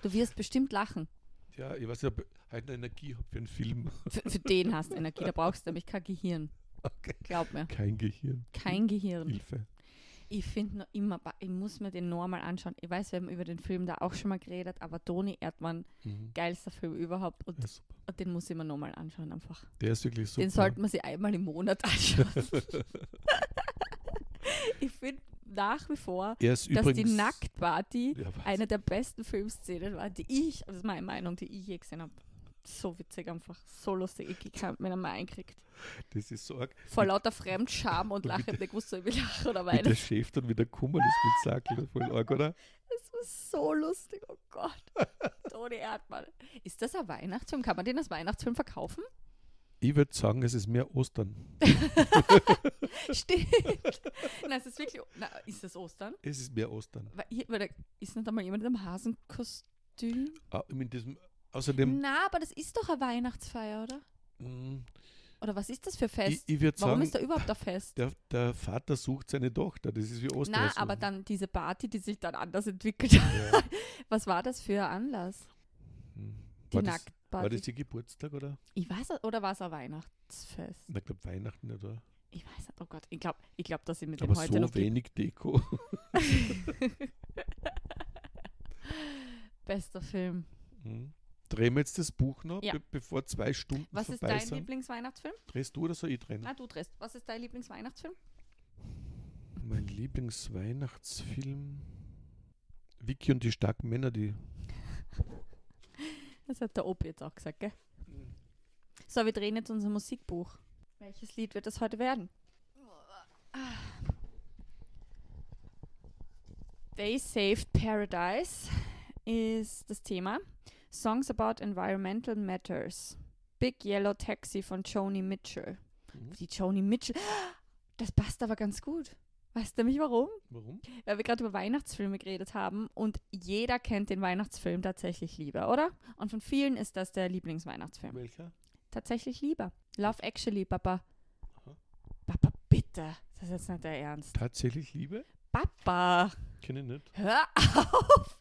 [SPEAKER 1] Du wirst bestimmt lachen.
[SPEAKER 2] Ja, ich weiß nicht, ob ich heute noch Energie habe für einen Film.
[SPEAKER 1] Für, für den hast du Energie. Da brauchst du nämlich kein Gehirn.
[SPEAKER 2] Okay.
[SPEAKER 1] Glaub mir.
[SPEAKER 2] Kein Gehirn.
[SPEAKER 1] Kein Gehirn.
[SPEAKER 2] Hilfe.
[SPEAKER 1] Ich finde noch immer, ba- ich muss mir den nochmal anschauen. Ich weiß, wir haben über den Film da auch schon mal geredet, aber Toni Erdmann,
[SPEAKER 2] Mhm.
[SPEAKER 1] geilster Film überhaupt und,
[SPEAKER 2] Ja, super.
[SPEAKER 1] und den muss ich mir nochmal anschauen einfach.
[SPEAKER 2] Der ist wirklich super.
[SPEAKER 1] Den sollte man sich einmal im Monat anschauen. ich finde nach wie vor,
[SPEAKER 2] er ist
[SPEAKER 1] dass
[SPEAKER 2] übrigens
[SPEAKER 1] die Nacktparty
[SPEAKER 2] Ja, was?
[SPEAKER 1] eine der besten Filmszenen war, die ich, also das ist meine Meinung, die ich je gesehen habe. So witzig einfach, so lustig, ich kann mir mal einkriegt.
[SPEAKER 2] Das ist so arg.
[SPEAKER 1] Vor lauter Fremdscham und Lachen, ich hab nicht gewusst, ob ich lachen oder weinen.
[SPEAKER 2] Wie der Chef dann wieder gekommen ist mit Sackel. Voll arg, oder?
[SPEAKER 1] Das war so lustig, oh Gott. Toni Erdmann. Ist das ein Weihnachtsfilm? Kann man den als Weihnachtsfilm verkaufen?
[SPEAKER 2] Ich würde sagen, es ist mehr Ostern.
[SPEAKER 1] Stimmt. Nein, es ist wirklich. Na, ist das Ostern?
[SPEAKER 2] Es ist mehr Ostern.
[SPEAKER 1] Weil hier, weil da ist nicht einmal jemand im Hasenkostüm?
[SPEAKER 2] Ah, mit diesem, außerdem,
[SPEAKER 1] Na, aber das ist doch eine Weihnachtsfeier, oder?
[SPEAKER 2] mh,
[SPEAKER 1] Oder was ist das für Hm. Fest?
[SPEAKER 2] Ich, ich würde
[SPEAKER 1] Warum
[SPEAKER 2] sagen,
[SPEAKER 1] ist da überhaupt ein Fest?
[SPEAKER 2] der, der Vater sucht seine Tochter. Das ist wie Also, Osterhasen.
[SPEAKER 1] Na, aber dann diese Party, die sich dann anders entwickelt hat.
[SPEAKER 2] Ja.
[SPEAKER 1] Was war das für ein Anlass?
[SPEAKER 2] Hm.
[SPEAKER 1] Die
[SPEAKER 2] War das, war das
[SPEAKER 1] Nacktparty.
[SPEAKER 2] ihr Geburtstag oder?
[SPEAKER 1] Ich weiß nicht, oder war es ein Weihnachtsfest?
[SPEAKER 2] Na, Ich glaube Weihnachten nicht, oder?
[SPEAKER 1] Ich weiß nicht, oh Gott, ich glaube, ich glaub, dass ich mit
[SPEAKER 2] Aber
[SPEAKER 1] dem heute noch
[SPEAKER 2] so
[SPEAKER 1] die
[SPEAKER 2] wenig Deko.
[SPEAKER 1] bester Film.
[SPEAKER 2] Hm. Drehen wir jetzt das Buch noch,
[SPEAKER 1] Ja.
[SPEAKER 2] be bevor zwei Stunden
[SPEAKER 1] Was ist
[SPEAKER 2] vorbei
[SPEAKER 1] dein
[SPEAKER 2] sind.
[SPEAKER 1] Lieblingsweihnachtsfilm?
[SPEAKER 2] Drehst du oder soll ich drehen?
[SPEAKER 1] Ah, du drehst. Was ist dein Lieblingsweihnachtsfilm?
[SPEAKER 2] Mein Lieblingsweihnachtsfilm. Vicky und die starken Männer, die.
[SPEAKER 1] Das hat der Opi jetzt auch gesagt, gell? So, wir drehen jetzt unser Musikbuch. Welches Lied wird das heute werden? They Saved Paradise ist das Thema. Songs about Environmental Matters. Big Yellow Taxi von Joni Mitchell.
[SPEAKER 2] Mhm.
[SPEAKER 1] Die Joni Mitchell. Das passt aber ganz gut. Weißt du nämlich warum?
[SPEAKER 2] Warum?
[SPEAKER 1] weil wir gerade über Weihnachtsfilme geredet haben und jeder kennt den Weihnachtsfilm tatsächlich lieber, oder? Und von vielen ist das der Lieblingsweihnachtsfilm.
[SPEAKER 2] Welcher?
[SPEAKER 1] Tatsächlich lieber. Love Actually, Papa.
[SPEAKER 2] Aha.
[SPEAKER 1] Papa, bitte. Das ist jetzt nicht der Ernst.
[SPEAKER 2] Tatsächlich Liebe?
[SPEAKER 1] Papa,
[SPEAKER 2] Kenne ich nicht.
[SPEAKER 1] hör auf!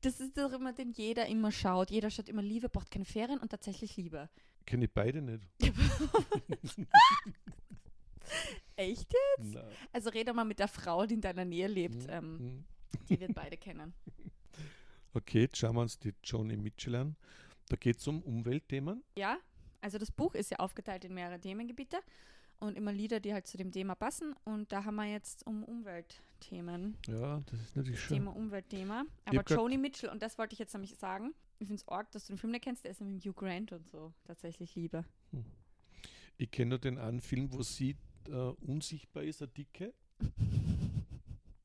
[SPEAKER 1] Das ist doch immer, den jeder immer schaut. Jeder schaut immer Liebe, braucht keine Ferien und tatsächlich Liebe.
[SPEAKER 2] Kenne ich beide nicht.
[SPEAKER 1] Echt? jetzt?
[SPEAKER 2] Nein.
[SPEAKER 1] Also rede mal mit der Frau, die in deiner Nähe lebt. Ähm,
[SPEAKER 2] Hm.
[SPEAKER 1] die wird beide kennen.
[SPEAKER 2] Okay, jetzt schauen wir uns die Johnny Mitchell an. Da geht es um Umweltthemen.
[SPEAKER 1] Ja, also das Buch ist ja aufgeteilt in mehrere Themengebiete und immer Lieder, die halt zu dem Thema passen. Und da haben wir jetzt um Umweltthemen,
[SPEAKER 2] Ja, das ist natürlich schön.
[SPEAKER 1] Thema Umweltthema.
[SPEAKER 2] Ich
[SPEAKER 1] Aber
[SPEAKER 2] hab grad-
[SPEAKER 1] Joni Mitchell, und das wollte ich jetzt nämlich sagen, ich finde es arg, dass du den Film nicht kennst, der ist nämlich Hugh Grant und so tatsächlich lieber.
[SPEAKER 2] Ich kenne nur den einen Film, wo sie äh, unsichtbar ist, eine Dicke.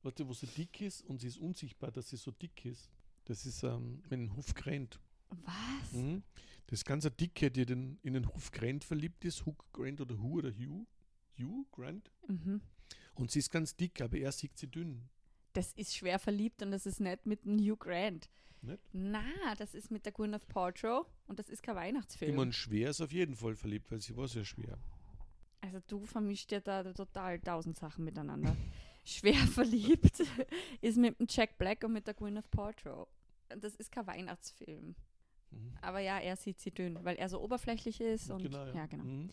[SPEAKER 2] Warte, wo sie dick ist und sie ist unsichtbar, dass sie so dick ist. Das ist ähm, mit dem Hof Grant.
[SPEAKER 1] Was?
[SPEAKER 2] Mhm. Das ist ganz eine Dicke, die den, in den Hof Grant verliebt ist. Hook Grant oder Hu oder Hugh. Hugh Grant.
[SPEAKER 1] Mhm.
[SPEAKER 2] Und sie ist ganz dick, aber er sieht sie dünn.
[SPEAKER 1] Das ist schwer verliebt und das ist nicht mit dem Hugh Grant.
[SPEAKER 2] Nicht?
[SPEAKER 1] Na, das ist mit der Gwyneth Paltrow und das ist kein Weihnachtsfilm.
[SPEAKER 2] Ich meine, schwer ist auf jeden Fall verliebt, weil sie war sehr schwer.
[SPEAKER 1] Also du vermischt ja da total tausend Sachen miteinander. Schwer verliebt ist mit dem Jack Black und mit der Gwyneth Paltrow. Und Das ist kein Weihnachtsfilm.
[SPEAKER 2] Mhm.
[SPEAKER 1] Aber ja, er sieht sie dünn, weil er so oberflächlich ist. Und, ja. genau.
[SPEAKER 2] Mhm.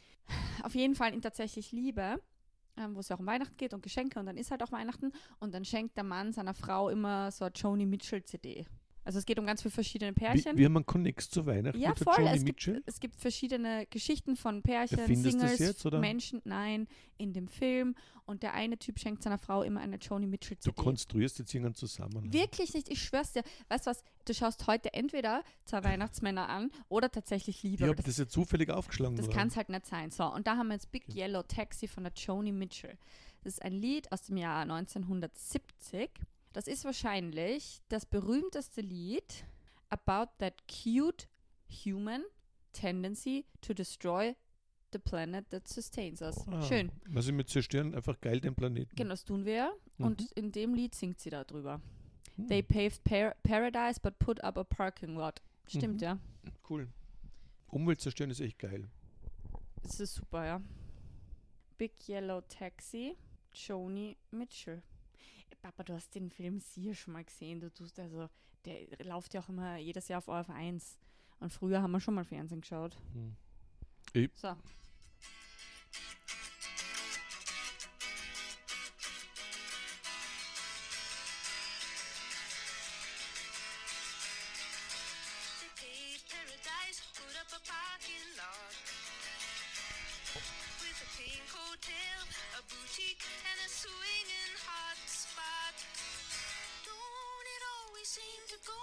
[SPEAKER 1] Auf jeden Fall in tatsächlich Liebe, ähm, wo es ja auch um Weihnachten geht und Geschenke und dann ist halt auch Weihnachten. Und dann schenkt der Mann seiner Frau immer so eine Joni Mitchell CD. Also es geht um ganz viele verschiedene Pärchen.
[SPEAKER 2] Wie, wie man Connects zu Weihnachten
[SPEAKER 1] Ja,
[SPEAKER 2] mit der
[SPEAKER 1] voll.
[SPEAKER 2] Joni
[SPEAKER 1] es, gibt,
[SPEAKER 2] Mitchell?
[SPEAKER 1] es gibt verschiedene Geschichten von Pärchen,
[SPEAKER 2] Erfindest du's
[SPEAKER 1] Singles,
[SPEAKER 2] jetzt, oder?
[SPEAKER 1] Menschen, nein, in dem Film. Und der eine Typ schenkt seiner Frau immer eine Joni Mitchell
[SPEAKER 2] Du
[SPEAKER 1] CD.
[SPEAKER 2] konstruierst jetzt ne? irgendeinen Zusammenhang.
[SPEAKER 1] Wirklich nicht, ich schwör's dir. Weißt du was, du schaust heute entweder zwei Weihnachtsmänner an oder tatsächlich Liebe.
[SPEAKER 2] Ich
[SPEAKER 1] Aber
[SPEAKER 2] habe das ja zufällig aufgeschlagen.
[SPEAKER 1] das
[SPEAKER 2] oder?
[SPEAKER 1] kann es halt nicht sein. So, und da haben wir jetzt Big
[SPEAKER 2] Okay.
[SPEAKER 1] Yellow Taxi von der Joni Mitchell. Das ist ein Lied aus dem Jahr 1970. Das ist wahrscheinlich das berühmteste Lied about that cute human tendency to destroy the planet that sustains us.
[SPEAKER 2] Ah,
[SPEAKER 1] Schön.
[SPEAKER 2] Was ich mit zerstören, einfach geil den Planeten.
[SPEAKER 1] Genau, das tun wir.
[SPEAKER 2] Mhm.
[SPEAKER 1] Und in dem Lied singt sie darüber.
[SPEAKER 2] Hm,
[SPEAKER 1] They paved par paradise but put up a parking lot. Stimmt,
[SPEAKER 2] Mhm.
[SPEAKER 1] ja.
[SPEAKER 2] cool. Umwelt zerstören ist echt geil.
[SPEAKER 1] Es ist super, ja. Big Yellow Taxi, Joni Mitchell. Ey, Papa, du hast den Film sicher schon mal gesehen. Du tust also, der läuft ja auch immer jedes Jahr auf ORF1. Und früher haben wir schon mal Fernsehen geschaut.
[SPEAKER 2] Hm.
[SPEAKER 1] So.
[SPEAKER 3] They paved paradise, put up a parking lot. With a pink hotel, a boutique, and a swinging hot spot. Don't it always seem to go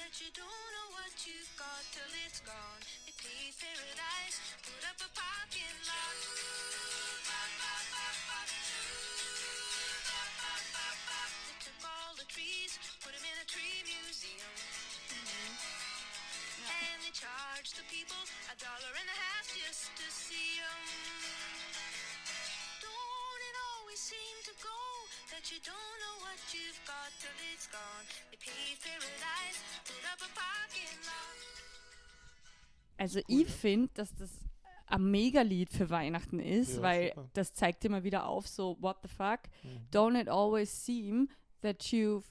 [SPEAKER 3] that you don't know what you've got till it's gone? They paved paradise, put up a parking lot. They took all the trees, put 'em in a tree museum. And they charge the people a dollar and a half just to see 'em. Don't it always seem to go that you don't know what you've got till it's gone? They paved paradise, put up a parking lot.
[SPEAKER 1] Also ich finde, dass das ein Megalied für Weihnachten ist,
[SPEAKER 2] Ja,
[SPEAKER 1] weil
[SPEAKER 2] super.
[SPEAKER 1] das zeigt immer wieder auf, so, what the fuck,
[SPEAKER 2] Mhm.
[SPEAKER 1] don't it always seem that you've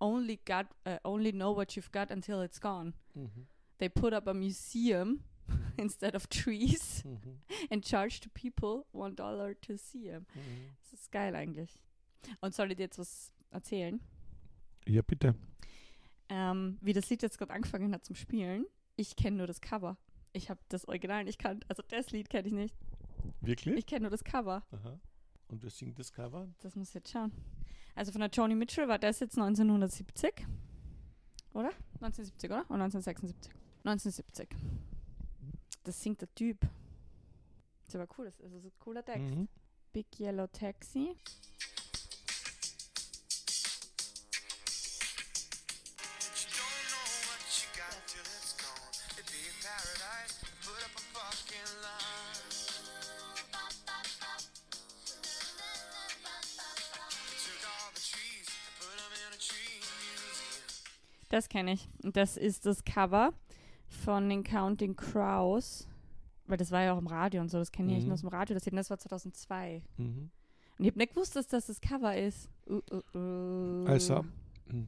[SPEAKER 1] only got, äh, only know what you've got until it's gone.
[SPEAKER 2] Mhm.
[SPEAKER 1] They put up a museum instead of trees
[SPEAKER 2] Mhm.
[SPEAKER 1] and charged people one dollar to see 'em.
[SPEAKER 2] Mhm.
[SPEAKER 1] Das ist geil eigentlich. Und soll ich dir jetzt was erzählen?
[SPEAKER 2] Ja, bitte.
[SPEAKER 1] Ähm, wie das Lied jetzt gerade angefangen hat zum Spielen, ich kenne nur das Cover. Ich habe das Original nicht kannt. Also das Lied kenne ich nicht.
[SPEAKER 2] Wirklich?
[SPEAKER 1] Ich kenne nur das Cover.
[SPEAKER 2] Aha. Und wer singt das Cover?
[SPEAKER 1] Das muss ich jetzt schauen. Also von der Joni Mitchell war das jetzt 1970. Oder? 1970, oder? Und 1976. 1970. Das singt der Typ. Das ist aber cool. Das ist also ein cooler Text.
[SPEAKER 2] Mhm.
[SPEAKER 1] Big Yellow Taxi.
[SPEAKER 4] You don't know what you got till it's gone. It'd be a paradise, put up a fucking line. We took all the trees and put 'em in a tree museum.
[SPEAKER 1] Das kenne ich. Und das ist das Cover von den Counting Crows. Weil das war ja auch im Radio und so, das kenne ich
[SPEAKER 2] Mhm.
[SPEAKER 1] nur aus dem Radio. Das, hier, das war 2002.
[SPEAKER 2] Mhm.
[SPEAKER 1] Und ich habe nicht gewusst, dass das das Cover ist. Uh, uh, uh.
[SPEAKER 2] Also,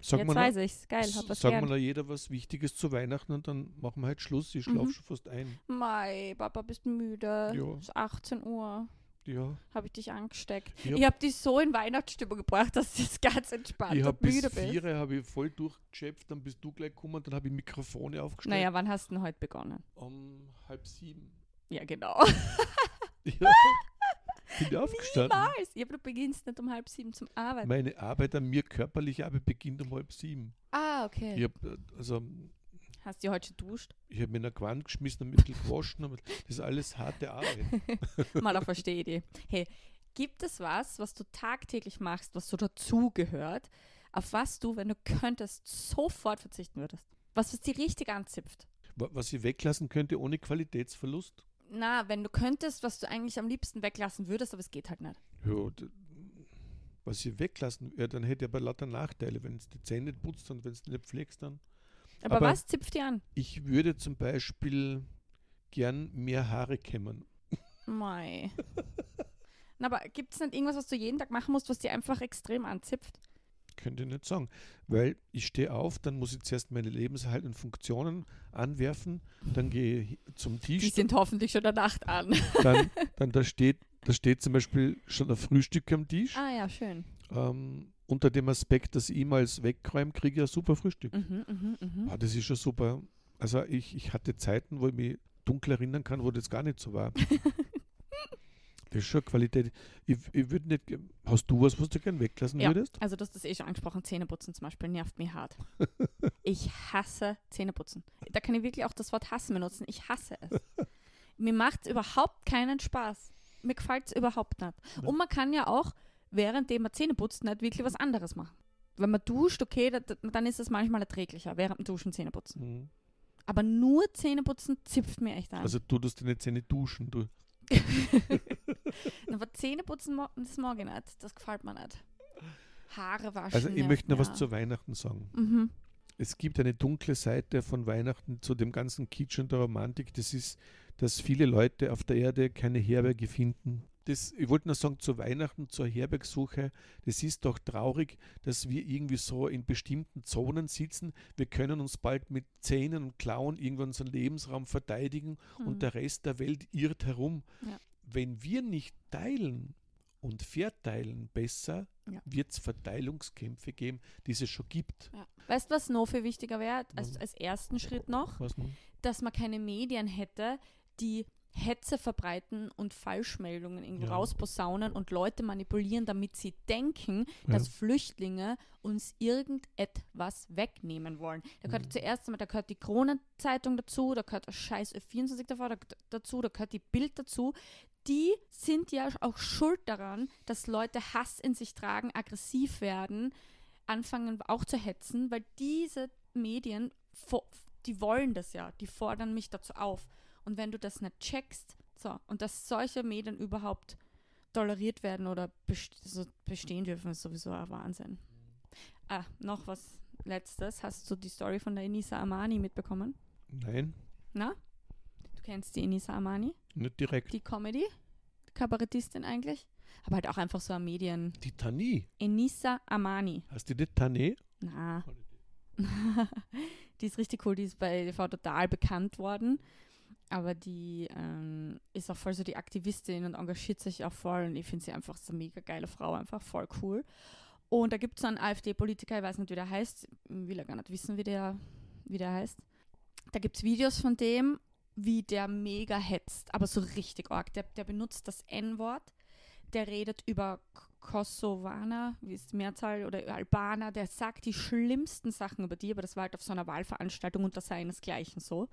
[SPEAKER 2] sag
[SPEAKER 1] Jetzt
[SPEAKER 2] mal,
[SPEAKER 1] weiß ich's. Geil, hab was
[SPEAKER 2] sagen wir
[SPEAKER 1] gern.
[SPEAKER 2] noch jeder was Wichtiges zu Weihnachten und dann machen wir halt Schluss. Ich schlafe
[SPEAKER 1] Mhm.
[SPEAKER 2] schon fast ein.
[SPEAKER 1] Mai, Papa, bist müde.
[SPEAKER 2] Ja.
[SPEAKER 1] Es ist 18 Uhr.
[SPEAKER 2] Ja,
[SPEAKER 1] Habe ich dich angesteckt.
[SPEAKER 2] Ja.
[SPEAKER 1] Ich habe dich so in Weihnachtsstimmung gebracht, dass du jetzt ganz entspannt
[SPEAKER 2] ich habe
[SPEAKER 1] und
[SPEAKER 2] bis
[SPEAKER 1] müde bist.
[SPEAKER 2] vier hab ich voll durchgeschäpft, dann bist du gleich gekommen, dann habe ich Mikrofone aufgestellt.
[SPEAKER 1] Naja, wann hast du denn heute begonnen?
[SPEAKER 2] Um halb sieben.
[SPEAKER 1] Ja, genau.
[SPEAKER 2] Ja, bin ich aufgestanden.
[SPEAKER 1] Niemals. Ja, aber du beginnst nicht um halb sieben zum Arbeiten.
[SPEAKER 2] Meine Arbeit an mir körperliche Arbeit beginnt um halb sieben.
[SPEAKER 1] ah, okay.
[SPEAKER 2] Ich habe also,
[SPEAKER 1] Hast du heute schon duscht?
[SPEAKER 2] ich hab mir in eine Quant geschmissen, ein bisschen gewaschen, aber das ist alles harte Arbeit.
[SPEAKER 1] Mal auf verstehe die. Hey, gibt es was, was du tagtäglich machst, was so dazugehört, auf was du, wenn du könntest, sofort verzichten würdest? Was es dir richtig anzipft?
[SPEAKER 2] Wa- Was ich weglassen könnte ohne Qualitätsverlust.
[SPEAKER 1] Na, wenn du könntest, was du eigentlich am liebsten weglassen würdest, aber es geht halt nicht.
[SPEAKER 2] Ja, d- was ich weglassen ja, dann hätte ich aber lauter Nachteile, wenn es die Zähne nicht putzt und wenn es nicht pflegst dann.
[SPEAKER 1] Aber,
[SPEAKER 2] Aber-
[SPEAKER 1] was zipft dir an?
[SPEAKER 2] Ich würde zum Beispiel gern mehr Haare kämmen.
[SPEAKER 1] Mei. Na, aber gibt es nicht irgendwas, was du jeden Tag machen musst, was dir einfach extrem anzipft?
[SPEAKER 2] Könnte ich nicht sagen. Weil ich stehe auf, dann muss ich zuerst meine lebenserhaltenden Funktionen anwerfen, dann gehe ich zum
[SPEAKER 1] Die
[SPEAKER 2] Tisch,
[SPEAKER 1] sind hoffentlich schon der Nacht an.
[SPEAKER 2] dann, dann da steht, da steht zum Beispiel schon ein Frühstück am Tisch.
[SPEAKER 1] ah ja, schön.
[SPEAKER 2] Ähm, unter dem Aspekt, dass ich immer als wegräume, kriege ich ein super Frühstück.
[SPEAKER 1] Mhm, mhm, mhm.
[SPEAKER 2] Ah, das ist schon super. Also ich, ich hatte Zeiten, wo ich mich dunkel erinnern kann, wo das gar nicht so war. das ist schon Qualität. Ich, ich würde nicht. ge- Hast du was, was du gern weglassen
[SPEAKER 1] Ja,
[SPEAKER 2] würdest?
[SPEAKER 1] also du hast das eh schon angesprochen, Zähneputzen zum Beispiel nervt mich hart. Ich hasse Zähneputzen. Da kann ich wirklich auch das Wort hassen benutzen. Ich hasse es. Mir macht es überhaupt keinen Spaß. Mir gefällt es überhaupt nicht. Und man kann ja auch, währenddem man Zähne putzt, nicht wirklich was anderes machen. Wenn man duscht, okay, da, da- dann ist es manchmal erträglicher, während dem Duschen Zähne putzen.
[SPEAKER 2] Mhm.
[SPEAKER 1] Aber nur Zähneputzen zipft mir echt an.
[SPEAKER 2] Also du tust deine Zähne duschen. Du.
[SPEAKER 1] Aber Zähneputzen, mo- das mag ich nicht. Das gefällt mir nicht. Haare waschen.
[SPEAKER 2] Also ich
[SPEAKER 1] nervt
[SPEAKER 2] möchte noch
[SPEAKER 1] mich
[SPEAKER 2] was
[SPEAKER 1] auch.
[SPEAKER 2] zu Weihnachten sagen.
[SPEAKER 1] Mhm.
[SPEAKER 2] Es gibt eine dunkle Seite von Weihnachten zu dem ganzen Kitsch und der Romantik. Das ist, dass viele Leute auf der Erde keine Herberge finden. Das, ich wollte nur sagen, zu Weihnachten, zur Herbergsuche, das ist doch traurig, dass wir irgendwie so in bestimmten Zonen sitzen. Wir können uns bald mit Zähnen und Klauen irgendwann unseren Lebensraum verteidigen und der Rest der Welt irrt herum.
[SPEAKER 1] Mhm. Ja.
[SPEAKER 2] Wenn wir nicht teilen und verteilen besser,
[SPEAKER 1] Ja.
[SPEAKER 2] wird es Verteilungskämpfe geben, die es schon gibt.
[SPEAKER 1] Ja. Weißt du, was noch viel wichtiger wäre, als,
[SPEAKER 2] Mhm.
[SPEAKER 1] als ersten Schritt noch?
[SPEAKER 2] Was nun?
[SPEAKER 1] Dass man keine Medien hätte, die Hetze verbreiten und Falschmeldungen irgendwo
[SPEAKER 2] Ja.
[SPEAKER 1] rausposaunen und Leute manipulieren, damit sie denken, dass Flüchtlinge uns irgendetwas wegnehmen wollen. Da gehört zuerst einmal, da gehört die Kronenzeitung dazu, da gehört ein scheiß Ö24 davor, da, dazu, da gehört die Bild dazu. Die sind ja auch schuld daran, dass Leute Hass in sich tragen, aggressiv werden, anfangen auch zu hetzen, weil diese Medien, fo- die wollen das ja, die fordern mich dazu auf. Und wenn du das nicht checkst, so, und dass solche Medien überhaupt toleriert werden oder best so bestehen dürfen, ist sowieso ein Wahnsinn. Ah, noch was Letztes. Hast du die Story von der Enisa Amani mitbekommen?
[SPEAKER 2] Nein.
[SPEAKER 1] Na? Du kennst die Inisa Amani,
[SPEAKER 2] Nicht direkt. Die,
[SPEAKER 1] die Comedy, Kabarettistin eigentlich, aber halt auch einfach so ein Medien.
[SPEAKER 2] die Tani.
[SPEAKER 1] Enisa Amani.
[SPEAKER 2] Hast du die Tani?
[SPEAKER 1] Na. die ist richtig cool, die ist bei TV total bekannt worden. Aber die ähm, ist auch voll so die Aktivistin und engagiert sich auch voll. Und ich finde sie einfach so eine mega geile Frau, einfach voll cool. Und da gibt es so einen AfD-Politiker, ich weiß nicht, wie der heißt, will ja gar nicht wissen, wie der, wie der heißt. Da gibt es Videos von dem, wie der mega hetzt, aber so richtig arg. Der, der benutzt das N-Wort der redet über K- Kosovaner, wie ist die Mehrzahl, oder Albaner, der sagt die schlimmsten Sachen über die, aber das war halt auf so einer Wahlveranstaltung unter seinesgleichen so.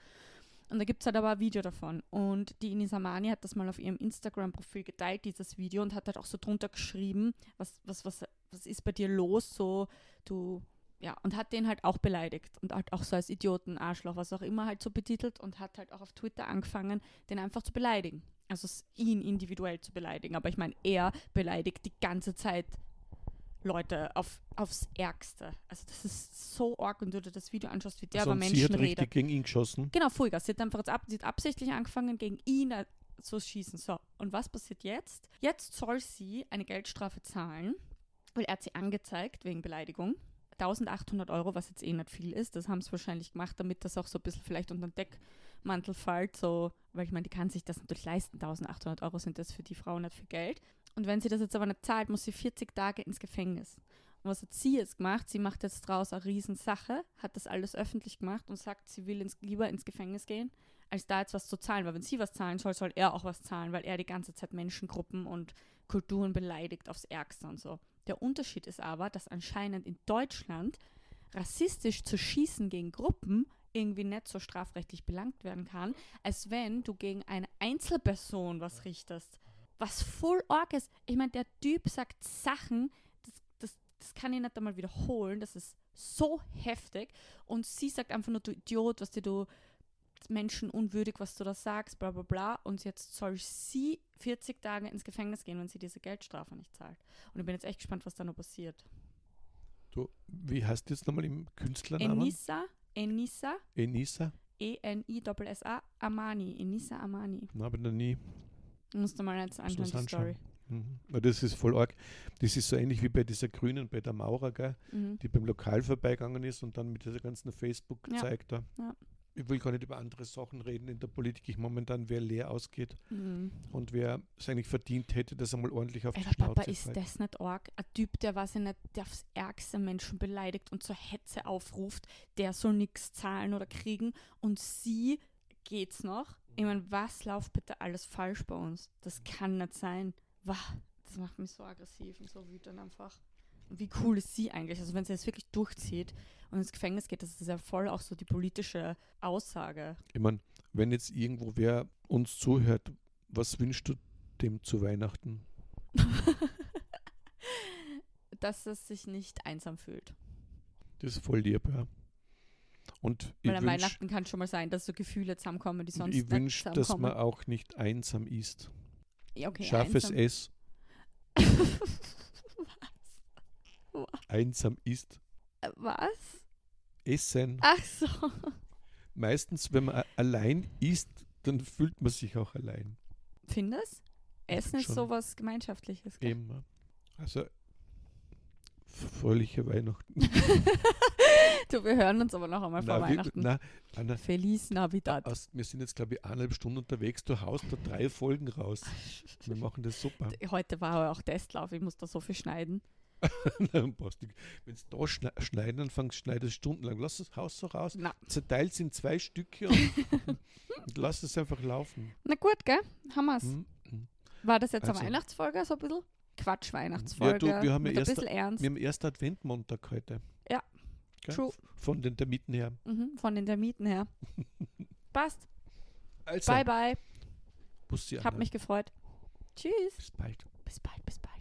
[SPEAKER 1] Und da gibt es halt aber ein Video davon. Und die Inisamani hat das mal auf ihrem Instagram-Profil geteilt, dieses Video, und hat halt auch so drunter geschrieben, was, was, was, was ist bei dir los, so, du, ja, und hat den halt auch beleidigt und halt auch so als Idioten, Arschloch, was auch immer halt so betitelt und hat halt auch auf Twitter angefangen, den einfach zu beleidigen. Also s- ihn individuell zu beleidigen. Aber ich meine, er beleidigt die ganze Zeit Leute auf, aufs Ärgste. Also das ist so arg, und du dir das Video anschaust, wie der
[SPEAKER 2] Also
[SPEAKER 1] über
[SPEAKER 2] und sie
[SPEAKER 1] Menschen
[SPEAKER 2] hat
[SPEAKER 1] redet.
[SPEAKER 2] richtig gegen ihn geschossen.
[SPEAKER 1] Genau, Vollgas. Sie hat einfach jetzt ab, sie hat absichtlich angefangen, gegen ihn äh, zu schießen. So, und was passiert jetzt? Jetzt soll sie eine Geldstrafe zahlen, weil er hat sie angezeigt wegen Beleidigung. 1800 Euro, was jetzt eh nicht viel ist, das haben sie wahrscheinlich gemacht, damit das auch so ein bisschen vielleicht unter den Deckmantel fällt, so, weil ich meine, die kann sich das natürlich leisten. 1800 Euro sind das für die Frau nicht viel Geld. Und wenn sie das jetzt aber nicht zahlt, muss sie 40 Tage ins Gefängnis. Und was hat sie jetzt gemacht? Sie macht jetzt draus eine Riesensache, hat das alles öffentlich gemacht und sagt, sie will ins, lieber ins Gefängnis gehen, als da jetzt was zu zahlen. Weil wenn sie was zahlen soll, soll er auch was zahlen, weil er die ganze Zeit Menschengruppen und Kulturen beleidigt aufs Ärgste und so. Der Unterschied ist aber, dass anscheinend in Deutschland rassistisch zu schießen gegen Gruppen irgendwie nicht so strafrechtlich belangt werden kann, als wenn du gegen eine Einzelperson was richtest. Was voll arg ist. Ich meine, der Typ sagt Sachen, das, das, das kann ich nicht einmal wiederholen, das ist so heftig. Und sie sagt einfach nur, du Idiot, was dir du Menschen unwürdig, was du da sagst, bla bla bla. Und jetzt soll sie 40 Tage ins Gefängnis gehen, wenn sie diese Geldstrafe nicht zahlt. Und ich bin jetzt echt gespannt, was da noch passiert.
[SPEAKER 2] Du, wie heißt jetzt nochmal im Künstlernamen?
[SPEAKER 1] Enisa, Enisa, E
[SPEAKER 2] Enisa?
[SPEAKER 1] E-N-I-S-S-A, Amani, Enisa Amani.
[SPEAKER 2] Nein, habe ich noch nie.
[SPEAKER 1] Musst du mal jetzt
[SPEAKER 2] Muss
[SPEAKER 1] anschauen,
[SPEAKER 2] man's
[SPEAKER 1] die Story.
[SPEAKER 2] Mhm. Na, Das ist voll arg. Das ist so ähnlich wie bei dieser Grünen, bei der Maurer, gell?
[SPEAKER 1] Mhm.
[SPEAKER 2] die beim Lokal vorbeigegangen ist und dann mit dieser ganzen Facebook
[SPEAKER 1] Ja.
[SPEAKER 2] gezeigt da.
[SPEAKER 1] Ja.
[SPEAKER 2] Ich will gar nicht über andere Sachen reden in der Politik. Ich momentan, wer leer ausgeht
[SPEAKER 1] Mhm.
[SPEAKER 2] und wer es eigentlich verdient hätte, dass er mal ordentlich auf
[SPEAKER 1] Ey,
[SPEAKER 2] die
[SPEAKER 1] der Papa,
[SPEAKER 2] Schnauze
[SPEAKER 1] ist
[SPEAKER 2] fällt.
[SPEAKER 1] das nicht arg? Ein Typ, der weiß ich nicht, der aufs ärgste Menschen beleidigt und zur Hetze aufruft, der soll nichts zahlen oder kriegen und sie geht's noch. Ich meine, was läuft bitte alles falsch bei uns? Das kann nicht sein. Wah, das macht mich so aggressiv und so wütend einfach. Und wie cool ist sie eigentlich? Also wenn sie das wirklich durchzieht und ins Gefängnis geht, das ist ja voll auch so die politische Aussage.
[SPEAKER 2] Ich meine, wenn jetzt irgendwo wer uns zuhört, was wünschst du dem zu Weihnachten?
[SPEAKER 1] Dass es sich nicht einsam fühlt.
[SPEAKER 2] Das ist voll lieb, ja. Und ich
[SPEAKER 1] Weil an
[SPEAKER 2] wünsche,
[SPEAKER 1] Weihnachten kann schon mal sein, dass so Gefühle zusammenkommen, die sonst
[SPEAKER 2] ich
[SPEAKER 1] nicht
[SPEAKER 2] wünsch, dass
[SPEAKER 1] zusammenkommen.
[SPEAKER 2] man auch nicht einsam ist.
[SPEAKER 1] Ja, okay,
[SPEAKER 2] Scharfes
[SPEAKER 1] einsam.
[SPEAKER 2] S, eh- einsam ist.
[SPEAKER 1] Äh, Was?
[SPEAKER 2] Essen.
[SPEAKER 1] Ach so.
[SPEAKER 2] Meistens, wenn man a- allein isst, dann fühlt man sich auch allein.
[SPEAKER 1] Findest? Essen ist
[SPEAKER 2] schon.
[SPEAKER 1] sowas Gemeinschaftliches. gell?
[SPEAKER 2] Eben. ja. Also fröhliche Weihnachten.
[SPEAKER 1] du, wir hören uns aber noch einmal vor
[SPEAKER 2] Na, wir,
[SPEAKER 1] Weihnachten.
[SPEAKER 2] na, Anna,
[SPEAKER 1] Feliz Navidad.
[SPEAKER 2] aus, wir sind jetzt, glaube ich, eineinhalb Stunden unterwegs. Du haust da drei Folgen raus.
[SPEAKER 1] Ah,
[SPEAKER 2] Wir machen das super.
[SPEAKER 1] Heute war aber auch Testlauf, ich muss da so viel schneiden.
[SPEAKER 2] Wenn du da schne- schneiden anfängst, schneidest du stundenlang. Lass das Haus so raus.
[SPEAKER 1] Na,
[SPEAKER 2] Zerteilt es in zwei Stücke und, und lass es einfach laufen.
[SPEAKER 1] na gut, gell? Haben wir's.
[SPEAKER 2] Hm? Hm.
[SPEAKER 1] War das jetzt
[SPEAKER 2] Also-
[SPEAKER 1] eine Weihnachtsfolge, so ein bisschen? Quatsch, Weihnachtsfolge.
[SPEAKER 2] Ja, du, wir haben ja
[SPEAKER 1] mit ein
[SPEAKER 2] erst-
[SPEAKER 1] bisschen ernst.
[SPEAKER 2] Wir haben erst Adventmontag heute.
[SPEAKER 1] Ja.
[SPEAKER 2] Gell?
[SPEAKER 1] True.
[SPEAKER 2] Von den Termiten her.
[SPEAKER 1] Mhm, von den Termiten her. Passt.
[SPEAKER 2] Also,
[SPEAKER 1] Bye, bye.
[SPEAKER 2] Bussi,
[SPEAKER 1] Hab
[SPEAKER 2] Anna.
[SPEAKER 1] mich gefreut. Tschüss.
[SPEAKER 2] Bis bald.
[SPEAKER 1] Bis bald, bis bald.